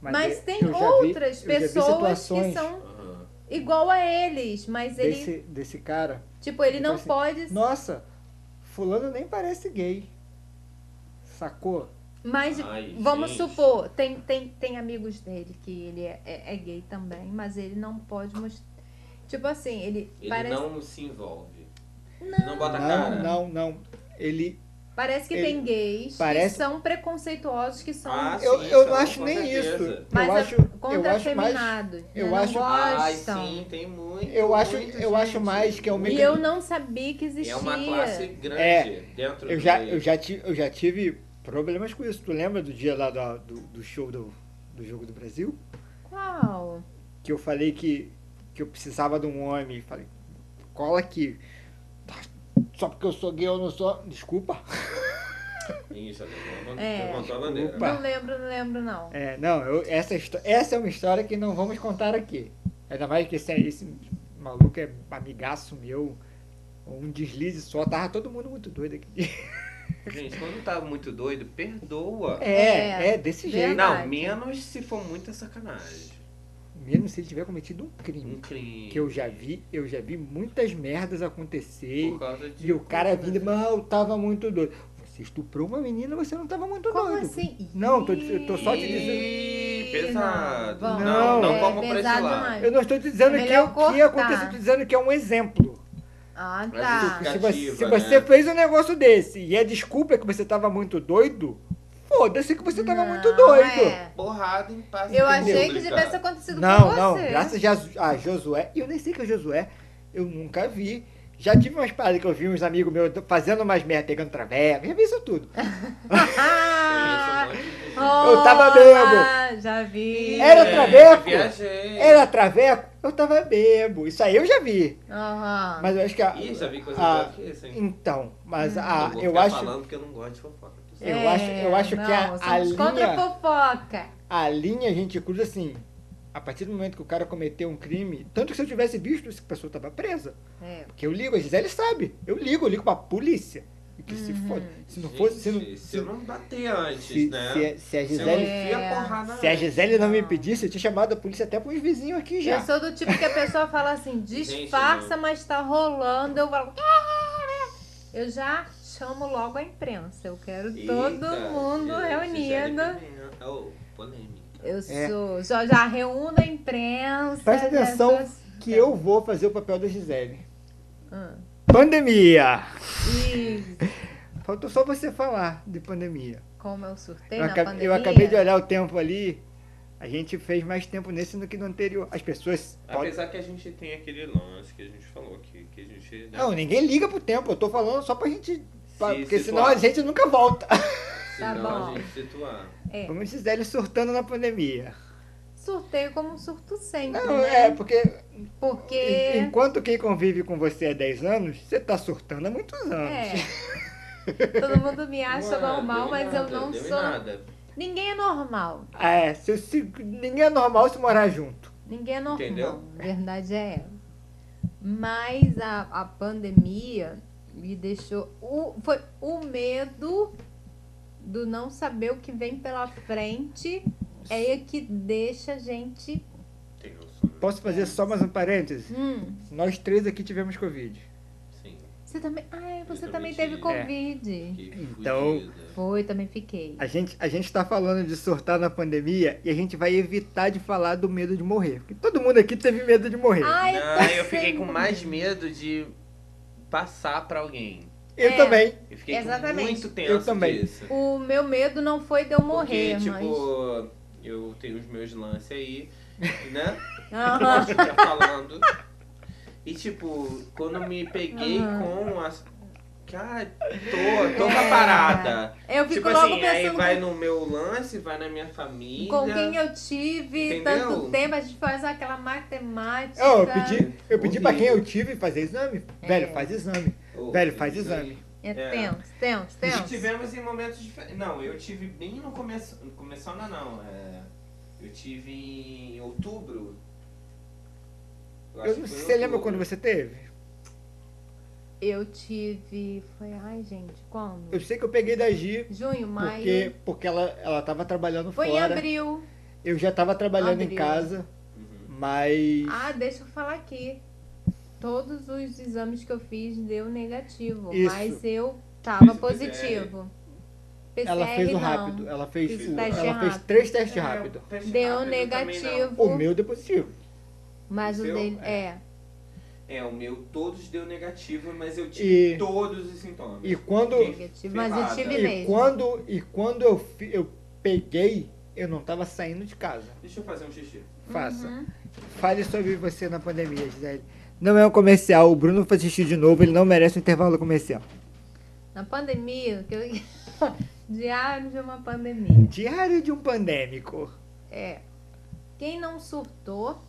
Speaker 2: Mas,
Speaker 4: eu-
Speaker 2: tem
Speaker 4: eu já vi-
Speaker 2: outras
Speaker 4: eu já vi
Speaker 2: pessoas que
Speaker 4: situações
Speaker 2: são
Speaker 3: Aham.
Speaker 2: igual a eles, mas ele,
Speaker 4: Desse, desse cara.
Speaker 2: tipo, ele não
Speaker 4: Tipo assim,
Speaker 2: pode.
Speaker 4: Nossa, fulano nem parece gay. Sacou?
Speaker 2: Mas
Speaker 3: Ai,
Speaker 2: vamos
Speaker 3: gente.
Speaker 2: supor, tem, tem, tem amigos dele que ele é, é- é gay também, mas ele não pode mostrar. Tipo assim, ele,
Speaker 3: Ele
Speaker 2: parece,
Speaker 3: não se envolve. Não, bota a cara.
Speaker 4: Não, não, não. Ele.
Speaker 2: parece que
Speaker 4: ele-
Speaker 2: tem gays
Speaker 4: parece-
Speaker 2: que são preconceituosos, que são.
Speaker 3: Ah,
Speaker 4: Eu,
Speaker 3: sim,
Speaker 4: eu
Speaker 3: isso,
Speaker 4: não acho
Speaker 3: com
Speaker 4: nem
Speaker 3: certeza.
Speaker 4: isso.
Speaker 2: mas
Speaker 4: eu
Speaker 2: é
Speaker 4: acho, eu
Speaker 2: contra
Speaker 4: acho mais.
Speaker 2: feminados, né?
Speaker 4: eu
Speaker 2: não
Speaker 4: acho-
Speaker 3: Ai,
Speaker 2: gostam.
Speaker 3: sim, tem muito.
Speaker 4: Eu acho-
Speaker 3: muita
Speaker 4: eu acho mais que é um
Speaker 2: E
Speaker 4: mecanismo-
Speaker 2: eu não sabia que existia.
Speaker 3: É uma classe grande
Speaker 4: É,
Speaker 3: dentro
Speaker 4: Eu
Speaker 3: do
Speaker 4: já,
Speaker 3: meio.
Speaker 4: eu, já tive, eu já tive problemas com isso. Tu lembra do dia lá da- do, do show do, do Jogo do Brasil?
Speaker 2: Qual?
Speaker 4: Que eu falei que, que eu precisava de um homem. Falei, cola aqui. Tá, Só porque eu sou gay eu não sou. Desculpa.
Speaker 3: Ih, já levantou, a-
Speaker 2: É.
Speaker 3: levantou a bandeira.
Speaker 4: Opa.
Speaker 2: Não lembro, não lembro, não.
Speaker 4: É, não, eu- essa, histó- essa é uma história que não vamos contar aqui. Ainda mais que esse, esse maluco é amigaço meu. Um deslize só, tava todo mundo muito doido aqui.
Speaker 3: Gente, quando tá muito doido, perdoa.
Speaker 4: É, é, desse
Speaker 2: verdade.
Speaker 4: jeito.
Speaker 3: Não, menos se for muita sacanagem.
Speaker 4: Mesmo se ele tiver cometido um crime.
Speaker 3: Um crime.
Speaker 4: Que eu já vi, eu já vi muitas merdas acontecer.
Speaker 3: Por causa de. né?
Speaker 4: E o cara vindo, mas eu tava muito doido. Você Você estuprou uma menina, você não estava muito
Speaker 2: Como
Speaker 4: doido.
Speaker 2: assim? Ih,
Speaker 4: Não, tô te- eu tô só te dizendo-
Speaker 3: Ih, pesado.
Speaker 2: vamos.
Speaker 3: Não, não
Speaker 2: é
Speaker 3: vamos pra esse
Speaker 2: pesado
Speaker 3: lado.
Speaker 2: demais.
Speaker 4: Eu não estou dizendo
Speaker 2: É
Speaker 4: que é
Speaker 2: melhor
Speaker 4: o que aconteceu,
Speaker 2: cortar.
Speaker 4: estou dizendo que é um exemplo.
Speaker 2: Ah,
Speaker 3: Mas
Speaker 2: tá.
Speaker 3: isso-
Speaker 4: se você,
Speaker 3: Justificativa,
Speaker 4: se você
Speaker 3: né?
Speaker 4: fez um negócio desse e a desculpa é que você estava muito doido, foda-se que você estava
Speaker 2: Não,
Speaker 4: muito doido.
Speaker 2: é.
Speaker 3: Porrada em paz.
Speaker 2: Eu achei que
Speaker 3: pública.
Speaker 2: tivesse acontecido com
Speaker 4: Não,
Speaker 2: você.
Speaker 4: não, graças a Jos- a Josué, eu nem sei que é Josué, eu nunca vi. Já tive umas paradas que eu vi uns amigos meus fazendo umas merda, pegando traveco, já vi isso tudo.
Speaker 2: Ah,
Speaker 4: Eu tava bêbado.
Speaker 2: olha, Já vi.
Speaker 4: Era
Speaker 3: É,
Speaker 4: traveco?
Speaker 2: É.
Speaker 3: Viajei.
Speaker 4: Era traveco, eu tava bebo, isso aí eu já vi.
Speaker 2: Aham.
Speaker 4: Mas eu acho que a.
Speaker 3: Ih, já vi coisa
Speaker 4: a-
Speaker 3: pior que isso, hein?
Speaker 4: Então, mas
Speaker 2: Hum.
Speaker 4: a,
Speaker 3: eu vou ficar
Speaker 4: Ah. eu acho,
Speaker 3: falando porque eu não gosto de fofoca. tá
Speaker 4: eu acho- eu acho que a-
Speaker 2: É, não, somos
Speaker 4: a linha-
Speaker 2: contra a fofoca.
Speaker 4: a linha a gente cruza assim. A partir do momento que o cara cometeu um crime, tanto que se eu tivesse visto, essa pessoa tava presa.
Speaker 2: É.
Speaker 4: Porque eu ligo, a Gisele sabe. Eu ligo, eu ligo pra polícia. E que
Speaker 2: Uhum.
Speaker 4: se foda. Se não fosse. Se não,
Speaker 3: Gente,
Speaker 4: se-
Speaker 3: eu não bater antes,
Speaker 4: Se,
Speaker 3: né?
Speaker 4: se a- se a
Speaker 3: Se eu não
Speaker 4: Gisele,
Speaker 3: enfia
Speaker 2: É.
Speaker 3: a porrada
Speaker 4: se a
Speaker 3: antes.
Speaker 4: Gisele não me
Speaker 2: Ah.
Speaker 4: impedisse, eu tinha chamado a polícia até pros vizinhos aqui já.
Speaker 2: Eu sou do tipo que a pessoa fala
Speaker 3: [laughs]
Speaker 2: assim, disfarça,
Speaker 3: não.
Speaker 2: mas tá rolando. Eu falo. "Ah!" Eu já chamo logo a imprensa. Eu quero todo
Speaker 3: Eita, é
Speaker 2: mundo
Speaker 3: Gisele
Speaker 2: reunido.
Speaker 3: Pimenta. Ô, polêmica.
Speaker 2: Eu
Speaker 4: É.
Speaker 2: sou. Já, já reúno a imprensa.
Speaker 4: Presta
Speaker 2: já
Speaker 4: atenção
Speaker 2: sou- assim.
Speaker 4: Que eu vou fazer o papel da Gisele.
Speaker 2: Ah.
Speaker 4: Pandemia!
Speaker 2: E
Speaker 4: Faltou só você falar de pandemia.
Speaker 2: como eu surtei
Speaker 4: Eu,
Speaker 2: na
Speaker 4: aca-
Speaker 2: pandemia.
Speaker 4: eu acabei de olhar o tempo ali. A gente fez mais tempo nesse do que no anterior. As pessoas. podem-
Speaker 3: Apesar que a gente tem aquele lance que a gente falou aqui, que a gente. né,
Speaker 4: Não, ninguém liga pro tempo. Eu tô falando só pra gente. pra-
Speaker 3: se
Speaker 4: porque senão
Speaker 3: situar.
Speaker 4: a gente nunca volta.
Speaker 2: Tá
Speaker 3: Senão
Speaker 2: bom.
Speaker 3: a gente situar.
Speaker 2: É.
Speaker 4: Vamos Gisele surtando na pandemia.
Speaker 2: Surteio como um surto sempre,
Speaker 4: Não,
Speaker 2: né? É.
Speaker 4: é, porque
Speaker 2: Porque.
Speaker 4: en- enquanto quem convive com você há 10 anos, você tá surtando há muitos anos.
Speaker 2: É. [laughs] Todo mundo me acha
Speaker 3: Não é,
Speaker 2: normal,
Speaker 3: deu em
Speaker 2: mas eu
Speaker 3: nada,
Speaker 2: não
Speaker 3: deu em
Speaker 2: sou.
Speaker 3: Nada.
Speaker 2: Ninguém é normal.
Speaker 4: É, se, se, ninguém é normal se morar junto.
Speaker 2: Ninguém é normal.
Speaker 3: Entendeu?
Speaker 2: A verdade é essa. Mas a, a pandemia me deixou. O, foi o medo do não saber o que vem pela frente é que deixa a gente.
Speaker 3: Tenso, né?
Speaker 4: Posso fazer só mais um parêntese?
Speaker 2: Hum,
Speaker 4: Nós três aqui tivemos Covid.
Speaker 3: Sim.
Speaker 2: você também. Ai, você
Speaker 3: Eu
Speaker 2: também
Speaker 3: também
Speaker 2: teve
Speaker 3: tive. é.
Speaker 2: Covid.
Speaker 3: que
Speaker 4: Então-
Speaker 3: fudida.
Speaker 2: Foi, também fiquei.
Speaker 4: A gente, a gente tá falando de surtar na pandemia e a gente vai evitar de falar do medo de morrer. Porque todo mundo aqui teve medo de morrer.
Speaker 2: Ai, tá
Speaker 3: Não,
Speaker 2: tô
Speaker 3: eu fiquei
Speaker 2: sem-
Speaker 3: com mais medo de passar pra alguém.
Speaker 4: Eu
Speaker 2: é.
Speaker 4: também.
Speaker 3: Eu fiquei
Speaker 2: Exatamente.
Speaker 3: com muito tenso
Speaker 4: Eu também.
Speaker 3: disso.
Speaker 2: O meu medo não foi de eu morrer,
Speaker 3: Porque,
Speaker 2: mas.
Speaker 3: tipo, eu tenho os meus lances aí, né?
Speaker 2: Aham.
Speaker 3: tá falando. E tipo, quando me peguei
Speaker 2: Aham.
Speaker 3: com as. Cara, tô, tô com a parada.
Speaker 2: [laughs] É. Eu fico
Speaker 3: tipo
Speaker 2: logo
Speaker 3: assim, aí
Speaker 2: pensando
Speaker 3: vai no meu lance, vai na minha família.
Speaker 2: com quem eu tive
Speaker 3: Entendeu?
Speaker 2: tanto tempo, a gente faz aquela matemática.
Speaker 4: Eu, eu pedi, eu pedi
Speaker 3: Horrível.
Speaker 4: pra quem eu tive fazer exame.
Speaker 2: É.
Speaker 4: Velho, faz exame.
Speaker 3: Ô,
Speaker 4: Velho, faz
Speaker 3: isso aí.
Speaker 4: exame.
Speaker 2: É
Speaker 3: É.
Speaker 2: tenso, tenso,
Speaker 3: E
Speaker 2: tenso.
Speaker 3: tivemos em momentos diferentes. Não, eu tive bem no começo. no Começando não, é. Eu tive em outubro. acho
Speaker 4: Eu
Speaker 3: que
Speaker 4: não
Speaker 3: foi em
Speaker 4: sei, você lembra
Speaker 3: outubro.
Speaker 4: quando você teve?
Speaker 2: Eu tive. Foi, ai, gente, quando?
Speaker 4: Eu sei que eu peguei da Gi
Speaker 2: Junho, maio.
Speaker 4: porque, porque ela, ela tava trabalhando
Speaker 2: Foi em
Speaker 4: fora.
Speaker 2: abril.
Speaker 4: Eu já tava trabalhando em
Speaker 2: Abril.
Speaker 4: casa,
Speaker 3: Uhum.
Speaker 4: mas.
Speaker 2: Ah, deixa eu falar aqui. Todos os exames que eu fiz deu negativo,
Speaker 4: Isso.
Speaker 2: mas eu tava
Speaker 3: Fez o
Speaker 2: positivo. PCR
Speaker 4: Ela fez o
Speaker 2: não. tá
Speaker 4: rápido. Ela fez,
Speaker 2: Fiz
Speaker 4: o-
Speaker 2: teste
Speaker 4: ela fez
Speaker 2: rápido.
Speaker 4: três testes
Speaker 3: É,
Speaker 4: rápidos.
Speaker 3: teste
Speaker 2: Deu um
Speaker 3: rápido eu também não.
Speaker 2: negativo.
Speaker 4: O meu deu positivo.
Speaker 2: Mas o
Speaker 3: Seu?
Speaker 2: dele. É.
Speaker 3: É, o meu todos deu negativo, mas eu
Speaker 4: E-
Speaker 3: tive todos os sintomas.
Speaker 4: E quando,
Speaker 2: negativo. Mas eu
Speaker 3: Ferrada.
Speaker 2: tive
Speaker 4: e
Speaker 2: mesmo.
Speaker 4: quando, e quando eu, fi- eu peguei, eu não tava saindo de casa.
Speaker 3: Deixa eu fazer um xixi.
Speaker 4: Faça.
Speaker 2: Uhum.
Speaker 4: Fale sobre você na pandemia, Gisele. Não é um comercial. O Bruno foi assistir de novo. Ele não merece um intervalo comercial.
Speaker 2: Na pandemia, que eu... [laughs] diário de ah, uma pandemia.
Speaker 4: Diário de um pandêmico.
Speaker 2: É. Quem não surtou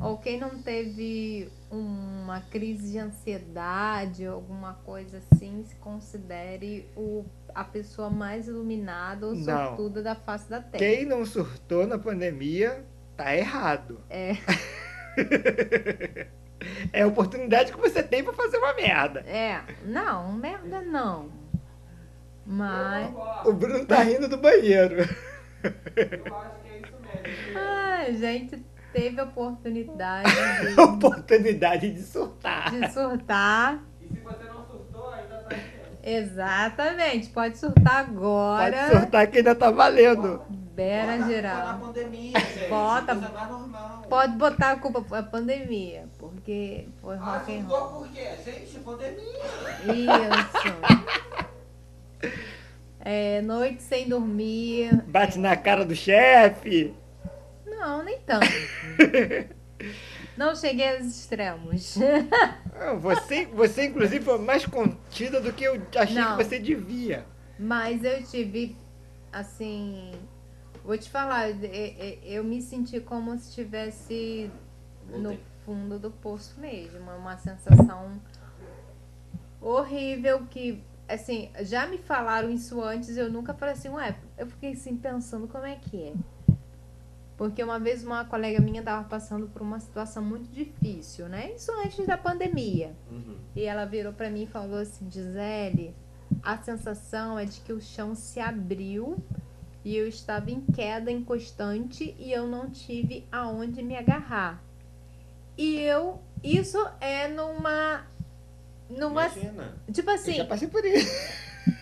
Speaker 2: ou quem não teve uma crise de ansiedade, alguma coisa assim, se considere o, a pessoa mais iluminada ou
Speaker 4: Não.
Speaker 2: sortuda da face da Terra.
Speaker 4: Quem não surtou na pandemia, tá errado.
Speaker 2: É.
Speaker 4: [laughs] É a oportunidade que você tem pra fazer uma merda.
Speaker 2: É, não, merda não. Mas.
Speaker 4: O Bruno tá rindo do banheiro.
Speaker 3: Eu acho que é isso mesmo.
Speaker 2: Ah, a gente teve a oportunidade de-
Speaker 4: [laughs] oportunidade de surtar.
Speaker 2: de surtar.
Speaker 3: E se você não surtou, ainda tá
Speaker 2: Exatamente, pode surtar agora.
Speaker 4: Pode surtar que ainda tá valendo.
Speaker 2: Bera
Speaker 6: Tá na
Speaker 2: geral.
Speaker 6: pandemia, gente.
Speaker 2: Bota.
Speaker 6: Coisa mais normal.
Speaker 2: Pode botar a culpa pra pandemia, porque foi
Speaker 6: Ah,
Speaker 2: rock and
Speaker 6: mudou
Speaker 2: roll.
Speaker 6: por quê? Gente, pandemia.
Speaker 2: Isso. É, noite sem dormir.
Speaker 4: Bate na cara do chefe.
Speaker 2: Não, nem tanto. Não cheguei aos extremos.
Speaker 4: Ah, Você, você, inclusive, foi mais contida do que eu achei
Speaker 2: Não.
Speaker 4: que você devia.
Speaker 2: Mas eu tive, assim. Vou te falar, eu, eu- eu me senti como se estivesse no
Speaker 3: Voltei.
Speaker 2: fundo do poço mesmo. É uma sensação horrível que, assim, já me falaram isso antes, eu nunca falei assim, ué, eu fiquei assim pensando como é que é. Porque uma vez uma colega minha estava passando por uma situação muito difícil, né? Isso antes da pandemia.
Speaker 3: Uhum.
Speaker 2: E ela virou pra mim e falou assim: Gisele, a sensação é de que o chão se abriu e eu estava em queda em constante e eu não tive aonde me agarrar. E eu, isso é numa. Numa.
Speaker 3: Imagina.
Speaker 2: Tipo
Speaker 4: Eu já
Speaker 2: assim,
Speaker 4: passei por isso.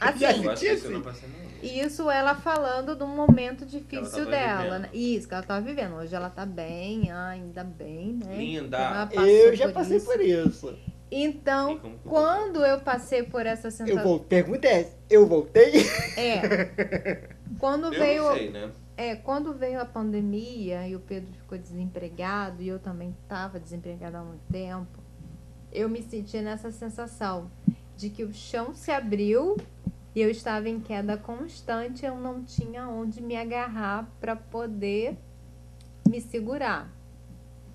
Speaker 2: assim.
Speaker 3: Eu acho que
Speaker 4: Tinha
Speaker 3: isso eu não
Speaker 4: sim.
Speaker 3: passei nenhum.
Speaker 2: Isso ela falando do momento difícil
Speaker 3: tava
Speaker 2: dela.
Speaker 3: vivendo.
Speaker 2: né? Isso, que ela tava vivendo. Hoje ela tá bem, ah, ainda bem, né? Ela
Speaker 3: Linda.
Speaker 2: passou
Speaker 4: eu já
Speaker 2: por
Speaker 4: passei
Speaker 2: isso.
Speaker 4: por isso.
Speaker 2: Então,
Speaker 3: E como que eu-
Speaker 2: quando eu passei por essa
Speaker 4: Eu
Speaker 2: sensação.
Speaker 4: vou, pergunta é, eu voltei?
Speaker 2: É. Quando
Speaker 3: Eu
Speaker 2: veio,
Speaker 3: não sei, né?
Speaker 2: é, quando veio a pandemia e o Pedro ficou desempregado e eu também estava desempregada há muito tempo, eu me senti nessa sensação de que o chão se abriu e eu estava em queda constante, eu não tinha onde me agarrar para poder me segurar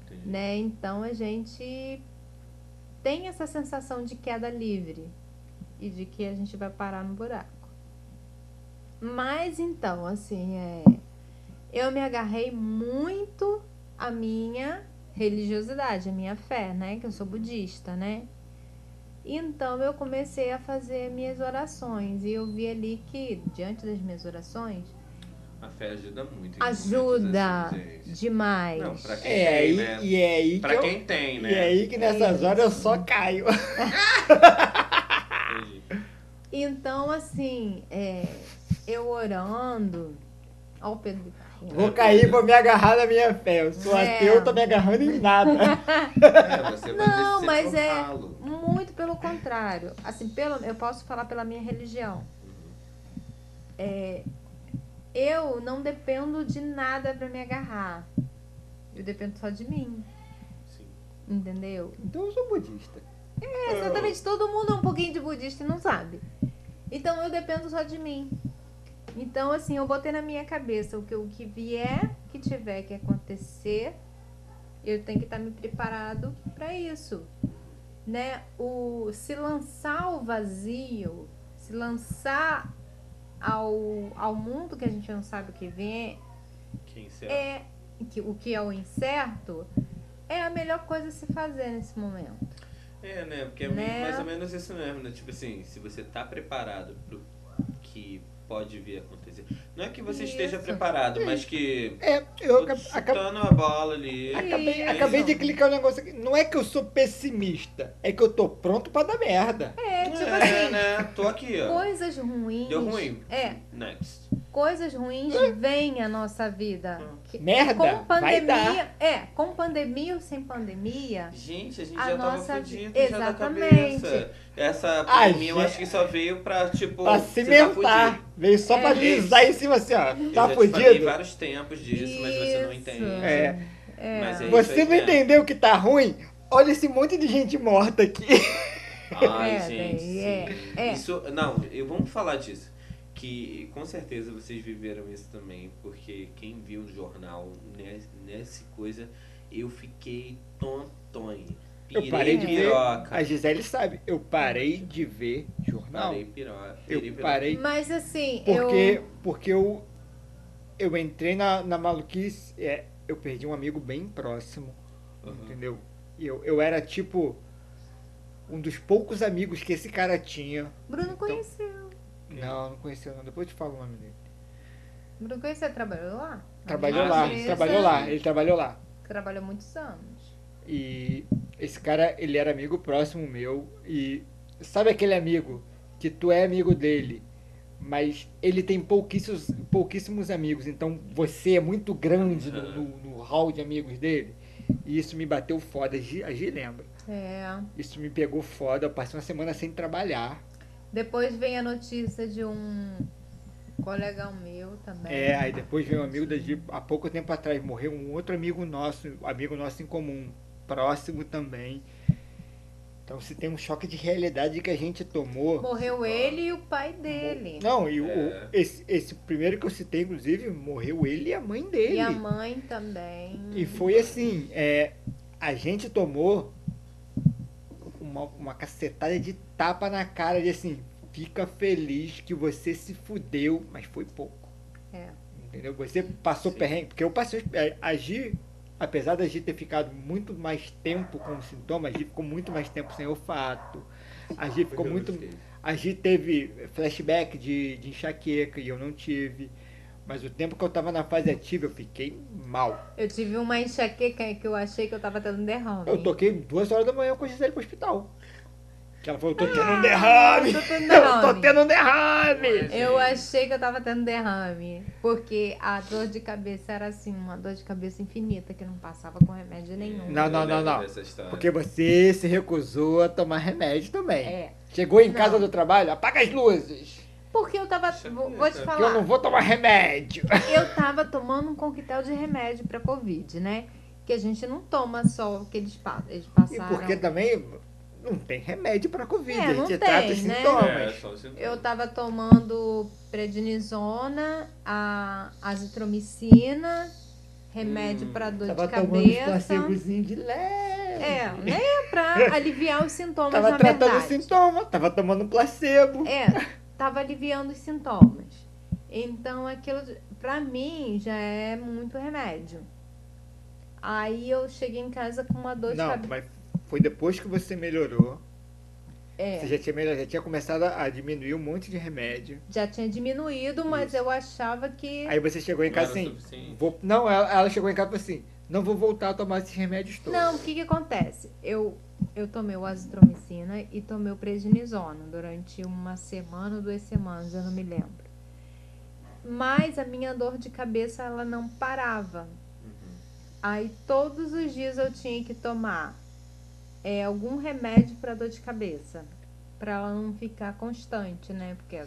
Speaker 3: Entendi.
Speaker 2: né? Então a gente tem essa sensação de queda livre e de que a gente vai parar no buraco. Mas então, assim, é, eu me agarrei muito à minha religiosidade, à minha fé, né? Que eu sou budista, né? Então eu comecei a fazer minhas orações e eu vi ali que diante das minhas orações
Speaker 3: A fé ajuda muito. em
Speaker 2: ajuda
Speaker 3: momentos assim, gente.
Speaker 2: demais.
Speaker 3: Não, pra quem
Speaker 4: É aí,
Speaker 3: tem, né?
Speaker 4: e é aí que
Speaker 3: Pra
Speaker 4: eu,
Speaker 3: quem tem, né?
Speaker 4: E é aí que nessas horas eu só caio.
Speaker 3: Entendi.
Speaker 2: Então, assim, é, eu orando. Ó, o Pedro.
Speaker 4: Vou cair, vou me agarrar na minha fé. Eu sou
Speaker 2: É.
Speaker 4: ateu, tô me agarrando
Speaker 2: [laughs]
Speaker 4: em nada.
Speaker 3: É, você vai
Speaker 2: Não,
Speaker 3: descer
Speaker 2: mas
Speaker 3: pro
Speaker 2: é-
Speaker 3: ralo.
Speaker 2: Muito pelo contrário. Assim, pelo, eu posso falar pela minha religião. É, eu não dependo de nada pra me agarrar. Eu dependo só de mim,
Speaker 3: Sim.
Speaker 2: entendeu?
Speaker 4: Então eu sou budista.
Speaker 2: É, exatamente. Todo mundo é um pouquinho de budista e não sabe. Então eu dependo só de mim. Então, assim, eu botei na minha cabeça o que, o que vier, que tiver que acontecer, eu tenho que estar me preparado para isso. Né? O se lançar ao vazio, se lançar ao, ao mundo que a gente não sabe o que vem,
Speaker 3: Quem será?
Speaker 2: é que o que é o incerto, é a melhor coisa a se fazer nesse momento.
Speaker 3: É, né? Porque é
Speaker 2: Né?
Speaker 3: mais ou menos isso mesmo, né? Tipo assim, se você tá preparado pro que pode vir a acontecer. Não é que você esteja
Speaker 2: Isso.
Speaker 3: preparado, mas que.
Speaker 4: É, eu
Speaker 3: Eu
Speaker 4: acab- acab-
Speaker 3: chutando a bola ali.
Speaker 2: É, tipo
Speaker 4: acabei,
Speaker 2: Isso.
Speaker 4: acabei de clicar um negócio aqui. Não é que eu sou pessimista, é que eu tô pronto pra dar merda.
Speaker 2: É, tipo assim,
Speaker 3: É, né? Tô aqui, ó.
Speaker 2: Coisas ruins.
Speaker 3: Deu ruim.
Speaker 2: É,
Speaker 3: Next.
Speaker 2: coisas ruins vêm à nossa vida. Que-
Speaker 4: Merda,
Speaker 2: com
Speaker 4: Hum. vai dar.
Speaker 2: É, pandemia, é, com pandemia ou sem pandemia,
Speaker 3: Gente, a gente
Speaker 2: A
Speaker 3: já
Speaker 2: nossa
Speaker 3: tava
Speaker 2: vi-
Speaker 3: fudido já da
Speaker 2: Exatamente.
Speaker 3: cabeça. Essa
Speaker 4: A
Speaker 3: pandemia eu
Speaker 4: gente-
Speaker 3: acho que só veio pra, tipo,
Speaker 4: Pra
Speaker 3: você Tá
Speaker 4: cimentar.
Speaker 3: fudido.
Speaker 4: Veio só
Speaker 2: É.
Speaker 4: pra deslizar em cima assim, ó.
Speaker 3: eu
Speaker 4: Tá
Speaker 3: já te falei
Speaker 4: fudido?
Speaker 3: vários tempos disso, mas você não
Speaker 2: Isso.
Speaker 3: entende.
Speaker 4: É.
Speaker 2: é,
Speaker 3: Mas é-
Speaker 4: Você
Speaker 3: isso
Speaker 4: não
Speaker 3: aí, né?
Speaker 4: entendeu que tá ruim? Olha esse monte de gente morta aqui.
Speaker 3: Ai,
Speaker 2: É,
Speaker 3: gente.
Speaker 2: daí, é,
Speaker 3: sim.
Speaker 2: é.
Speaker 3: Isso, não, eu, vamos falar disso. Que com certeza vocês viveram isso também, porque quem viu o jornal nesse, nessa coisa, eu fiquei tontonha.
Speaker 4: Eu
Speaker 3: Pirei
Speaker 4: parei de ver.
Speaker 3: piroca.
Speaker 4: A Gisele sabe, eu parei de ver jornal.
Speaker 3: Parei piroca. pirei
Speaker 4: Eu
Speaker 3: piroca.
Speaker 4: parei
Speaker 2: mas assim,
Speaker 4: porque, porque eu, eu entrei na, na maluquice, é, eu perdi um amigo bem próximo,
Speaker 3: Uhum.
Speaker 4: entendeu? E eu, eu era tipo um dos poucos amigos que esse cara tinha.
Speaker 2: eu. Bruno conheceu.
Speaker 4: Não, não conheceu não, depois eu te falo o nome dele.
Speaker 2: Bruno conheceu, trabalhou lá?
Speaker 4: Trabalhou
Speaker 3: Ah,
Speaker 4: lá,
Speaker 3: sim.
Speaker 4: trabalhou lá, ele trabalhou lá.
Speaker 2: Trabalhou muitos anos.
Speaker 4: E esse cara, ele era amigo próximo meu. E sabe aquele amigo que tu é amigo dele, mas ele tem pouquíssimos, pouquíssimos amigos, então você é muito grande no, no- no hall de amigos dele. E isso me bateu foda, a Gi, a Gi lembra.
Speaker 2: É.
Speaker 4: Isso me pegou foda, eu passei uma semana sem trabalhar.
Speaker 2: Depois vem a notícia de um colega meu também.
Speaker 4: É, aí depois veio um amigo da Gi, há pouco tempo atrás, morreu um outro amigo nosso, amigo nosso em comum, próximo também. Então se tem um choque de realidade que a gente tomou.
Speaker 2: Morreu ele e o pai dele.
Speaker 4: Não, e o-
Speaker 3: É.
Speaker 4: esse, esse primeiro que eu citei, inclusive, morreu ele e a mãe dele.
Speaker 2: E a mãe também.
Speaker 4: E foi assim, é, a gente tomou uma, uma cacetada de tapa na cara de assim, fica feliz que você se fudeu, mas foi pouco.
Speaker 2: É.
Speaker 4: Entendeu? Você passou perrengue, porque eu passei é, a Gi, apesar da Gi ter ficado muito mais tempo com os sintomas, a Gi ficou muito mais tempo sem olfato. A Gi ficou muito a Gi teve flashback de, de enxaqueca e eu não tive. Mas o tempo que eu tava na fase ativa, eu fiquei mal.
Speaker 2: Eu tive uma enxaqueca que eu achei que eu tava tendo um derrame.
Speaker 4: Eu toquei duas horas da manhã com a Gisele pro hospital. Que ela falou,
Speaker 2: Ah,
Speaker 4: eu tô tendo um
Speaker 2: Eu
Speaker 4: derrame!
Speaker 2: tô tendo
Speaker 4: [laughs] Eu tô
Speaker 2: derrame.
Speaker 4: tendo um derrame!
Speaker 2: Eu achei que eu tava tendo derrame, porque a dor de cabeça era assim, uma dor de cabeça infinita que não passava com remédio nenhum.
Speaker 4: Não, não, não, não. Porque você se recusou a tomar remédio também.
Speaker 2: É.
Speaker 4: Chegou em
Speaker 2: Não.
Speaker 4: casa do trabalho, apaga as luzes.
Speaker 2: Porque eu tava,
Speaker 3: Deixa eu
Speaker 2: vou,
Speaker 3: ver,
Speaker 2: vou te
Speaker 3: sabe?
Speaker 4: Que eu
Speaker 2: falar,
Speaker 4: não vou tomar remédio.
Speaker 2: eu tava tomando um coquetel de remédio pra Covid, né? Que a gente não toma só o que eles, pa- eles
Speaker 4: E
Speaker 2: passaram.
Speaker 4: porque também não tem remédio pra Covid.
Speaker 2: É,
Speaker 4: a
Speaker 2: não
Speaker 4: gente
Speaker 2: tem,
Speaker 4: trata os
Speaker 2: né?
Speaker 3: É, um
Speaker 4: sintomas.
Speaker 2: Eu tava tomando prednisona, a azitromicina, remédio
Speaker 3: Hum,
Speaker 2: pra dor
Speaker 4: Tava
Speaker 2: de
Speaker 4: tomando um
Speaker 2: cabeça.
Speaker 4: placegozinho de leve.
Speaker 2: É, né? Pra aliviar os sintomas,
Speaker 4: Tava
Speaker 2: na
Speaker 4: tratando
Speaker 2: verdade.
Speaker 4: sintoma, tava tomando placebo.
Speaker 2: É, tava aliviando os sintomas. Então aquilo, pra mim, já é muito remédio. Aí eu cheguei em casa com uma dor
Speaker 4: Não,
Speaker 2: de cabeça.
Speaker 4: mas foi depois que você melhorou.
Speaker 2: É,
Speaker 4: Você já tinha, melhor, já tinha começado a diminuir um monte de remédio.
Speaker 2: já tinha diminuído, mas eu achava que.
Speaker 4: Aí você chegou em casa
Speaker 3: é
Speaker 4: assim. Vou... Não, ela, ela chegou em casa e falou assim: não vou voltar a tomar esses remédios todos.
Speaker 2: Não, o que que acontece? Eu, eu tomei o azitromicina e tomei o prednisona durante uma semana ou duas semanas, eu não me lembro. Mas a minha dor de cabeça, ela não parava. Aí todos os dias eu tinha que tomar é, algum remédio para dor de cabeça, para ela não ficar constante, né? Porque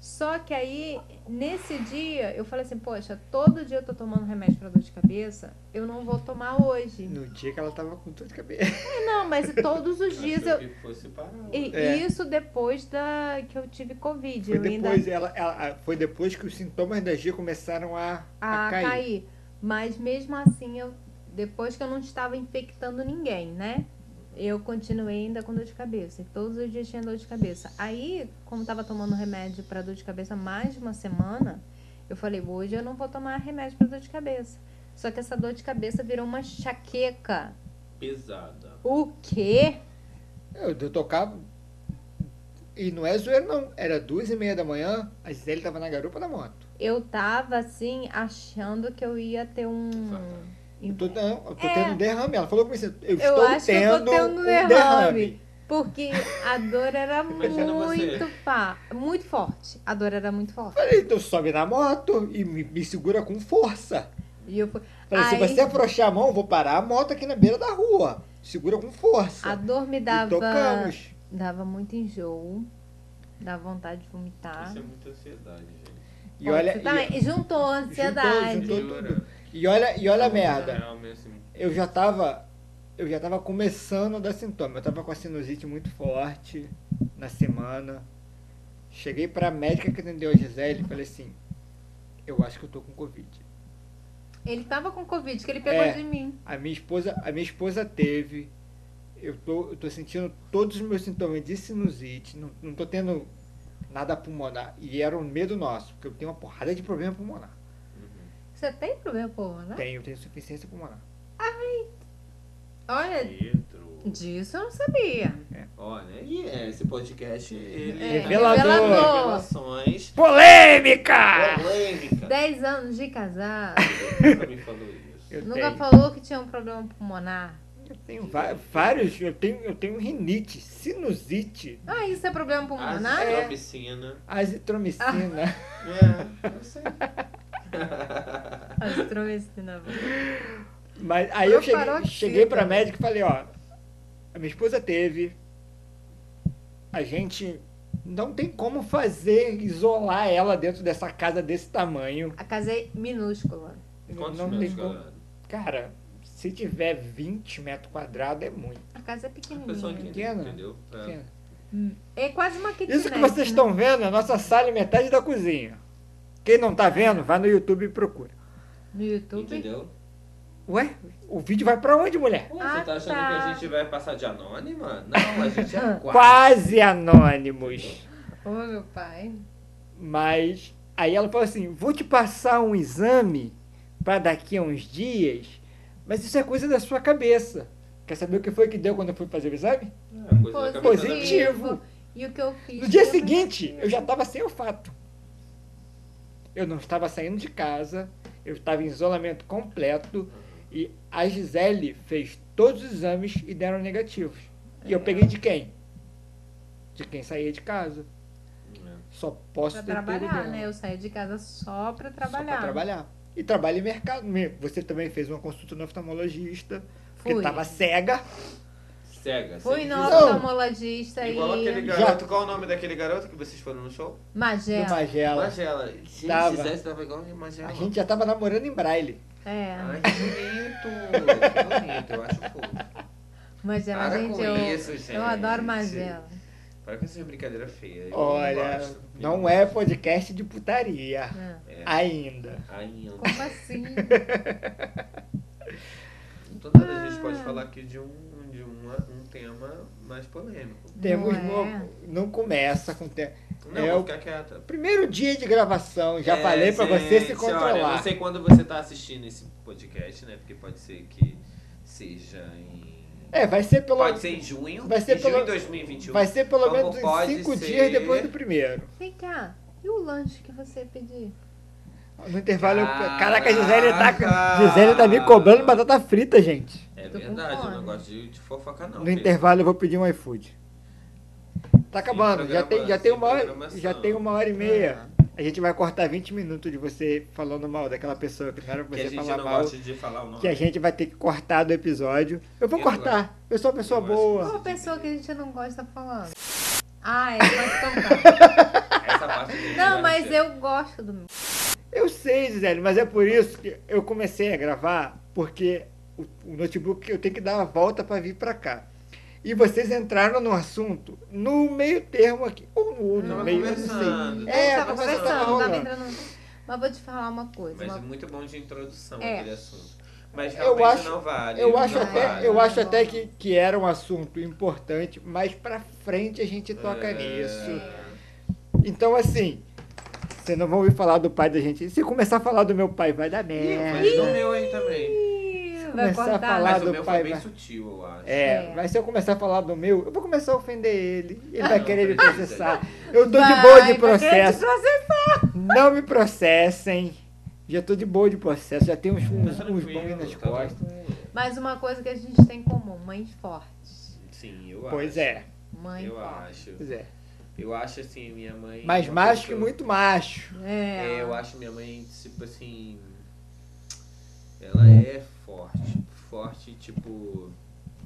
Speaker 2: só que aí nesse dia eu falei assim, poxa, todo dia eu tô tomando remédio para dor de cabeça, eu não vou tomar hoje.
Speaker 4: No dia que ela tava com dor de cabeça.
Speaker 2: Não, mas todos os dias eu
Speaker 3: Que fosse parar.
Speaker 2: e
Speaker 4: [laughs] É.
Speaker 2: isso depois da que eu tive covid,
Speaker 4: [laughs] Foi
Speaker 2: eu ainda
Speaker 4: depois, ela, ela- a- foi depois que os sintomas da G começaram a, a
Speaker 2: a cair. Mas mesmo assim, eu, depois que eu não estava infectando ninguém, né? Eu continuei ainda com dor de cabeça. E todos os dias tinha dor de cabeça. Aí, como estava tomando remédio para dor de cabeça mais de uma semana, eu falei, hoje eu não vou tomar remédio para dor de cabeça. Só que essa dor de cabeça virou uma chaqueca.
Speaker 3: Pesada.
Speaker 2: O quê?
Speaker 4: Eu, eu tocava. E não é zoeiro, não. Era duas e meia da manhã, a Gisele tava na garupa da moto.
Speaker 2: Eu tava assim, achando que eu ia ter um.
Speaker 4: Eu tô, não, eu tô
Speaker 2: É.
Speaker 4: tendo um derrame. Ela falou comigo assim, eu,
Speaker 2: Eu
Speaker 4: estou
Speaker 2: acho que eu
Speaker 4: tendo,
Speaker 2: tô tendo
Speaker 4: um
Speaker 2: derrame.
Speaker 4: derrame.
Speaker 2: Porque a dor
Speaker 4: [laughs]
Speaker 2: era
Speaker 3: Imagina você.
Speaker 2: muito pá, muito forte. A dor era muito forte.
Speaker 4: Falei, então sobe na moto e me, me segura com força.
Speaker 2: E eu fui-
Speaker 4: Falei, se
Speaker 2: Aí-
Speaker 4: você afrouxar a mão, eu vou parar a moto aqui na beira da rua. Segura com força.
Speaker 2: a dor me
Speaker 4: E
Speaker 2: dava
Speaker 4: tocamos.
Speaker 2: dava muito enjoo, dava vontade de vomitar.
Speaker 3: Isso é muita ansiedade, gente.
Speaker 4: E olha,
Speaker 2: Você também-
Speaker 4: e,
Speaker 2: juntou a ansiedade.
Speaker 4: Juntou
Speaker 3: Jura?
Speaker 4: tudo. e olha, e olha a merda.
Speaker 3: Realmente, assim,
Speaker 4: Eu já tava. Eu já tava começando a dar sintoma. Eu tava com a sinusite muito forte na semana. Cheguei pra médica que atendeu a Gisele e falei assim, eu acho que eu tô com Covid.
Speaker 2: Ele tava com covid que ele pegou
Speaker 4: É.
Speaker 2: de mim.
Speaker 4: A minha esposa, a minha esposa teve. Eu tô, eu tô sentindo todos os meus sintomas de sinusite. Não, não tô tendo nada pulmonar. E era um medo nosso, porque eu tenho uma porrada de problema pulmonar.
Speaker 2: Você tem problema pulmonar?
Speaker 4: Tenho, eu tenho insuficiência pulmonar.
Speaker 2: Olha,
Speaker 3: Pedro.
Speaker 2: disso eu não sabia.
Speaker 3: Olha, e é, esse podcast ele
Speaker 2: É,
Speaker 4: Revelador.
Speaker 2: revelador.
Speaker 3: revelações.
Speaker 2: Ah. [laughs]
Speaker 4: Polêmica!
Speaker 3: Polêmica.
Speaker 2: 10 anos de casado,
Speaker 4: [laughs]
Speaker 3: Nunca me falou isso.
Speaker 4: Eu
Speaker 2: nunca
Speaker 4: tenho.
Speaker 2: falou que tinha um problema pulmonar.
Speaker 4: Eu tenho va- vários, eu tenho, eu tenho rinite, sinusite,
Speaker 2: Ah, isso é problema pulmonar?
Speaker 4: é
Speaker 3: Azitromicina.
Speaker 4: azitromicina.
Speaker 3: É, eu sei.
Speaker 2: Azitromicina.
Speaker 4: Mas aí eu cheguei,
Speaker 2: Proparoxítona.
Speaker 4: cheguei pra médica e falei, ó, a minha esposa teve, a gente não tem como fazer, isolar ela dentro dessa casa desse tamanho.
Speaker 2: A casa é minúscula.
Speaker 3: Quantos
Speaker 4: não
Speaker 3: meses,
Speaker 4: tem como-
Speaker 3: galera?
Speaker 4: Cara, se tiver 20 metros quadrados é muito.
Speaker 2: A casa é
Speaker 3: A pessoa entende,
Speaker 2: pequenininha.
Speaker 4: Pequena.
Speaker 3: entendeu? É.
Speaker 4: pequeno.
Speaker 2: É quase uma kitnet.
Speaker 4: Isso que vocês
Speaker 2: né?
Speaker 4: estão vendo é a nossa sala e metade da cozinha. Quem não tá vendo, vai no YouTube e procura.
Speaker 2: No YouTube.
Speaker 3: Entendeu?
Speaker 4: Ué, o vídeo vai pra onde, mulher?
Speaker 3: Pô,
Speaker 2: Ah,
Speaker 3: você tá achando
Speaker 2: tá.
Speaker 3: que a gente vai passar de anônima? Não, a
Speaker 2: [laughs]
Speaker 3: gente é quase.
Speaker 4: Quase anônimos.
Speaker 2: Ô, meu pai.
Speaker 4: Mas aí ela falou assim: vou te passar um exame para daqui a uns dias, mas isso é coisa da sua cabeça. Quer saber o que foi que deu quando eu fui fazer o exame?
Speaker 3: É, coisa da cabeça da
Speaker 4: Positivo.
Speaker 3: gente.
Speaker 2: E o que eu fiz?
Speaker 4: No dia
Speaker 2: foi
Speaker 4: seguinte,
Speaker 2: positivo.
Speaker 4: eu já estava sem olfato. Eu não estava saindo de casa, eu estava em isolamento completo e a Gisele fez todos os exames e deram negativos. E eu
Speaker 2: É.
Speaker 4: peguei de quem? De quem saía de casa.
Speaker 3: É.
Speaker 4: Só posso
Speaker 2: Pra
Speaker 4: ter pego
Speaker 2: trabalhar,
Speaker 4: dela.
Speaker 2: né? Eu saí de casa só pra
Speaker 4: Só
Speaker 2: trabalhar.
Speaker 4: pra trabalhar. E trabalha em mercado. Me- Você também fez uma consulta no oftalmologista, porque assim,
Speaker 2: Fui.
Speaker 4: estava cega.
Speaker 3: Cega.
Speaker 2: Fui
Speaker 3: sem
Speaker 2: no
Speaker 3: visão.
Speaker 2: oftalmologista
Speaker 3: Igual aquele
Speaker 2: e...
Speaker 3: garoto. Qual é o nome daquele garoto que vocês foram no show?
Speaker 4: do
Speaker 2: Magela.
Speaker 4: Magela.
Speaker 3: Magela. Gente,
Speaker 4: Tava.
Speaker 3: Gisele tava igual de Magela.
Speaker 4: A gente já tava namorando em braille.
Speaker 2: É.
Speaker 3: Ai, que bonito. Que bonito, eu acho
Speaker 4: [laughs]
Speaker 3: fofo.
Speaker 2: Magela,
Speaker 3: Para
Speaker 2: gente,
Speaker 3: com
Speaker 2: eu,
Speaker 3: isso, gente.
Speaker 2: eu adoro Magela.
Speaker 3: Para com essa brincadeira feia. eu
Speaker 4: Olha,
Speaker 3: gosto.
Speaker 4: não é podcast de putaria.
Speaker 2: Ah,
Speaker 3: É,
Speaker 4: Ainda.
Speaker 3: Ainda.
Speaker 2: Como
Speaker 4: [laughs]
Speaker 2: assim?
Speaker 3: Toda hora a gente
Speaker 4: Ah.
Speaker 3: pode falar aqui de um, de uma, um tema mais polêmico.
Speaker 4: Temos
Speaker 2: é.
Speaker 4: no- não começa com tempo.
Speaker 3: Não,
Speaker 4: É
Speaker 3: vou
Speaker 4: o-
Speaker 3: ficar quieta.
Speaker 4: Primeiro dia de gravação, já
Speaker 3: É,
Speaker 4: falei pra você se
Speaker 3: gente,
Speaker 4: controlar.
Speaker 3: Olha, eu não sei quando você tá assistindo esse podcast, né? Porque pode ser que seja em.
Speaker 4: É, vai ser pelo
Speaker 3: Pode ser em junho.
Speaker 4: Vai ser
Speaker 3: em junho
Speaker 4: pelo-
Speaker 3: de 2021.
Speaker 4: vai ser pelo
Speaker 3: Como
Speaker 4: menos uns
Speaker 3: pode
Speaker 4: cinco
Speaker 3: ser?
Speaker 4: dias depois do primeiro.
Speaker 2: Vem cá. E o lanche que você pediu?
Speaker 4: No intervalo, eu-
Speaker 3: Caraca!
Speaker 4: caraca, a Gisele tá, Gisele tá me cobrando batata frita, gente.
Speaker 3: É
Speaker 2: Tô com
Speaker 3: verdade, eu não
Speaker 2: fome.
Speaker 3: gosto de, de fofoca, não.
Speaker 4: No
Speaker 3: querido.
Speaker 4: intervalo eu vou pedir um iFood. Tá acabando, já tem,
Speaker 3: programa-
Speaker 4: já, tem
Speaker 3: sem
Speaker 4: uma hora,
Speaker 3: programação. É.
Speaker 4: já tem uma hora e meia. A gente vai cortar 20 minutos de você falando mal daquela pessoa que não era pra
Speaker 3: Que a
Speaker 4: você
Speaker 3: gente
Speaker 4: falar
Speaker 3: não
Speaker 4: mal.
Speaker 3: gosta de falar o nome.
Speaker 4: Que a gente vai ter que cortar do episódio. Eu vou
Speaker 3: Eu
Speaker 4: cortar. Eu sou uma pessoa
Speaker 3: Eu gosto.
Speaker 4: boa.
Speaker 2: Qual a pessoa que a gente não gosta falando? Ah, é, mas
Speaker 3: [laughs]
Speaker 2: então tá.
Speaker 3: Essa parte dele
Speaker 2: Não,
Speaker 3: vai
Speaker 2: mas
Speaker 3: ser.
Speaker 2: eu gosto do meu.
Speaker 4: Eu sei, Gisele, mas é por isso que eu comecei a gravar, porque o, o notebook eu tenho que dar uma volta pra vir pra cá. E vocês entraram no assunto no meio termo aqui. Ou no, ou no
Speaker 3: Tava
Speaker 4: meio, eu não sei.
Speaker 3: conversando.
Speaker 4: É,
Speaker 2: tava
Speaker 4: mas eu tava
Speaker 2: conversando, tava
Speaker 4: rolando.
Speaker 2: entrando. Mas vou te falar uma coisa.
Speaker 3: Mas é
Speaker 2: uma-
Speaker 3: muito bom de introdução
Speaker 2: É.
Speaker 3: aquele assunto. Mas
Speaker 4: Eu
Speaker 3: realmente
Speaker 4: acho-
Speaker 3: não vale.
Speaker 4: Eu acho
Speaker 3: não
Speaker 4: até,
Speaker 3: vale.
Speaker 4: eu acho até que, que era um assunto importante, mas pra frente a gente toca
Speaker 3: É.
Speaker 4: nisso. Então, assim, vocês não vão ouvir falar do pai da gente. Se começar a falar do meu pai, vai dar merda.
Speaker 3: Mas no meu aí também.
Speaker 2: Ih, vai
Speaker 4: começar a
Speaker 2: cortar.
Speaker 4: falar
Speaker 3: Mas
Speaker 4: É. do
Speaker 3: o meu
Speaker 4: pai,
Speaker 3: foi bem
Speaker 4: vai-
Speaker 3: sutil, eu acho.
Speaker 4: É,
Speaker 2: É.
Speaker 4: mas se eu começar a falar do meu, eu vou começar a ofender ele. Ele vai
Speaker 3: Não,
Speaker 4: querer me
Speaker 3: precisa.
Speaker 4: processar. Eu tô de
Speaker 2: Vai,
Speaker 4: boa de
Speaker 2: vai querer te
Speaker 4: processo. Não me processem. Já tô de boa de processo. Já tenho uns, uns,
Speaker 3: Tá
Speaker 4: uns
Speaker 3: tranquilo,
Speaker 4: bons nas
Speaker 3: tá
Speaker 4: costas.
Speaker 3: tranquilo.
Speaker 2: Mas uma coisa que a gente tem em comum, mães fortes.
Speaker 3: Sim, eu acho.
Speaker 4: Pois é,
Speaker 2: Mãe
Speaker 3: Eu
Speaker 2: forte.
Speaker 3: acho.
Speaker 4: pois é.
Speaker 3: Eu acho assim, minha mãe.
Speaker 4: Mas
Speaker 3: uma
Speaker 4: macho que
Speaker 3: pessoa-
Speaker 4: muito macho.
Speaker 2: É.
Speaker 3: É, eu acho minha mãe, tipo assim. Ela
Speaker 4: Hum.
Speaker 3: é forte. Forte, tipo.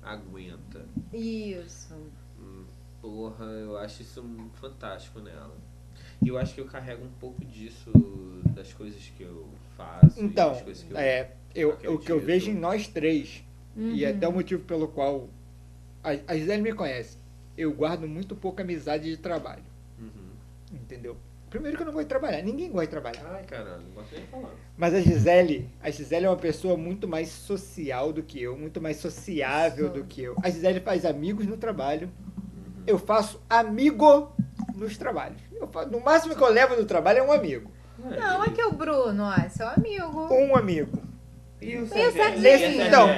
Speaker 3: Aguenta.
Speaker 2: Isso.
Speaker 3: Hum, Porra, eu acho isso um- fantástico nela. E eu acho que eu carrego um pouco disso das coisas que eu faço. e
Speaker 4: Então,
Speaker 3: das coisas que eu...
Speaker 4: É, eu, o que eu
Speaker 3: acredito.
Speaker 4: vejo em nós três, e é
Speaker 2: Uhum.
Speaker 4: até o motivo pelo qual a, a Gisele me conhece, eu guardo muito pouca amizade de trabalho,
Speaker 3: Uhum.
Speaker 4: entendeu? Primeiro que eu não gosto de trabalhar, ninguém gosta de trabalhar.
Speaker 3: Ai, caralho, não gosto nem de falar.
Speaker 4: Mas a Gisele, a Gisele é uma pessoa muito mais social do que eu, muito mais sociável do que eu. A Gisele faz amigos no trabalho,
Speaker 3: Uhum.
Speaker 4: eu faço amigo nos trabalhos. Eu fa- no máximo que eu levo do trabalho é um amigo.
Speaker 2: Não, aqui é o Bruno, ó, seu amigo.
Speaker 4: Um amigo.
Speaker 3: E o
Speaker 2: Serginho?
Speaker 4: Nesse- então.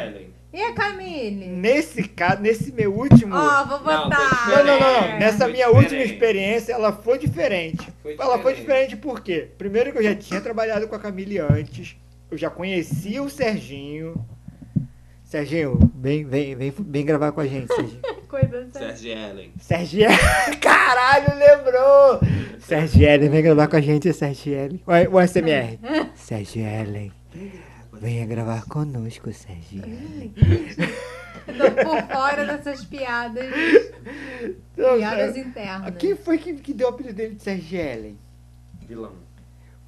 Speaker 2: E a Camille?
Speaker 4: Nesse caso, nesse meu último.
Speaker 2: Ó, vou
Speaker 3: Não,
Speaker 2: botar.
Speaker 4: Não, tá não, não. não.
Speaker 3: É,
Speaker 4: Nessa
Speaker 3: foi
Speaker 4: minha
Speaker 3: diferente.
Speaker 4: última experiência, ela foi diferente.
Speaker 3: Foi
Speaker 4: Ela foi
Speaker 3: diferente.
Speaker 4: diferente por quê? Primeiro que eu já tinha trabalhado com a Camille antes. Eu já conhecia o Serginho. Serginho, vem, vem, vem, vem gravar com a gente, Serginho.
Speaker 2: É, Coisa séria.
Speaker 3: Sérgio Ellen.
Speaker 4: Sergiel, [laughs] caralho, lembrou! Sergiel, vem gravar com a gente, Sergiel. O SMR. Sergiel, venha gravar conosco, Sergiel.
Speaker 2: [laughs] Tô por fora dessas piadas, piadas internas.
Speaker 4: Quem foi que, que deu o apelido dele de Sergiel?
Speaker 3: Vilão.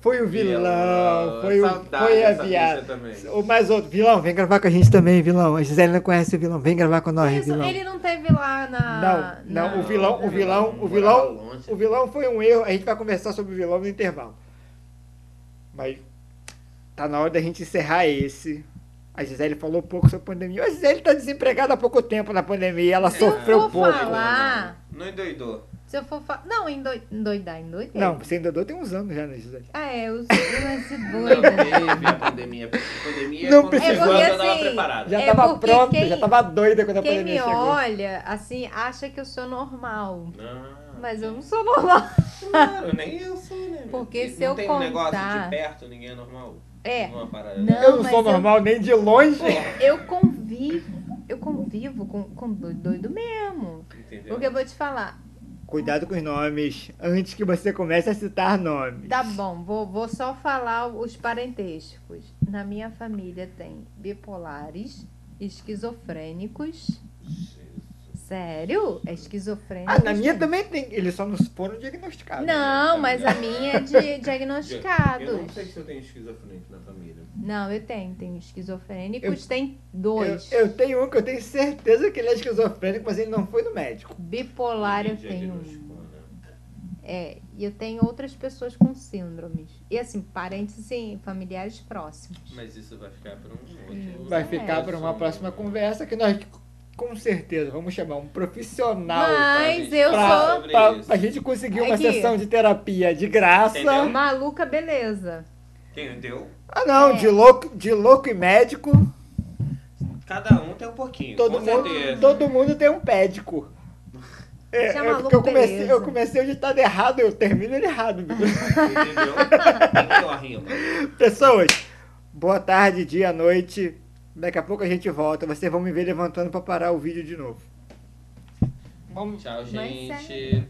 Speaker 4: Foi o vilão, foi, o,
Speaker 3: Saudade
Speaker 4: foi a
Speaker 3: dessa bicha
Speaker 4: viada.
Speaker 3: também.
Speaker 4: O mais outro, vilão, vem gravar com a gente também, vilão. A Gisele não conhece o vilão, vem gravar com nós,
Speaker 2: Isso,
Speaker 4: vilão.
Speaker 2: ele não teve lá na.
Speaker 4: Não, não,
Speaker 2: na-
Speaker 4: o vilão, o vilão, o vilão, o vilão foi um erro. A gente vai conversar sobre o vilão no intervalo. Mas tá na hora da gente encerrar esse. A Gisele falou pouco sobre a pandemia. A Gisele tá desempregada há pouco tempo na pandemia, ela sofreu
Speaker 2: vou
Speaker 4: pouco.
Speaker 2: falar. lá.
Speaker 3: Não endoidou.
Speaker 2: Se eu for falar. Não, endoi- endoidar, endoidei.
Speaker 4: Não, você ainda deu tem uns anos já, né, Gisele?
Speaker 2: Ah, é, eu sou
Speaker 4: [laughs]
Speaker 2: nasci
Speaker 3: Não
Speaker 2: doida.
Speaker 3: teve a pandemia. A pandemia
Speaker 4: Não
Speaker 3: é
Speaker 4: precisou.
Speaker 3: precisou.
Speaker 2: É
Speaker 3: Eu
Speaker 2: porque,
Speaker 3: tava
Speaker 2: assim,
Speaker 3: preparada.
Speaker 4: Já
Speaker 2: É
Speaker 4: tava
Speaker 2: porque
Speaker 4: pronta,
Speaker 2: quem-
Speaker 4: já tava doida quando a
Speaker 2: Quem
Speaker 4: pandemia
Speaker 2: me
Speaker 4: chegou.
Speaker 2: olha, assim, acha que eu sou normal.
Speaker 3: Ah,
Speaker 2: Mas eu não sou normal. [laughs]
Speaker 3: Claro, nem eu sei, né?
Speaker 2: Porque
Speaker 3: não
Speaker 2: se eu
Speaker 3: tem um
Speaker 2: contar-
Speaker 3: negócio de perto, ninguém é normal.
Speaker 2: É.
Speaker 3: Não, é uma parada
Speaker 2: Não.
Speaker 4: eu não
Speaker 2: mas
Speaker 4: sou
Speaker 2: eu-
Speaker 4: normal nem de longe.
Speaker 2: Eu convivo. Eu convivo com, com doido, doido mesmo.
Speaker 3: dessa, Entendeu?
Speaker 2: Porque eu vou te falar.
Speaker 4: Cuidado com os nomes, antes que você comece a citar nomes.
Speaker 2: Tá bom, vou, vou só falar os parentescos. Na minha família tem bipolares, esquizofrênicos. Sério? É esquizofrênico?
Speaker 4: Ah, na minha também tem. Eles só não foram diagnosticados.
Speaker 2: Não, mas a minha é
Speaker 3: [laughs]
Speaker 2: de diagnosticados.
Speaker 3: Eu não sei se eu tenho esquizofrenia na família.
Speaker 2: Não, eu tenho. Tenho esquizofrênicos, tem dois.
Speaker 4: Eu, eu tenho um que eu tenho certeza que ele é esquizofrênico, mas ele não foi no médico.
Speaker 2: Bipolar eu
Speaker 3: Ninguém
Speaker 2: tenho um.
Speaker 3: diagnosticou, né?
Speaker 2: É, e eu tenho outras pessoas com síndromes. E assim, parentes sim, familiares próximos.
Speaker 3: Mas isso vai ficar para
Speaker 2: É.
Speaker 3: um outro.
Speaker 4: Vai ficar para uma próxima conversa que nós, com certeza, vamos chamar um profissional
Speaker 2: Mas É eu
Speaker 4: pra,
Speaker 2: sou
Speaker 3: Sobre
Speaker 4: pra-
Speaker 3: isso.
Speaker 4: pra gente conseguir uma
Speaker 2: Aqui.
Speaker 4: sessão de terapia de graça.
Speaker 3: Entendeu?
Speaker 2: maluca, beleza.
Speaker 3: Entendeu?
Speaker 4: Ah, não,
Speaker 2: É.
Speaker 4: de, louco, de louco e médico,
Speaker 3: Cada um tem um pouquinho.
Speaker 4: todo
Speaker 3: com
Speaker 4: mundo,
Speaker 3: certeza.
Speaker 4: todo mundo tem um médico. É,
Speaker 2: Chama
Speaker 4: é porque eu
Speaker 2: louco,
Speaker 4: comecei,
Speaker 2: beleza.
Speaker 4: eu comecei o ditado errado, eu termino ele errado. meu.
Speaker 3: Entendeu? Tem um que eu arrimo.
Speaker 4: [laughs] Pessoas, boa tarde, dia, noite. Daqui a pouco a gente volta. Vocês vão me ver levantando para parar o vídeo de novo. Vamos.
Speaker 3: Tchau,
Speaker 2: Mas
Speaker 3: gente.
Speaker 2: sério.